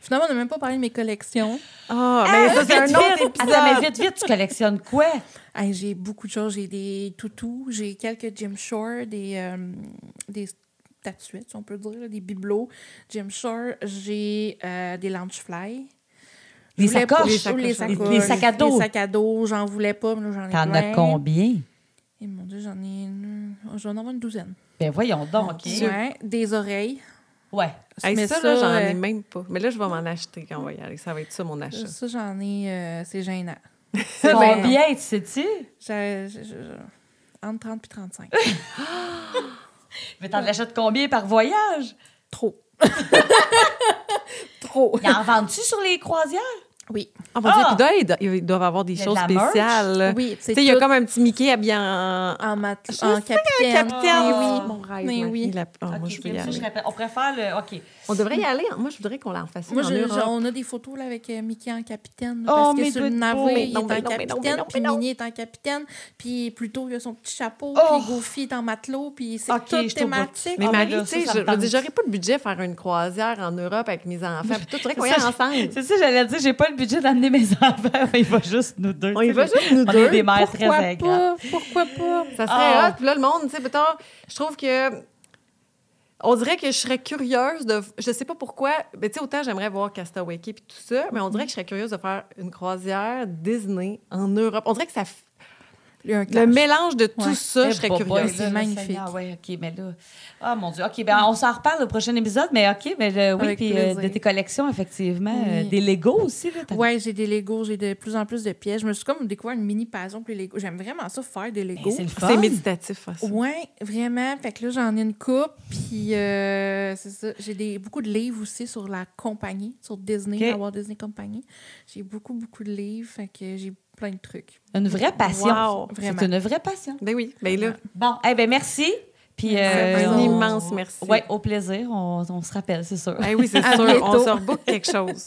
[SPEAKER 2] Finalement, on n'a même pas parlé de mes collections.
[SPEAKER 1] Ah, mais ça, c'est un
[SPEAKER 3] vite,
[SPEAKER 1] autre
[SPEAKER 3] vite.
[SPEAKER 1] épisode.
[SPEAKER 3] Attends, mais vite, vite, tu collectionnes quoi?
[SPEAKER 2] Hey, j'ai beaucoup de choses. J'ai des toutous, j'ai quelques Jim Shore, des, euh, des statuettes, si on peut dire, là, des bibelots. Jim Shore, j'ai euh, des Loungefly. Je
[SPEAKER 3] Les
[SPEAKER 2] voulais
[SPEAKER 3] sacoches.
[SPEAKER 2] pas- je voulais
[SPEAKER 1] Les
[SPEAKER 2] Les
[SPEAKER 1] sacoches.
[SPEAKER 2] sacoches.
[SPEAKER 3] Les sacs à dos.
[SPEAKER 2] Les sacs à dos, j'en voulais pas, mais là, j'en ai
[SPEAKER 3] T'en
[SPEAKER 2] plein.
[SPEAKER 3] as combien?
[SPEAKER 2] Et mon Dieu, j'en ai... une- Je vais en avoir une douzaine.
[SPEAKER 3] Ben voyons donc.
[SPEAKER 2] Ouais, des oreilles.
[SPEAKER 3] Ouais.
[SPEAKER 1] Hey,
[SPEAKER 2] Mais
[SPEAKER 1] ça, là, j'en
[SPEAKER 2] euh,
[SPEAKER 1] ai même pas. Mais là, je vais m'en acheter quand on va y aller. Ça va être ça, mon achat.
[SPEAKER 2] Ça, j'en ai. euh,
[SPEAKER 1] <laughs>
[SPEAKER 2] c'est gênant.
[SPEAKER 3] C'est
[SPEAKER 2] ben
[SPEAKER 3] combien, tu sais-tu?
[SPEAKER 2] J'ai- j'ai- j'ai- entre 30
[SPEAKER 1] <laughs>
[SPEAKER 2] et 35.
[SPEAKER 3] Mais t'en achètes combien par voyage?
[SPEAKER 2] Trop. Trop.
[SPEAKER 3] Ils en vendent-tu sur les croisières?
[SPEAKER 2] Oui.
[SPEAKER 1] Ah, mon Dieu,
[SPEAKER 3] Ah!
[SPEAKER 1] puis là, ils do- ils doivent avoir des
[SPEAKER 3] Il y a de
[SPEAKER 1] choses
[SPEAKER 3] la merch.
[SPEAKER 1] spéciales. là.
[SPEAKER 2] Oui, c'est
[SPEAKER 1] Tu sais, il y a
[SPEAKER 2] tout
[SPEAKER 1] comme un petit Mickey habillé en,
[SPEAKER 2] en, mat-
[SPEAKER 1] Je
[SPEAKER 2] en
[SPEAKER 1] sais,
[SPEAKER 2] capitaine.
[SPEAKER 1] capitaine.
[SPEAKER 2] Mais oui.
[SPEAKER 3] Ah.
[SPEAKER 1] Mon rêve,
[SPEAKER 2] Mais
[SPEAKER 1] Marie,
[SPEAKER 2] oui.
[SPEAKER 1] la- ah, moi,
[SPEAKER 3] Ok,
[SPEAKER 1] je veux
[SPEAKER 3] j'aime
[SPEAKER 1] y
[SPEAKER 3] ça, je
[SPEAKER 1] aller.
[SPEAKER 3] répète. On préfère
[SPEAKER 1] <laughs>
[SPEAKER 3] le. OK.
[SPEAKER 1] On devrait y aller. Moi, je voudrais qu'on l'en fasse une
[SPEAKER 2] Moi,
[SPEAKER 1] en
[SPEAKER 2] je-
[SPEAKER 1] Europe.
[SPEAKER 2] je- on a des photos là, avec euh, Mickey en capitaine. là,
[SPEAKER 3] Oh,
[SPEAKER 2] parce
[SPEAKER 3] mais
[SPEAKER 2] que sur le
[SPEAKER 3] doute
[SPEAKER 2] navire,
[SPEAKER 3] pas.
[SPEAKER 2] il
[SPEAKER 1] Mais non,
[SPEAKER 2] est en
[SPEAKER 1] mais non, mais non, mais
[SPEAKER 2] capitaine,
[SPEAKER 1] non,
[SPEAKER 2] puis
[SPEAKER 1] mais non.
[SPEAKER 2] Minnie est en capitaine, puis plutôt il a son petit chapeau,
[SPEAKER 3] Oh.
[SPEAKER 2] puis Goofy est en matelot, puis c'est
[SPEAKER 3] Ok, je
[SPEAKER 2] tout
[SPEAKER 3] te vois.
[SPEAKER 2] thématique.
[SPEAKER 3] Ah,
[SPEAKER 1] Mais
[SPEAKER 3] mais
[SPEAKER 1] Marie,
[SPEAKER 3] là,
[SPEAKER 1] tu sais,
[SPEAKER 3] ça, ça
[SPEAKER 1] je
[SPEAKER 3] me
[SPEAKER 1] je veux dire,
[SPEAKER 3] tente.
[SPEAKER 1] j'aurais pas le budget faire une croisière en Europe avec mes enfants. Puis tout, faudrait qu'on y aille
[SPEAKER 3] Ça,
[SPEAKER 1] ensemble.
[SPEAKER 3] C'est ça, j'allais dire, j'ai pas le budget d'amener mes <laughs> enfants. Il va juste nous deux.
[SPEAKER 1] On y
[SPEAKER 3] tu sais,
[SPEAKER 1] va
[SPEAKER 3] les-
[SPEAKER 1] juste nous
[SPEAKER 3] on
[SPEAKER 1] deux.
[SPEAKER 3] est des mères très
[SPEAKER 2] Pourquoi
[SPEAKER 3] agréables.
[SPEAKER 2] pas? Pourquoi pas?
[SPEAKER 1] Ça serait
[SPEAKER 3] Ah.
[SPEAKER 1] hot. Puis là, le monde, tu sais, mettons, je trouve que. On dirait que je serais curieuse de. Je sais pas pourquoi. Mais tu sais, autant j'aimerais voir Castaway Key puis tout ça, mais on dirait que je serais curieuse de faire une croisière Disney en Europe. On dirait que ça. f-
[SPEAKER 2] Il y a un
[SPEAKER 1] Le
[SPEAKER 2] clash.
[SPEAKER 1] mélange de tout
[SPEAKER 2] Ouais.
[SPEAKER 1] ça,
[SPEAKER 3] Eh,
[SPEAKER 1] je serais
[SPEAKER 3] boy, boy,
[SPEAKER 1] curieuse.
[SPEAKER 2] C'est
[SPEAKER 3] là,
[SPEAKER 2] magnifique.
[SPEAKER 3] Seigneur, ouais, OK, mais là... Ah, mon Dieu. OK, ben on s'en reparle au prochain épisode, mais OK, mais le- oui,
[SPEAKER 2] Avec
[SPEAKER 3] puis euh,
[SPEAKER 2] plaisir.
[SPEAKER 3] de tes collections, effectivement.
[SPEAKER 2] Oui.
[SPEAKER 3] euh, des Legos aussi, là. t'as-
[SPEAKER 2] Ouais, j'ai des Legos, j'ai de plus en plus de pièces. Je me suis comme découvert une mini passion pour les Legos. J'aime vraiment ça faire des
[SPEAKER 3] Ben,
[SPEAKER 2] Legos.
[SPEAKER 3] C'est le fun.
[SPEAKER 1] C'est méditatif, ça.
[SPEAKER 2] Ouais, vraiment. Fait que là, j'en ai une coupe. Puis, euh, c'est ça. J'ai des, beaucoup de livres aussi sur la compagnie, sur Disney,
[SPEAKER 3] Ok.
[SPEAKER 2] la Walt Disney Company. J'ai beaucoup, beaucoup de livres. Fait que j'ai plein de trucs.
[SPEAKER 3] Une vraie passion.
[SPEAKER 1] Wow,
[SPEAKER 2] vraiment.
[SPEAKER 3] C'est une vraie passion.
[SPEAKER 1] Ben oui, ben là,
[SPEAKER 3] Bon, eh ben merci. Puis, euh,
[SPEAKER 1] un
[SPEAKER 2] on-
[SPEAKER 1] immense merci.
[SPEAKER 3] Oui, au plaisir. On, on se rappelle, c'est sûr.
[SPEAKER 1] Ben oui, c'est
[SPEAKER 2] À
[SPEAKER 1] sûr, on
[SPEAKER 2] bientôt.
[SPEAKER 1] se rebook quelque chose.